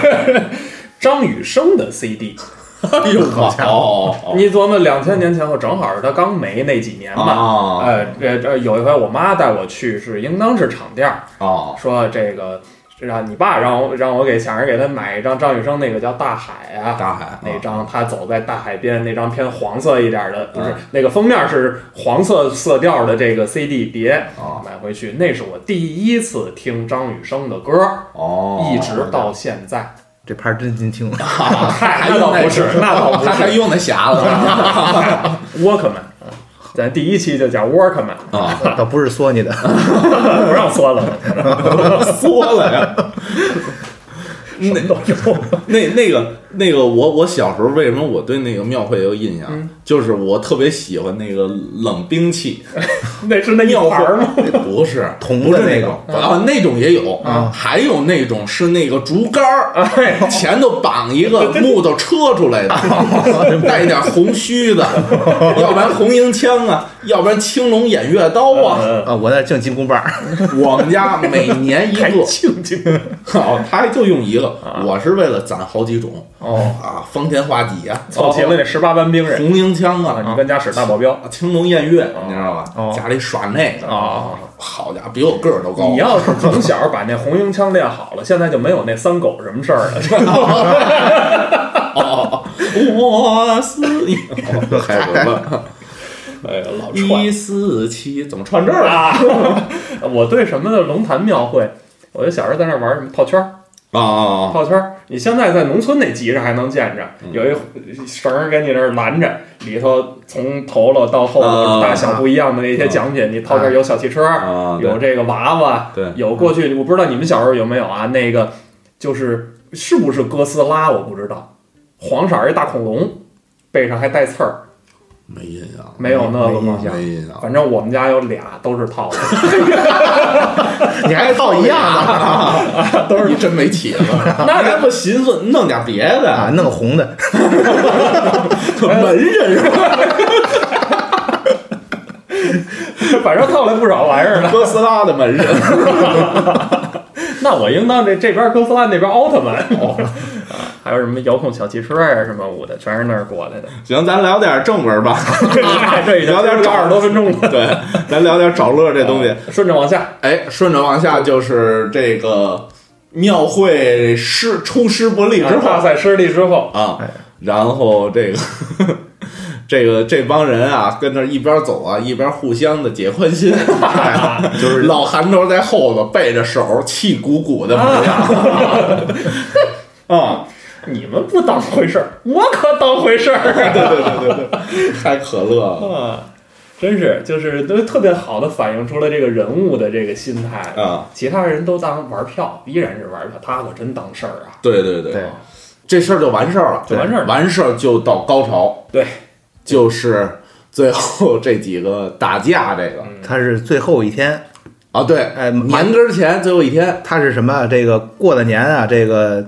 Speaker 2: <laughs> 张雨生的 CD，
Speaker 1: 哎
Speaker 2: <laughs>
Speaker 1: 呦，好，哦
Speaker 2: 你琢磨两千年前后，正好是他刚没那几年
Speaker 1: 哦
Speaker 2: 吧。
Speaker 1: 哦
Speaker 2: 呃，这这有一回我妈带我去，是应当是场店儿，
Speaker 1: 哦，
Speaker 2: 说这个让你爸让我让我给想着给他买一张张雨生那个叫《大海》啊，
Speaker 1: 大海
Speaker 2: 那
Speaker 1: 啊
Speaker 2: 张他走在大海边那张偏黄色一点的，不是
Speaker 1: 啊
Speaker 2: 那个封面是黄色色调的这个 CD 碟
Speaker 1: 哦
Speaker 2: 买回去，那是我第一次听张雨生的歌，
Speaker 1: 哦，
Speaker 2: 一直 <laughs> 到现在。
Speaker 4: 这盘儿真
Speaker 1: <laughs>
Speaker 4: 金听。
Speaker 2: 嗨，那倒不是，那倒不
Speaker 1: 他还
Speaker 2: 是。
Speaker 1: 用那匣子呢
Speaker 2: <laughs> Walkman，咱第一期就讲 Walkman， <laughs>
Speaker 1: 啊，
Speaker 4: 倒不是说
Speaker 1: <laughs>
Speaker 4: 你的，
Speaker 2: 不让说了，
Speaker 1: 缩了呀。
Speaker 2: 什么都有。
Speaker 1: <laughs> 那那个那个我我小时候为什么我对那个庙会有印象，
Speaker 2: 嗯
Speaker 1: 就是我特别喜欢那个冷兵器，
Speaker 2: 那是那
Speaker 1: 庙会
Speaker 2: 尿盘吗？
Speaker 1: 不 <laughs> 是
Speaker 4: 铜的
Speaker 1: 不是
Speaker 4: 那
Speaker 1: 那
Speaker 4: 个
Speaker 1: 种啊，那种也有
Speaker 4: 啊
Speaker 1: 还有那种是那个竹竿儿，前头绑一个木头车出来的，带一点红须的，要不然红缨枪啊，要不然青龙偃月刀
Speaker 2: 嗯
Speaker 1: 啊。
Speaker 2: 呃
Speaker 4: 啊，我那净金箍棒儿，
Speaker 1: 我们家每年一
Speaker 2: 还
Speaker 1: 个，
Speaker 2: 庆庆
Speaker 1: 哦，他还就用一个，我是为了攒好几种
Speaker 2: 哦，
Speaker 1: 啊，方天画戟啊，
Speaker 2: 凑齐了这十八般兵刃
Speaker 1: 红缨枪
Speaker 2: 啊！
Speaker 1: 啊，
Speaker 2: 你跟家使大保镖
Speaker 1: 啊青龙偃月，你知道吧
Speaker 4: 哦？
Speaker 1: 家里耍那个，
Speaker 2: 啊！
Speaker 1: 好家伙，比我个儿都高。啊
Speaker 2: 你要是从小把那红缨枪练好了，现在就没有那三狗什么事儿了。
Speaker 1: <laughs> 哦，我思你，还什么？
Speaker 2: 哎呀，老
Speaker 1: 一四七怎么串这儿了？
Speaker 2: 啊！ <laughs> 我对什么的龙潭庙会，我就小时候在那玩什么套圈儿，
Speaker 1: 啊啊！嗯
Speaker 2: 套圈儿。你现在在农村那集市还能见着，有一绳儿给你那儿拦着，里头从头了到后
Speaker 1: 啊
Speaker 2: 头大小不一样的那些奖品。你套圈儿有小汽车，
Speaker 1: 啊对
Speaker 2: 有这个娃娃，
Speaker 1: 对嗯
Speaker 2: 有过去我不知道你们小时候有没有啊？那个就是是不是哥斯拉我不知道，黄色儿一大恐龙，背上还带刺儿，
Speaker 1: 没印象，
Speaker 2: 没有那个吗？
Speaker 1: 没印象。
Speaker 2: 反正我们家有俩都是套的。 <laughs>
Speaker 4: 你还套一样的
Speaker 1: 都是你真没起子，那咱不寻思弄点别
Speaker 4: 啊，
Speaker 1: 的，
Speaker 4: 弄红的，
Speaker 1: 门人是吧？
Speaker 2: 反正套来不少玩意儿了。
Speaker 1: 哥斯拉的门人，
Speaker 2: <laughs> 那我应当这这边哥斯拉，那边奥特曼。啊，还有什么遥控小汽车呀、什么舞的，全是那儿过来的。
Speaker 1: 行，咱聊点正文吧。
Speaker 2: 啊这已经
Speaker 1: 聊点
Speaker 2: 二十多分钟了，
Speaker 1: 对，咱聊点找乐这东西。
Speaker 2: 顺着往下。
Speaker 1: 哎，顺着往下就是这个庙会失出师不利之
Speaker 2: 之
Speaker 1: 后
Speaker 2: 后，在失利之后，
Speaker 1: 啊，然后这个 <laughs> 这个这帮人啊，跟那儿一边走啊，一边互相的解宽心，哎就是老韩头在后头背着手，气鼓鼓的模
Speaker 2: <laughs>
Speaker 1: 样。啊，
Speaker 2: 你们不当回事儿，我可当回事儿
Speaker 1: 对对对对对，太可乐了
Speaker 2: 啊！真是，就是都特别好的反映出了这个人物的这个心态。
Speaker 1: 啊！
Speaker 2: 其他人都当玩票，依然是玩票，他可真当事儿啊！
Speaker 1: 对对对，
Speaker 4: 对
Speaker 1: 这事儿就完事儿了，
Speaker 2: 就完事儿了
Speaker 1: 完事儿就到高潮，
Speaker 2: 对，
Speaker 1: 就是最后这几个打架这个
Speaker 4: 他是最后一天，
Speaker 1: 啊，对，
Speaker 4: 嗯哎
Speaker 1: 年根儿前最后一天，
Speaker 4: 他是什么？这个过了年啊，这个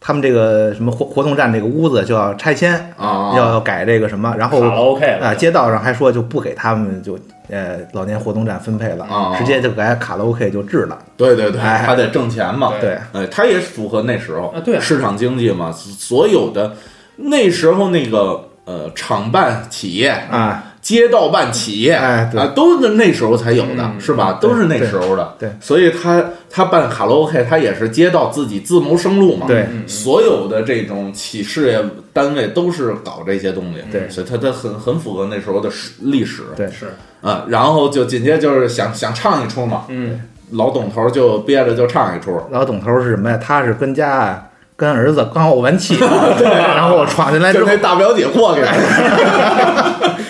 Speaker 4: 他们这个什么活活动站这个屋子就要拆迁，
Speaker 1: 啊
Speaker 4: 要改这个什么，然
Speaker 2: 卡拉
Speaker 4: 后
Speaker 2: OK
Speaker 4: 啊，
Speaker 2: 了，
Speaker 4: 街道上还说就不给他们就呃老年活动站分配
Speaker 1: 啊
Speaker 4: 了，直接就给卡拉 OK 就治了。
Speaker 1: 对对对，
Speaker 4: 哎
Speaker 1: 他得挣钱嘛，
Speaker 2: 对
Speaker 4: 对，
Speaker 1: 哎，它也符合那时候
Speaker 2: 啊对啊
Speaker 1: 市场经济嘛，所所有的那时候那个呃厂办企业、
Speaker 4: 啊，
Speaker 1: 街道办企业，
Speaker 4: 哎对
Speaker 1: 啊，都是那时候才有的，
Speaker 2: 嗯
Speaker 1: 是吧？都是那时候的，
Speaker 4: 对对
Speaker 1: 所以他他办卡拉 OK，他也是街道自己自谋生路嘛，
Speaker 4: 对
Speaker 2: 嗯嗯
Speaker 1: 所有的这种企事业单位都是搞这些东西，
Speaker 2: 对
Speaker 1: 所以它它很很符合那时候的史历史，
Speaker 4: 对
Speaker 2: 是，
Speaker 1: 啊，然后就紧接着就是想想唱一出嘛，
Speaker 2: 嗯，
Speaker 1: 老董头就憋着就唱一出，
Speaker 4: 老董头是什么呀？他是跟家啊跟儿子刚怄完气，对，然后闯进来之
Speaker 1: 就
Speaker 4: 后
Speaker 1: 那，大表姐过去了。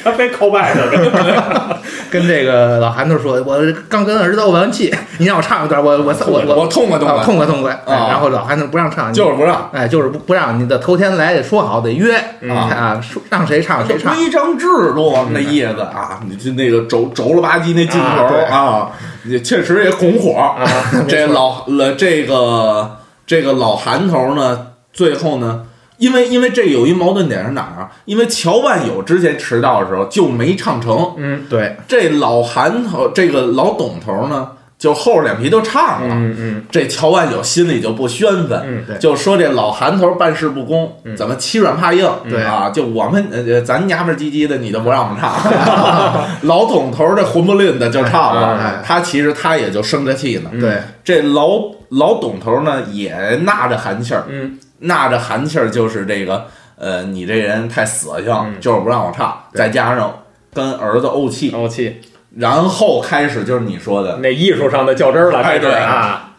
Speaker 2: 他非 callback 了，
Speaker 4: 跟这个老韩头说，我刚跟儿子怄完气，你让我唱一段，我 <laughs> 我我
Speaker 1: 我痛快痛快
Speaker 4: 啊痛快痛快。哎
Speaker 1: 啊
Speaker 4: 然后老韩头不让唱，
Speaker 1: 就是不让。
Speaker 4: 哎，就是不不让你得头天来得说好得约
Speaker 2: 嗯
Speaker 4: 啊，说让谁唱谁唱。
Speaker 1: 规章制度那意思啊，你就那个轴轴了吧唧那劲头
Speaker 2: 啊对
Speaker 1: 啊，也确实也拱火。
Speaker 4: 啊
Speaker 1: 这老了这个这个老韩头呢，最后呢，因为因为这有一矛盾点是哪儿啊？因为乔万友之前迟到的时候就没唱成，
Speaker 2: 嗯
Speaker 4: 对，
Speaker 1: 这老韩头这个老董头呢，就厚着脸皮就唱了。
Speaker 2: 嗯嗯，
Speaker 1: 这乔万友心里就不宣愤，
Speaker 2: 嗯
Speaker 4: 对
Speaker 1: 就说这老韩头办事不公，
Speaker 2: 嗯
Speaker 1: 怎么欺软怕硬？
Speaker 4: 嗯对
Speaker 1: 啊，就我们呃，咱娘们儿唧唧的，你都不让我们唱，
Speaker 4: <laughs>
Speaker 1: 老董头这混不吝的就唱了。
Speaker 4: 哎哎
Speaker 1: 他其实他也就生着气呢。
Speaker 2: 嗯
Speaker 4: 对，
Speaker 1: 这老老董头呢，也纳着寒气儿，
Speaker 2: 嗯，
Speaker 1: 纳着寒气儿就是这个呃，你这人太死性，
Speaker 2: 嗯
Speaker 1: 就是不让我唱，
Speaker 4: 对嗯
Speaker 1: 再加上跟儿子怄气，
Speaker 2: 我气，
Speaker 1: 然后开始就是你说的，
Speaker 2: 那艺术上的较真儿了，
Speaker 1: 哎
Speaker 2: 开始
Speaker 1: 对
Speaker 2: 啊，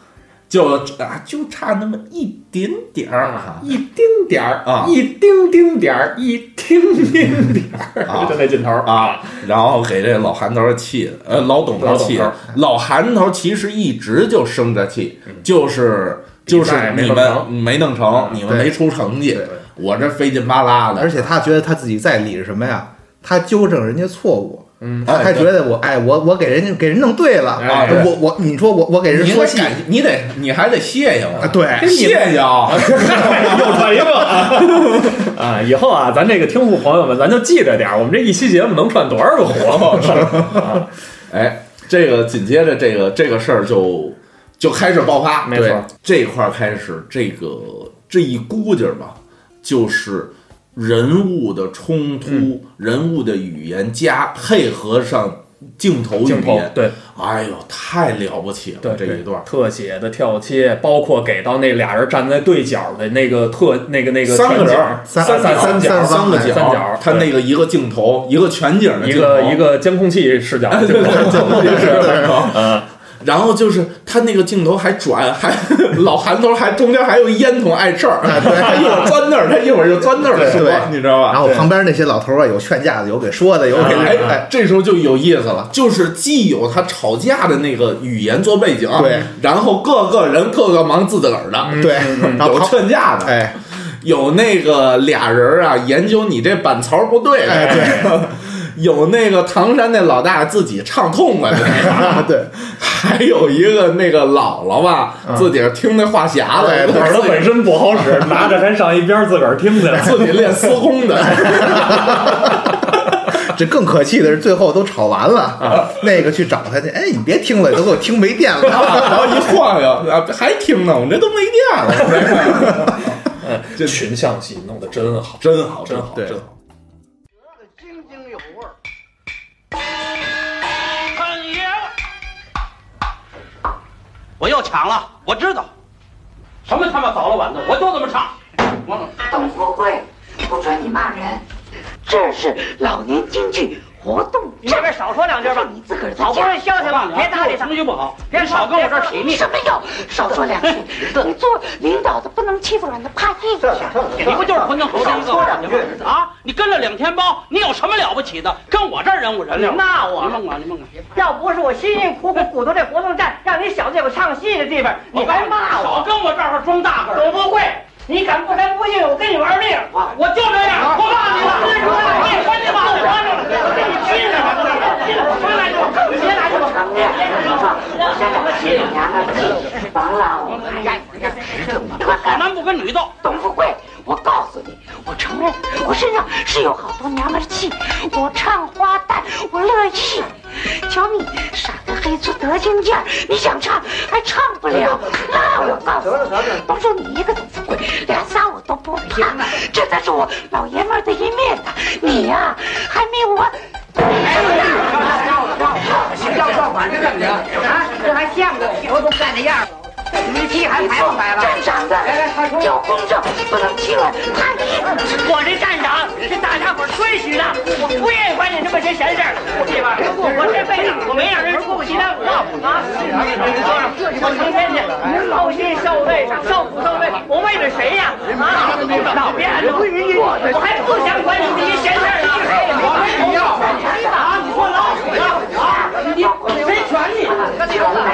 Speaker 1: 就啊，就差那么一点点儿啊
Speaker 2: 一丁点儿
Speaker 1: 啊
Speaker 2: 一丁丁点儿，一丁丁点儿
Speaker 1: 啊，
Speaker 2: 就那劲头儿
Speaker 1: 啊，然后给这老韩头气的，呃，老董头气的
Speaker 2: 老。
Speaker 1: 老韩头其实一直就生着气，就是就是
Speaker 2: 没
Speaker 1: 你
Speaker 2: 弄
Speaker 1: 们
Speaker 2: 成
Speaker 1: 没弄成，嗯你们
Speaker 4: 对
Speaker 1: 没出成绩
Speaker 4: 对，
Speaker 1: 我这费劲巴拉的，
Speaker 4: 而且他觉得他自己在理是什么呀？他纠正人家错误，
Speaker 2: 嗯
Speaker 4: 他还觉得我哎，我我给人家给人弄对了，啊
Speaker 2: 哎对
Speaker 4: 我我你说我我给人
Speaker 1: 你应
Speaker 4: 说
Speaker 1: 该
Speaker 4: 戏
Speaker 1: 感，你得你还得谢谢我
Speaker 4: 啊，，对，
Speaker 1: 谢谢啊，
Speaker 2: 又串一个啊！啊，以后啊，咱这个听众朋友们，咱就记着点儿，我们这一期节目能串多少个活头是吧？
Speaker 1: 哎，这个紧接着这个这个事儿就就开始爆发，
Speaker 2: 没错
Speaker 1: 对，这块儿开始这个这一估计儿吧，就是人物的冲突、
Speaker 2: 嗯
Speaker 1: 人物的语言加配合上镜头语
Speaker 2: 镜头
Speaker 1: 言，
Speaker 2: 对
Speaker 1: 哎呦，太了不起了
Speaker 2: 对
Speaker 1: 这一段儿。
Speaker 2: 特写的跳切，包括给到那俩人站在对角的那个特那个那个
Speaker 1: 三个人
Speaker 2: 全景
Speaker 1: 儿
Speaker 2: 三
Speaker 4: 三
Speaker 2: 三
Speaker 4: 三
Speaker 2: 角
Speaker 4: 三
Speaker 1: 三个角，
Speaker 2: 三角
Speaker 1: 他那个一个镜头，一个全景的
Speaker 2: 一
Speaker 1: 镜头，
Speaker 2: 个一个监控器视
Speaker 4: <laughs>
Speaker 2: 角，
Speaker 1: 对对对，对
Speaker 2: 嗯，
Speaker 1: 然后就是他那个镜头还转，还老韩头还中间还有烟筒碍事儿，他一会儿钻那儿，他一会儿就钻那儿
Speaker 4: 对
Speaker 1: 说
Speaker 4: 对，
Speaker 1: 你知道吧？
Speaker 4: 然后旁边那些老头儿啊，有劝架的，有给说的，有
Speaker 1: 哎
Speaker 4: 给哎哎，
Speaker 1: 哎，这时候就有意思了，就是既有他吵架的那个语言做背景，
Speaker 4: 对，
Speaker 1: 然后各个人各个忙自个儿的，
Speaker 4: 对，然后
Speaker 1: 有
Speaker 4: 旁
Speaker 1: 劝架的，
Speaker 4: 哎
Speaker 1: 有那个俩人啊研究你这板槽不对的，
Speaker 4: 哎
Speaker 1: <laughs> 有那个唐山那老大自己唱痛快的那
Speaker 4: 啊
Speaker 1: 个，
Speaker 4: <laughs> 对，嗯
Speaker 1: 还有一个那个姥姥吧，自己听那话匣
Speaker 4: 哎
Speaker 1: 子，
Speaker 4: 对
Speaker 2: 耳朵本身不好
Speaker 4: <laughs>
Speaker 2: 使，拿着还上一边自个儿听去 <laughs> 了。
Speaker 1: 自己练司空的， <laughs>
Speaker 4: 这更可气的是最后都吵完了，那个去找他去，哎，你别听了，都给我听没电了。
Speaker 1: 然后一晃悠，啊还听呢，我们这都没电了，
Speaker 4: <laughs>
Speaker 2: 这嗯群像戏弄得真好，
Speaker 1: 真好，
Speaker 2: 真
Speaker 1: 真
Speaker 2: 好
Speaker 1: 好，
Speaker 4: 对
Speaker 1: 真好。
Speaker 5: 津津有味儿。看爷，
Speaker 8: 我又抢了，我知道，什么他妈早了晚的，我都这么唱。王老师，
Speaker 9: 董富贵，不准你骂人，这是老年京剧活动
Speaker 8: 你这边少说两句吧
Speaker 9: 是。你自个儿在
Speaker 8: 好不容易
Speaker 9: 家
Speaker 8: 消停了，别搭理他，
Speaker 9: 我出
Speaker 8: 情绪不好，别少跟我这儿起腻
Speaker 9: 什。么哟？少说两句，你做领导的不能欺负人的，怕欺负
Speaker 8: 你不啊就是混弄头的一个
Speaker 9: 少说两句
Speaker 8: 吗啊？你跟了两天包，你有什么了不起的？跟我这儿人五人六，
Speaker 5: 那我
Speaker 8: 你梦啊，你梦啊！
Speaker 5: 要不是我辛辛苦苦鼓捣这活动站，让你小子有唱戏的地方，你白骂
Speaker 8: 少
Speaker 5: 我。
Speaker 8: 跟我这儿装大个儿。
Speaker 5: 董富贵，你敢不三不四，我跟你玩命！
Speaker 8: 我就这样，我骂你了，我关你妈的！
Speaker 9: 王老五还让哎你让指着你看看。
Speaker 8: 男不跟女斗，
Speaker 9: 董富贵，我告诉你，我承认我身上是有好多娘们儿气，我唱花旦，我乐意。瞧你傻跟黑粗德行劲儿，你想唱还唱不了。那我告诉你，不是你一个董富贵，俩仨我都不怕。这才是我老爷们儿的一面呢。你呀、还没我。
Speaker 5: 这还见过剃头都干那样儿你们剃还白不白了？
Speaker 9: 站长的有公正，不能欺软怕硬。
Speaker 5: 我这站长是大家伙儿吹嘘的，我不愿意管你这么些闲事儿。对吧？我这辈子我没让人出过鸡蛋过啊！我成天去操心受累，受苦受累，我为了谁呀？啊！别人我还不想管你这些闲事儿呢！啊我要啊！你说老虎呀？啊！你谁选你？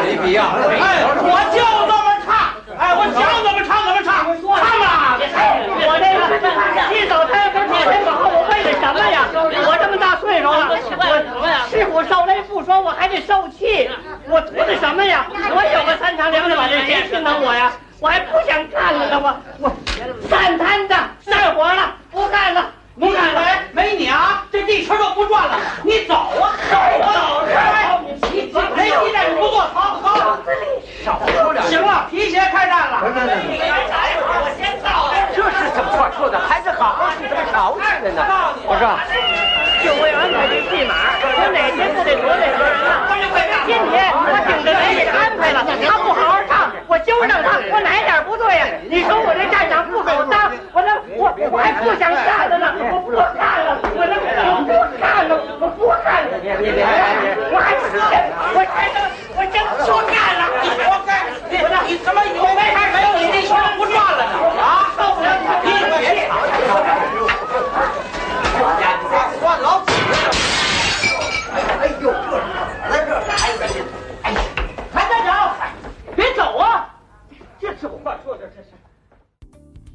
Speaker 8: 没必要。哎，我就这么唱，哎，我想怎么唱怎么
Speaker 5: 哎
Speaker 8: 唱，唱吧。
Speaker 5: 我这个一走他跟铁身跑，我为了什么呀？我这么大岁数了，我吃苦受累不说，我还得受气，我图的什么呀？我有个三长两短的，谁心疼我呀？我还不想干了呢，我我散摊子散活了，不干了，
Speaker 8: 你看来没你啊，这地球都不转了。你走啊，走啊，走开！你没鸡蛋不做好好。少说点。行了，皮鞋开战了。哎我先到了。这是怎么话说的？孩子好好去，怎么淘气了呢？我说，
Speaker 5: 就为安排这戏码，我哪天不得得罪说人啊？今天他顶着人给他安排了，他不好好唱，我纠正他，我哪点不对呀、你说我这站长不好当，我那我我还不想干了呢，我不干了，我那我不干了，我不干了，我还不干，我还我真不干了，
Speaker 8: 你活该！你你他妈以后没开没有你地球都不转了呢啊！
Speaker 5: 受不了
Speaker 8: 你别吵了，算老几了？
Speaker 5: 韩站长，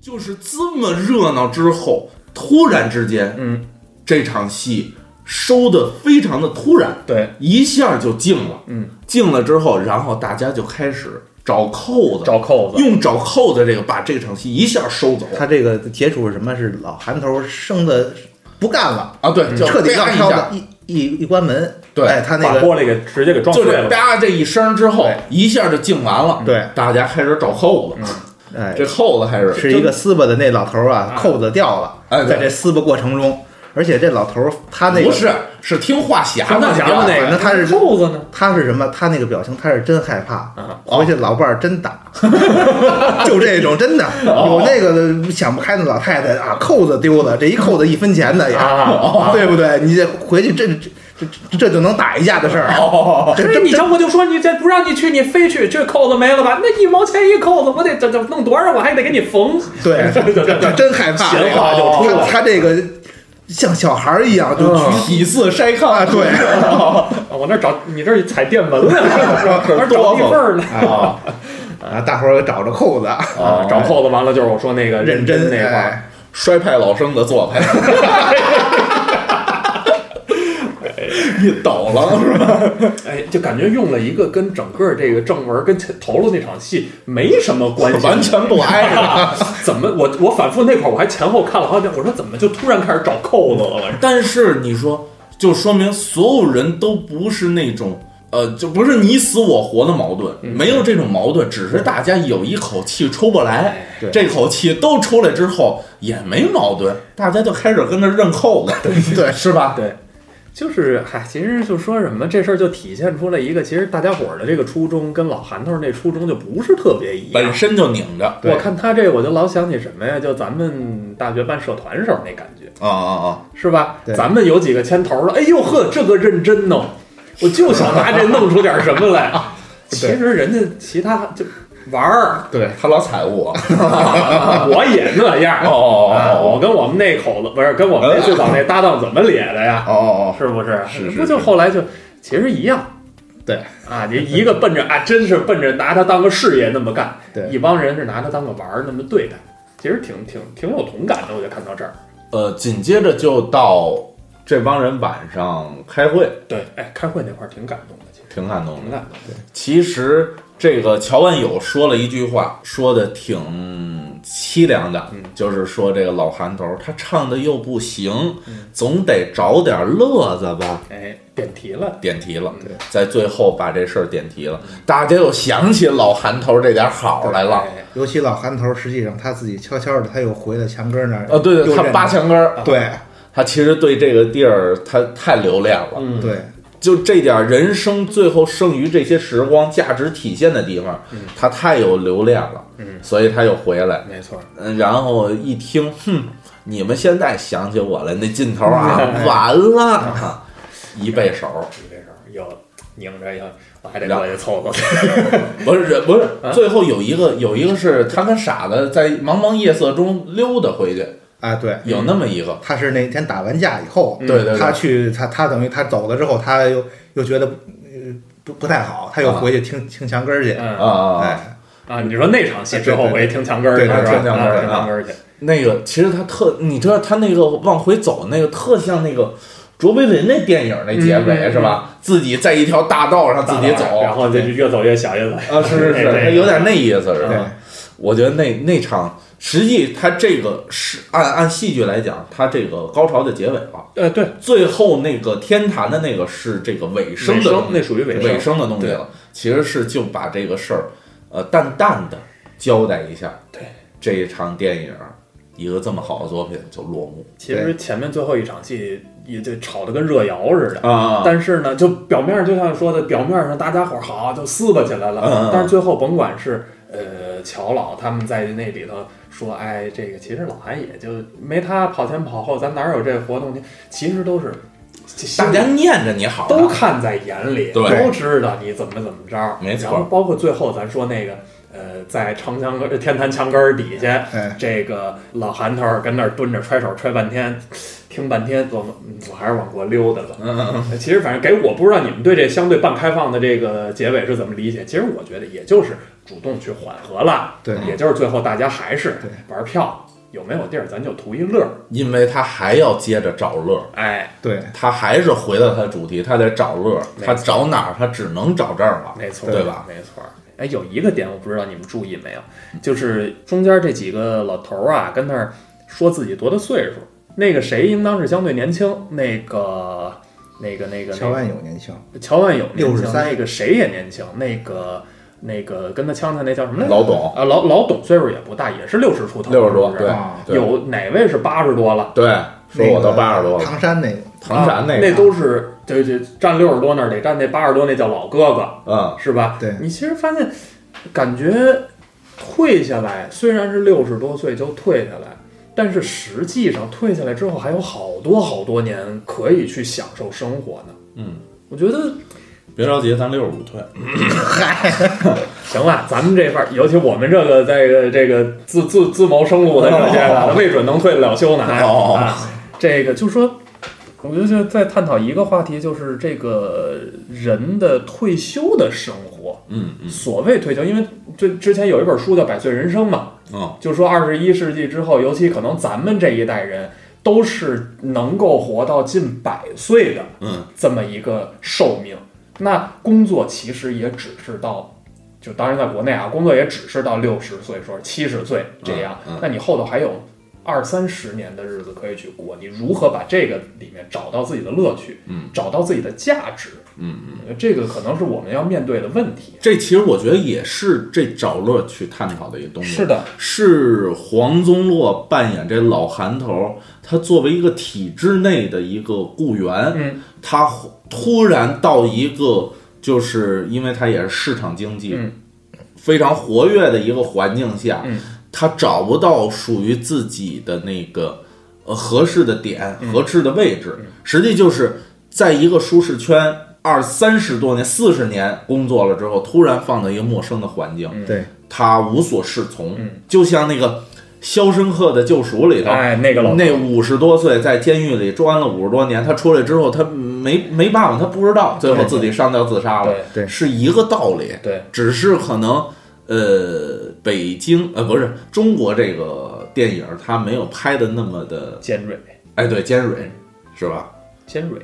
Speaker 1: 就是这么热闹之后，突然之间，
Speaker 2: 嗯，
Speaker 1: 这场戏收的非常的突然，
Speaker 2: 对，
Speaker 1: 一下就静了，
Speaker 2: 嗯，
Speaker 1: 静了之后，然后大家就开始找扣子，
Speaker 2: 找扣子，
Speaker 1: 用找扣子这个把这场戏一下收走
Speaker 4: 他这个解除是什么？是老韩头生的不干了，
Speaker 1: 啊，对，就
Speaker 4: 彻底撂
Speaker 1: 啪一
Speaker 4: 挑
Speaker 1: 下，
Speaker 4: 子，嗯一一一关门，
Speaker 1: 对
Speaker 4: 哎，他那
Speaker 2: 把
Speaker 4: 个
Speaker 2: 玻璃给直接给撞
Speaker 1: 就
Speaker 2: 碎
Speaker 1: 这
Speaker 2: 了。
Speaker 1: 哒这一声之后
Speaker 4: 对，
Speaker 1: 一下就静完了，
Speaker 4: 对，
Speaker 1: 大家开始找扣子，
Speaker 4: 哎
Speaker 1: 这，扣子还是
Speaker 4: 是一个撕巴的那老头儿啊，扣子掉了，
Speaker 1: 哎对
Speaker 4: 在这撕巴过程中，而且这老头儿他那个
Speaker 1: 不是是听话匣
Speaker 2: 咱
Speaker 1: 子
Speaker 2: 们
Speaker 1: 那
Speaker 2: 讲的
Speaker 1: 个
Speaker 2: 那个，
Speaker 4: 反正他是
Speaker 2: 扣子呢，
Speaker 4: 他是什么？他那个表情，他是真害怕
Speaker 2: 啊，
Speaker 4: 回去老伴儿真
Speaker 1: <laughs>
Speaker 4: 打，就这种真的
Speaker 1: 哦
Speaker 4: 有那个想不开的老太太啊，扣子丢了，这一扣子一分钱的
Speaker 2: 啊
Speaker 4: 呀，对不对？你这回去这这这这就能打一架的事儿，
Speaker 1: 哦
Speaker 4: 这
Speaker 2: 可是
Speaker 4: 真
Speaker 2: 你瞧，我就说你这不让你去，你非去，这扣子没了吧？那一毛钱一扣子，我得这这弄多少，我还得给你缝。
Speaker 4: 对，
Speaker 2: <laughs>
Speaker 4: 这真害怕，
Speaker 2: 闲话就出
Speaker 4: 他
Speaker 2: 来
Speaker 4: 他这个像小孩儿一样就
Speaker 2: 嗯
Speaker 1: 体似筛糠
Speaker 4: 啊，对，
Speaker 2: 啊我那找你这儿踩电门了， <laughs> 我那儿找
Speaker 1: 哆
Speaker 2: 地
Speaker 1: 嗦
Speaker 2: 缝儿了。
Speaker 1: 啊
Speaker 4: 啊，大伙儿找着扣子，
Speaker 2: 啊，找扣子完了就是我说那个
Speaker 4: 认
Speaker 2: 真那块儿，
Speaker 4: 哎
Speaker 1: 衰派老生的做派，一抖了是吧？
Speaker 2: 哎，就感觉用了一个跟整个这个正文跟头路那场戏没什么关系，啊
Speaker 1: 完全不挨着。
Speaker 2: 怎么我我反复那块儿我还前后看了好几遍，我说怎么就突然开始找扣子了？我
Speaker 1: 但是你说，就说明所有人都不是那种。呃，就不是你死我活的矛盾，
Speaker 4: 嗯
Speaker 1: 没有这种矛盾，只是大家有一口气出不来，
Speaker 4: 哎对
Speaker 1: 这口气都出来之后也没矛盾，大家就开始跟那认扣了，
Speaker 4: <laughs> 对
Speaker 1: 是吧？
Speaker 2: <laughs> 对，就是嗨，其实就说什么这事儿就体现出来一个，其实大家伙儿的这个初衷跟老韩头儿那初衷就不是特别一样
Speaker 1: 本。身就拧着
Speaker 2: 我看他这，我就老想起什么呀？就咱们大学办社团时候那感觉，
Speaker 1: 啊啊啊！
Speaker 2: 是吧？
Speaker 4: 对
Speaker 2: 咱们有几个牵头的，哎呦呵，这个认真哦，我就想拿这弄出点什么来。其实人家其他就玩儿， <laughs>
Speaker 1: 对他老踩
Speaker 4: <laughs>
Speaker 1: 我，
Speaker 2: 我也那样。
Speaker 1: 哦哦哦
Speaker 2: 啊
Speaker 1: 哦
Speaker 2: 我跟我们那口子不是跟我们那最早那搭档怎么咧的呀？
Speaker 1: 哦哦，
Speaker 2: 是不是？
Speaker 1: <laughs> 是是
Speaker 2: 不就是后来就其实一样。
Speaker 4: 对
Speaker 2: 啊，你一个奔着啊，真是奔着拿它当个事业那么干，
Speaker 4: 对
Speaker 2: 一帮人是拿它当个玩儿那么对待，其实挺挺挺有同感的。我就看到这儿，
Speaker 1: 呃，紧接着就到这帮人晚上开会，
Speaker 2: 对，哎，开会那块儿挺感动的，其实
Speaker 1: 挺感动
Speaker 2: 挺
Speaker 1: 的。
Speaker 2: 感动的。
Speaker 1: 其实这个乔万友说了一句话，说的挺凄凉的，就是说这个老韩头他唱的又不行，总得找点乐子吧。
Speaker 2: 哎，点题了，
Speaker 1: 点题了，在最后把这事儿点题了，大家又想起老韩头这点好来了。
Speaker 2: 哎
Speaker 4: 尤其老韩头儿，实际上他自己悄悄的，他又回到墙根儿那儿。
Speaker 1: 呃，对
Speaker 4: 又
Speaker 1: 对，他
Speaker 4: 认啊
Speaker 1: 扒
Speaker 4: 了
Speaker 1: 墙根儿，
Speaker 4: 对
Speaker 1: 他其实对这个地儿他太留恋了。
Speaker 2: 嗯，
Speaker 4: 对，
Speaker 1: 就这点儿人生最后剩余这些时光价值体现的地方，他太有留恋了，所以他又回来，
Speaker 2: 没错儿，
Speaker 1: 嗯，然后一听，哼，你们现在想起我来，那劲头啊，
Speaker 2: 嗯
Speaker 1: 完了，啊一背手，
Speaker 2: 你这时候又拧着又，我还得过去凑凑。
Speaker 1: 不是不是，
Speaker 2: 嗯
Speaker 1: 最后有一个有一个是他跟傻子在茫茫夜色中溜达回去，
Speaker 4: 啊对，
Speaker 1: 有那么一个，
Speaker 4: 他是那天打完架以后，
Speaker 1: 对对对
Speaker 4: 他去他他等于他走了之后，他又又觉得呃不不太好，他又回去听听墙根儿去，
Speaker 2: 嗯
Speaker 1: 啊啊，啊
Speaker 4: 哎，
Speaker 2: 啊，你说那场戏之后，
Speaker 4: 对对对
Speaker 2: 我也听墙根儿去，
Speaker 4: 对
Speaker 2: 是
Speaker 4: 对
Speaker 2: 吧？
Speaker 1: 对听墙根儿
Speaker 2: 啊
Speaker 1: 啊
Speaker 2: 听墙根儿去。
Speaker 1: 那个其实他特，你知道他那个往回走那个特像那个卓别林那电影那结尾、
Speaker 2: 嗯
Speaker 1: 是吧？自己在一条大道上自己走，
Speaker 2: 啊然后就越走越小，越走越
Speaker 1: <laughs>
Speaker 2: 小
Speaker 1: 啊是是
Speaker 2: 哎
Speaker 1: 是，
Speaker 2: 这
Speaker 1: 他
Speaker 2: 个
Speaker 1: 有点那意思是
Speaker 4: 对
Speaker 1: 吧？我觉得那那场实际他这个是按按戏剧来讲，他这个高潮就结尾了，
Speaker 2: 呃，对，
Speaker 1: 最后那个天坛的那个是这个尾声的
Speaker 2: 尾声
Speaker 1: 东西
Speaker 2: 那属于尾
Speaker 1: 尾
Speaker 2: 声，
Speaker 1: 声的东西
Speaker 2: 对
Speaker 1: 了，其实是就把这个事儿呃淡淡的交代一下，
Speaker 2: 对
Speaker 1: 这一场电影。一个这么好的作品就落幕，
Speaker 2: 其实前面最后一场戏也就吵得跟热窑似的。
Speaker 1: 啊
Speaker 2: 但是呢，就表面上就像说的，表面上大家伙儿好就撕巴起来了，
Speaker 1: 嗯嗯嗯
Speaker 2: 但是最后甭管是呃乔老他们在那里头说，哎，这个其实老韩也就没他跑前跑后，咱哪有这活动？其实都是这心
Speaker 1: 大
Speaker 2: 里
Speaker 1: 家念着你好呢，
Speaker 2: 都看在眼里，
Speaker 1: 对
Speaker 2: 都知道你怎么怎么着，
Speaker 1: 没错
Speaker 2: 然后包括最后咱说那个，呃，在长墙根儿天坛墙根儿底下，
Speaker 4: 哎
Speaker 2: 这个老韩头儿跟那儿蹲着揣手揣半天，听半天，琢磨，嗯我还是往过溜达吧。呃
Speaker 1: 嗯，
Speaker 2: 其实反正给我不知道你们对这相对半开放的这个结尾是怎么理解。其实我觉得也就是主动去缓和了，
Speaker 4: 对
Speaker 2: 也就是最后大家还是
Speaker 4: 对
Speaker 2: 玩票，有没有地儿咱就图一乐儿，
Speaker 1: 因为他还要接着找乐儿，
Speaker 2: 哎，
Speaker 4: 对，
Speaker 1: 他还是回到他的主题，他得找乐儿，
Speaker 2: 没
Speaker 1: 他
Speaker 2: 错
Speaker 1: 找哪儿他只能找这儿了，
Speaker 2: 没错，
Speaker 1: 对吧？
Speaker 2: 没错。哎，有一个点我不知道你们注意没有，就是中间这几个老头儿啊，跟那儿说自己多大岁数。那个谁应当是相对年轻，那个那个那个
Speaker 4: 乔万
Speaker 2: 友，
Speaker 4: 有年轻，
Speaker 2: 乔万友年轻，
Speaker 4: 63
Speaker 2: 那个谁也年轻，那个那个跟他呛呛那叫什么来着？
Speaker 1: 老董
Speaker 2: 啊，老老董岁数也不大，也是六十出头，
Speaker 1: 六十多
Speaker 2: 是，不是
Speaker 1: 对
Speaker 4: 啊
Speaker 1: 对
Speaker 2: 有哪位是八十多了？啊
Speaker 1: 对，说我
Speaker 4: 那
Speaker 1: 都
Speaker 4: 个
Speaker 1: 八十多了，
Speaker 4: 唐山那个，
Speaker 1: 唐山
Speaker 2: 那
Speaker 1: 个，
Speaker 2: 都是对对，站六十多那儿得站那八十多那叫老哥哥，
Speaker 1: 嗯，
Speaker 2: 是吧？
Speaker 4: 对
Speaker 2: 你其实发现，感觉退下来，虽然是六十多岁就退下来，但是实际上退下来之后还有好多好多年可以去享受生活呢。
Speaker 1: 嗯，
Speaker 2: 我觉得
Speaker 1: 别着急，咱六十五退，
Speaker 2: 行了，咱们这份儿，尤其我们这个这个这个自自自谋生路的这些
Speaker 1: 哦
Speaker 2: 个，未准能退得了休呢。
Speaker 1: 哦
Speaker 2: 啊，这个就说，我觉得就在探讨一个话题，就是这个人的退休的生活。
Speaker 1: 嗯嗯
Speaker 2: 所谓退休，因为最之前有一本书叫《百岁人生》嘛，
Speaker 1: 嗯，
Speaker 2: 就说二十一世纪之后，尤其可能咱们这一代人都是能够活到近百岁的，
Speaker 1: 嗯，
Speaker 2: 这么一个寿命。那工作其实也只是到，就当然在国内啊，工作也只是到六十岁说七十岁这样。
Speaker 1: 嗯嗯
Speaker 2: 那你后头还有二三十年的日子可以去过，你如何把这个里面找到自己的乐趣，
Speaker 1: 嗯，
Speaker 2: 找到自己的价值，
Speaker 1: 嗯
Speaker 2: 嗯，这个可能是我们要面对的问题。
Speaker 1: 这其实我觉得也是这找乐去探讨的一个东西。
Speaker 2: 是的，
Speaker 1: 是黄宗洛扮演这老韩头，他作为一个体制内的一个雇员，
Speaker 2: 嗯，
Speaker 1: 他突然到一个，就是因为他也是市场经济、
Speaker 2: 嗯
Speaker 1: 非常活跃的一个环境下，
Speaker 2: 嗯
Speaker 1: 他找不到属于自己的那个呃合适的点、
Speaker 2: 嗯
Speaker 1: 合适的位置，实际就是在一个舒适圈。二三十多年、四十年工作了之后，突然放到一个陌生的环境，
Speaker 4: 对，
Speaker 1: 他无所适从，
Speaker 2: 嗯
Speaker 1: 就像那个《肖申克的救赎》里头。
Speaker 2: 哎，那个老
Speaker 1: 那五十多岁在监狱里关了五十多年，他出来之后，他没没办法，他不知道，最后自己上吊自杀了，
Speaker 2: 对
Speaker 4: 对
Speaker 1: 是一个道理。
Speaker 2: 对，
Speaker 1: 只是可能，呃，北京呃不是中国这个电影，它没有拍的那么的，
Speaker 2: 尖锐，
Speaker 1: 哎，对，尖锐，是吧？
Speaker 2: 尖锐，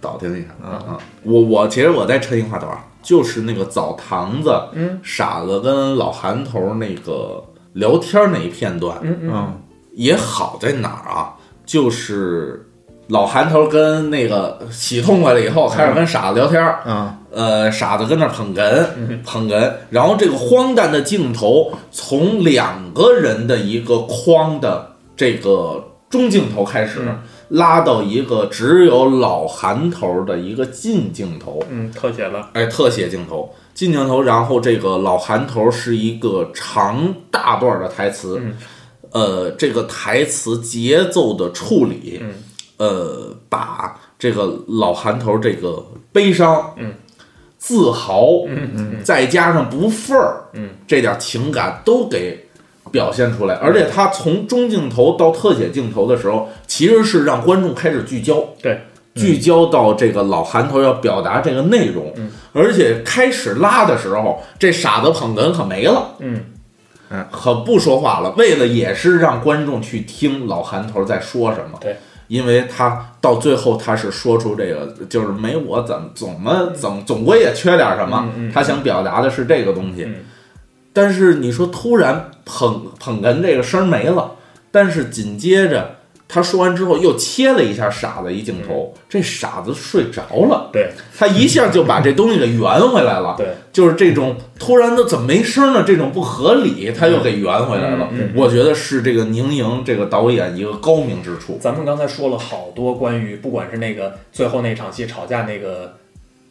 Speaker 1: 倒腾一下啊
Speaker 2: 嗯
Speaker 1: 啊！我我其实我再抻一话头啊，就是那个澡堂子，
Speaker 2: 嗯，
Speaker 1: 傻子跟老韩头那个聊天那一片段，
Speaker 2: 嗯嗯，
Speaker 4: 嗯，
Speaker 1: 也好在哪儿啊？就是老韩头跟那个洗痛快了以后，开始跟
Speaker 2: 嗯
Speaker 1: 傻子聊天，儿，
Speaker 4: 啊，
Speaker 1: 呃，傻子跟那儿捧哏，捧哏，然后这个荒诞的镜头从两个人的一个框的这个中镜头开始。
Speaker 2: 嗯
Speaker 1: 拉到一个只有老韩头的一个近镜头，
Speaker 2: 嗯，特写了，
Speaker 1: 哎，特写镜头，近镜头，然后这个老韩头是一个长大段的台词，
Speaker 2: 嗯
Speaker 1: 呃，这个台词节奏的处理，
Speaker 2: 嗯
Speaker 1: 呃，把这个老韩头这个悲伤，
Speaker 2: 嗯
Speaker 1: 自豪，
Speaker 2: 嗯嗯
Speaker 1: 再加上不忿儿，
Speaker 2: 嗯，
Speaker 1: 这点情感都给表现出来，而且他从中镜头到特写镜头的时候，其实是让观众开始聚焦，
Speaker 2: 对，
Speaker 1: 聚焦到这个老韩头要表达这个内容，
Speaker 2: 嗯
Speaker 1: 而且开始拉的时候，这傻子捧哏可没了，
Speaker 2: 嗯
Speaker 1: 可不说话了，为了也是让观众去听老韩头在说什么，
Speaker 2: 对。
Speaker 1: 因为他到最后，他是说出这个，就是没我怎么怎么总总归也缺点什么
Speaker 2: 嗯，嗯嗯
Speaker 1: 他想表达的是这个东西。
Speaker 2: 嗯，
Speaker 1: 但是你说突然捧捧哏这个声儿没了，但是紧接着他说完之后又切了一下傻子一镜头，
Speaker 2: 嗯
Speaker 1: 这傻子睡着了，
Speaker 2: 对
Speaker 1: 他一下就把这东西给圆回来了。
Speaker 2: <laughs> 对，
Speaker 1: 就是这种突然的怎么没声呢？这种不合理，他又给圆回来了。
Speaker 2: 嗯嗯
Speaker 1: 我觉得是这个宁莹这个导演一个高明之处。
Speaker 2: 咱们刚才说了好多关于，不管是那个最后那场戏吵架那个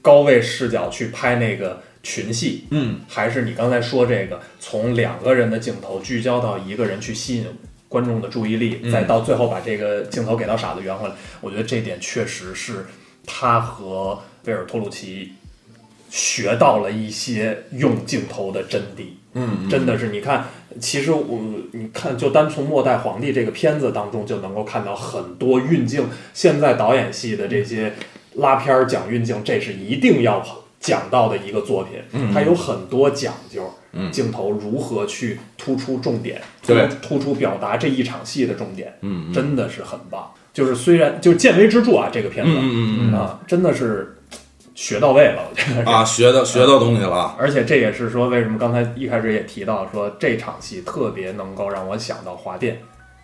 Speaker 2: 高位视角去拍那个群戏，
Speaker 1: 嗯，
Speaker 2: 还是你刚才说这个从两个人的镜头聚焦到一个人去吸引观众的注意力，再到最后把这个镜头给到傻子圆回来。我觉得这点确实是他和贝尔托鲁奇学到了一些用镜头的真谛。嗯，真的是，你看，其实我你看，就单从《末代皇帝》这个片子当中就能够看到很多运镜。现在导演系的这些拉片儿讲运镜，这是一定要讲到的一个作品，它有很多讲究。镜头如何去突出重点，
Speaker 1: 对
Speaker 2: 突出表达这一场戏的重点，嗯，真的是很棒。就是虽然就是见微知著啊，这个片子，
Speaker 1: 嗯
Speaker 2: 啊，真的是学到位了，我觉得是。
Speaker 1: 啊，学到学到东西了啊，
Speaker 2: 而且这也是说，为什么刚才一开始也提到说这场戏特别能够让我想到华电，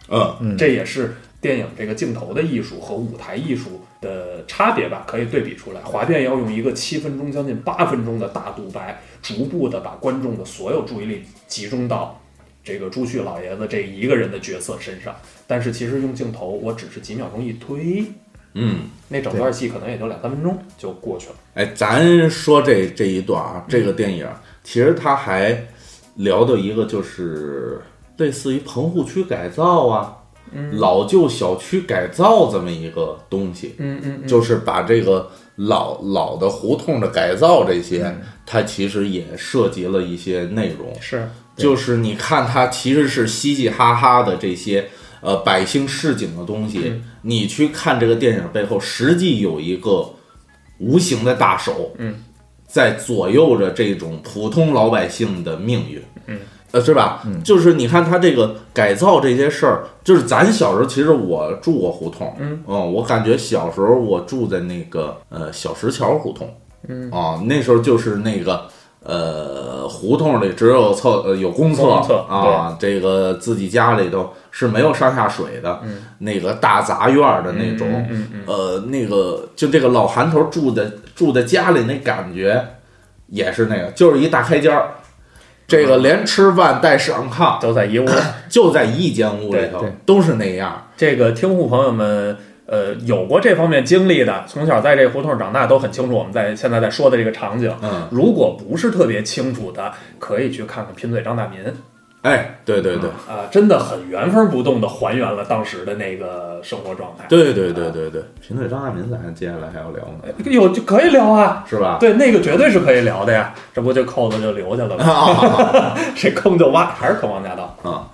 Speaker 1: 嗯。
Speaker 4: 嗯
Speaker 2: 这也是电影这个镜头的艺术和舞台艺术的差别吧，可以对比出来。华电要用一个七分钟将近八分钟的大独白，逐步的把观众的所有注意力集中到这个朱旭老爷子这一个人的角色身上，但是其实用镜头，我只是几秒钟一推，
Speaker 1: 嗯，
Speaker 2: 那整段戏可能也就两三分钟就过去了。
Speaker 1: 哎，咱说这这一段啊，这
Speaker 2: 嗯
Speaker 1: 个电影其实它还聊到一个，就是类似于棚户区改造啊，
Speaker 2: 嗯
Speaker 1: 老旧小区改造这么一个东西，
Speaker 2: 嗯嗯
Speaker 1: 就是把这个老老的胡同的改造这些，
Speaker 2: 嗯
Speaker 1: 它其实也涉及了一些内容。
Speaker 2: 是，
Speaker 1: 就是你看它其实是嘻嘻哈哈的这些呃百姓市井的东西，
Speaker 2: 嗯
Speaker 1: 你去看这个电影背后，实际有一个无形的大手，嗯，在左右着这种普通老百姓的命运，嗯。呃，是吧？就是你看他这个改造这些事儿，就是咱小时候，其实我住过胡同，嗯，我感觉小时候我住在那个呃小石桥胡同，嗯，啊，那时候就是那个呃胡同里只有厕呃有公厕
Speaker 2: 公厕
Speaker 1: 啊，这个自己家里头是没有上下水的，那个大杂院儿的那种，呃，那个就这个老韩头住的住在家里那感觉也是那个，就是一大开间儿。这个连吃饭带上炕，
Speaker 2: 都在一屋。
Speaker 1: 就在一间屋里头
Speaker 2: 对对，
Speaker 1: 都是那样。
Speaker 2: 这个听户朋友们，呃，有过这方面经历的，从小在这胡同长大，都很清楚我们在现在在说的这个场景。
Speaker 1: 嗯，
Speaker 2: 如果不是特别清楚的，可以去看看《贫嘴张大民》
Speaker 1: 哎，对对对，
Speaker 2: 啊、真的很原封不动的还原了当时的那个生活状态。，
Speaker 1: 对对对对对，贫嘴张大民，咱接下来还要聊呢，
Speaker 2: 有就可以聊啊。
Speaker 1: 是吧？
Speaker 2: 对，那个绝对是可以聊的呀，这不就扣子就留下了吗？
Speaker 1: <laughs>
Speaker 2: 这坑就挖，还是坑王家道，
Speaker 1: 啊，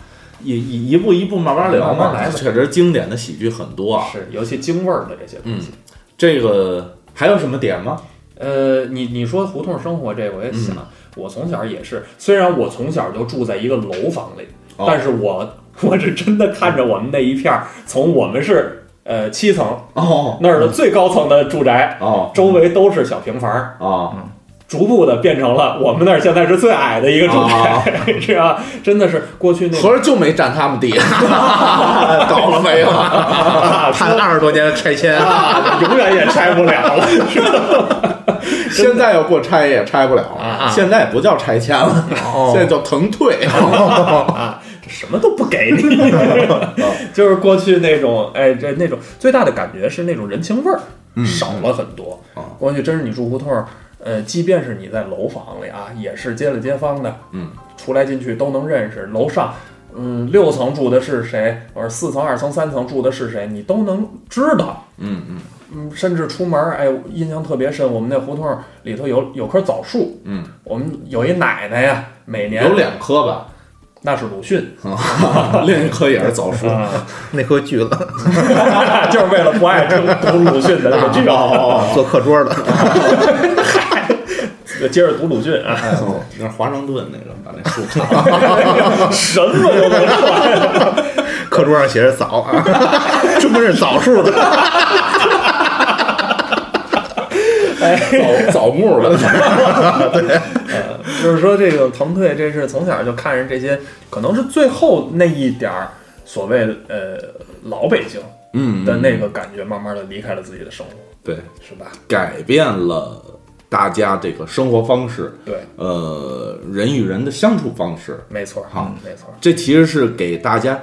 Speaker 1: 一一一步一步慢慢聊
Speaker 2: 慢
Speaker 1: 嘛
Speaker 2: 慢来，吧
Speaker 1: 确实经典的喜剧很多啊。
Speaker 2: 是尤其京味儿的这些东
Speaker 1: 嗯
Speaker 2: 西。
Speaker 1: 这个还有什么点吗？
Speaker 2: 呃，你你说胡同生活这，我也想，我从小也是，虽然我从小就住在一个楼房里，
Speaker 1: 哦
Speaker 2: 但是我我是真的看着我们那一片儿，从我们是呃七层
Speaker 1: 哦
Speaker 2: 那儿的最高层的住宅，
Speaker 1: 哦
Speaker 2: 周围都是小平房，
Speaker 1: 哦，
Speaker 2: 逐步的变成了我们那儿现在是最矮的一个住 <laughs> 宅，是吧？真的是过去那
Speaker 1: 合着就没占他们地， <laughs> 搞了没有？ <laughs>
Speaker 4: 判二十多年拆迁，
Speaker 2: 啊，永远也拆不了了，是吧？
Speaker 1: 现在要过拆也拆不了了，现在也不叫拆迁了，现在叫腾退。
Speaker 2: 啊，这什么都不
Speaker 1: <laughs>
Speaker 2: 给你，就是过去那种，哎，这那种最大的感觉是那种人情味儿、
Speaker 1: 嗯
Speaker 2: 少了很多。
Speaker 1: 哦
Speaker 2: 过去真是你住胡同儿，呃，即便是你在楼房里啊，也是街里街坊的，
Speaker 1: 嗯，
Speaker 2: 出来进去都能认识。楼上，嗯，六层住的是谁，或者四层、二层、三层住的是谁，你都能知道。
Speaker 1: 嗯嗯
Speaker 2: 嗯，甚至出门儿，哎，印象特别深。我们那胡同儿里头有有棵枣树，
Speaker 1: 嗯，
Speaker 2: 我们有一奶奶呀，每年
Speaker 1: 有两棵吧，
Speaker 2: 那是鲁迅，
Speaker 1: 另一棵也是枣树。 <laughs>
Speaker 2: 啊，
Speaker 4: 那回锯了，
Speaker 2: <laughs> 就是为了不爱听读鲁迅的那
Speaker 1: 哎
Speaker 2: 个剧
Speaker 1: <laughs>
Speaker 2: 啊照，
Speaker 4: 做课桌了。
Speaker 2: 接着读鲁迅
Speaker 1: <laughs>
Speaker 2: 啊，
Speaker 1: 哦，那是华盛顿那个把那树砍了。 <laughs>
Speaker 2: 什么都能说。
Speaker 4: 课桌上写着枣啊， <laughs> 中国是枣树的，
Speaker 1: 枣枣木了，
Speaker 2: 就是说这个腾退，这是从小就看人这些，可能是最后那一点儿所谓呃老北京
Speaker 1: <laughs> 嗯
Speaker 2: 的那个感觉，慢慢的离开了自己的生活，
Speaker 1: 对，
Speaker 2: 是吧？
Speaker 1: 改变了大家这个生活方式，
Speaker 2: 对，
Speaker 1: 呃，人与人的相处方式，
Speaker 2: 没错儿，
Speaker 1: 好
Speaker 2: 没错儿。
Speaker 1: 这其实是给大家。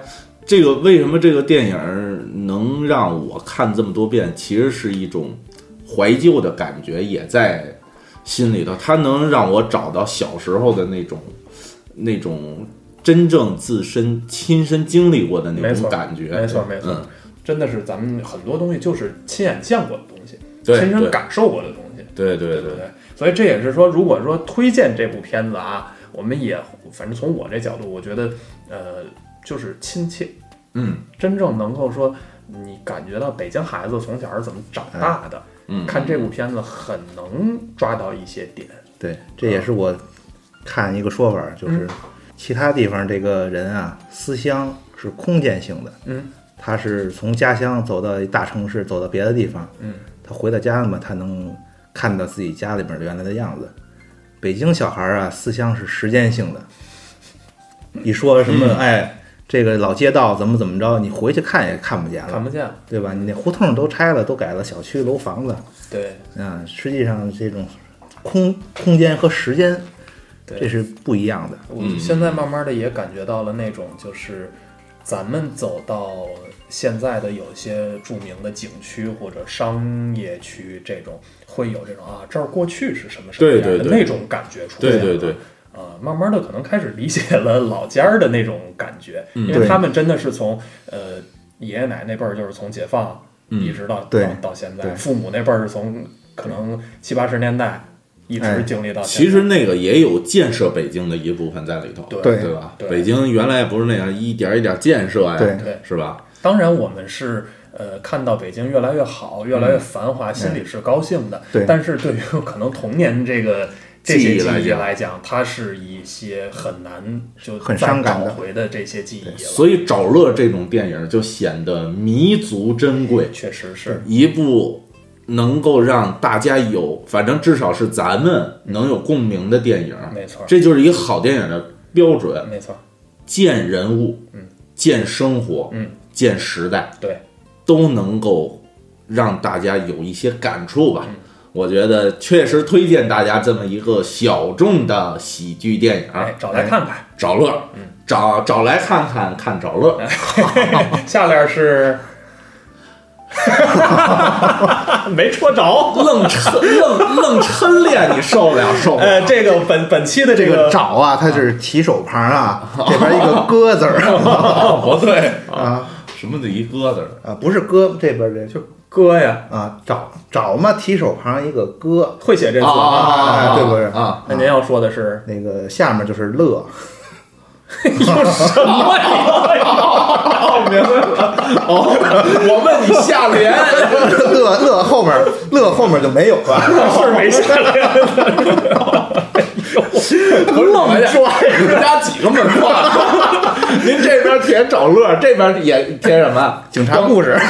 Speaker 1: 这个为什么这个电影能让我看这么多遍？其实是一种怀旧的感觉，也在心里头。它能让我找到小时候的那种那种真正自身亲身经历过的那
Speaker 2: 没
Speaker 1: 种
Speaker 2: 错
Speaker 1: 感觉。
Speaker 2: 没错没错
Speaker 1: 嗯，
Speaker 2: 真的是咱们很多东西就是亲眼见过的东西，
Speaker 1: 对
Speaker 2: 亲身
Speaker 1: 对
Speaker 2: 感受过的东西，
Speaker 1: 对对
Speaker 2: 对不
Speaker 1: 对，
Speaker 2: 对？所以这也是说，如果说推荐这部片子啊，我们也反正从我这角度，我觉得呃，就是亲切，
Speaker 1: 嗯
Speaker 2: 真正能够说你感觉到北京孩子从小是怎么长大的，
Speaker 1: 嗯，
Speaker 2: 看这部片子很能抓到一些点。
Speaker 4: 对，这也是
Speaker 2: 嗯
Speaker 4: 我看一个说法，就是其他地方这个人啊，思乡是空间性的，
Speaker 2: 嗯，
Speaker 4: 他是从家乡走到一大城市，走到别的地方，
Speaker 2: 嗯，
Speaker 4: 他回到家了嘛，他能看到自己家里边原来的样子。北京小孩啊，思乡是时间性的，一说什
Speaker 2: 嗯
Speaker 4: 么、哎，这个老街道怎么怎么着，你回去看也看不见
Speaker 2: 看
Speaker 4: 了，
Speaker 2: 不见，
Speaker 4: 对吧？你那胡同都拆了，都改了小区楼房子，
Speaker 2: 对
Speaker 4: 啊，实际上这种空空间和时间，
Speaker 2: 对
Speaker 4: 这是不一样的。
Speaker 2: 我
Speaker 1: 嗯
Speaker 2: 现在慢慢的也感觉到了那种，就是咱们走到现在的有些著名的景区或者商业区，这种会有这种啊，这儿过去是什么什么
Speaker 1: 对
Speaker 2: 样的
Speaker 1: 对对
Speaker 2: 那种感觉出现
Speaker 1: 对
Speaker 2: 了。
Speaker 1: 对对，
Speaker 2: 啊，慢慢的可能开始理解了老家儿的那种感觉，
Speaker 1: 嗯
Speaker 2: 因为
Speaker 4: 对
Speaker 2: 他们真的是从呃爷爷奶奶那辈儿就是从解放
Speaker 1: 嗯
Speaker 2: 一直到、
Speaker 4: 对
Speaker 2: 到到现在，
Speaker 4: 对
Speaker 2: 父母那辈儿是从可能七八十年代一
Speaker 4: 哎
Speaker 2: 直经历到现
Speaker 1: 其
Speaker 2: 在。
Speaker 1: 实那个也有建设北京的一部分在里头，
Speaker 2: 对
Speaker 1: 对吧？
Speaker 2: 对
Speaker 1: 北京原来不是那样一点儿一点儿建设呀，
Speaker 4: 对
Speaker 2: 对
Speaker 1: 是吧？
Speaker 2: 当然，我们是呃看到北京越来越好，越来越繁华，
Speaker 1: 嗯
Speaker 2: 心里是高兴的。
Speaker 4: 对
Speaker 2: 但是对于可能童年
Speaker 1: <laughs>
Speaker 2: 这个这些
Speaker 1: 记忆来
Speaker 2: 记忆
Speaker 1: 讲
Speaker 2: 来讲，它是一些很难就
Speaker 4: 很
Speaker 2: 再
Speaker 4: 伤感的
Speaker 2: 找回的这些记忆了。
Speaker 1: 所以找乐这种电影就显得弥足珍贵，
Speaker 2: 确实是，
Speaker 1: 一部能够让大家有，反正至少是咱们能有共鸣的电影，
Speaker 2: 没错
Speaker 1: 这就是一个好电影的标准，
Speaker 2: 没错，
Speaker 1: 见人物，
Speaker 2: 嗯，
Speaker 1: 见生活，
Speaker 2: 嗯，
Speaker 1: 见时代，
Speaker 2: 对。
Speaker 1: 都能够让大家有一些感触吧。
Speaker 2: 嗯
Speaker 1: 我觉得确实推荐大家这么一个小众的喜剧电影，
Speaker 2: 哎，找来嗯看看。
Speaker 1: 找乐，找找来看看看找乐。
Speaker 2: <laughs>
Speaker 1: 哎
Speaker 2: 下联是， <laughs> 没戳
Speaker 1: <laughs>
Speaker 2: 着。
Speaker 1: 愣抻愣愣抻练，你受不了，受不了。
Speaker 2: 呃，这个本本期的
Speaker 4: 这
Speaker 2: 个
Speaker 4: 个找啊，它是提手旁啊，这边一个戈字儿
Speaker 1: 不对，
Speaker 4: 啊
Speaker 1: 什么的一鸽子，
Speaker 4: 啊，不是戈，这边这
Speaker 2: 就哥呀，
Speaker 4: 啊找找嘛，提手旁一个戈，
Speaker 2: 会写这字
Speaker 1: 啊
Speaker 2: 吗？
Speaker 4: 哎对不是
Speaker 1: 啊？
Speaker 2: 那您要说的
Speaker 1: <laughs>
Speaker 2: 是
Speaker 4: 那个下面就是乐， <laughs>
Speaker 2: 什么呀？明白了，
Speaker 1: 我问你下联，
Speaker 4: 乐乐后面乐后面就没有了。
Speaker 2: <laughs> 是没下联。 <laughs>
Speaker 1: 愣拽，你们家几个门框？啊 <laughs> 您这边填找乐，这边也填什么？
Speaker 4: 警察故事，
Speaker 1: <laughs>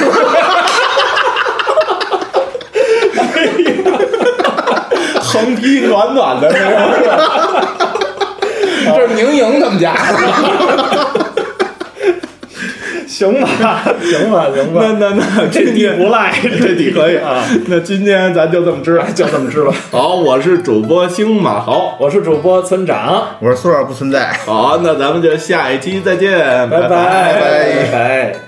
Speaker 1: 横批暖暖的那个。 <laughs> 这是宁莹他们家，
Speaker 2: 行吧， <laughs> 行吧，行吧。
Speaker 1: 那那
Speaker 2: 这底不赖，
Speaker 1: <laughs> 这底可以
Speaker 2: <laughs> 啊。
Speaker 1: 那今天咱就这么知道，
Speaker 2: <laughs> 就这么吃吧。
Speaker 1: 好，我是主播星马豪，
Speaker 2: 我是主播村长，
Speaker 4: 我说塑料不存在。
Speaker 1: 好，那咱们就下一期再见，
Speaker 2: 拜
Speaker 1: 拜
Speaker 2: 拜拜。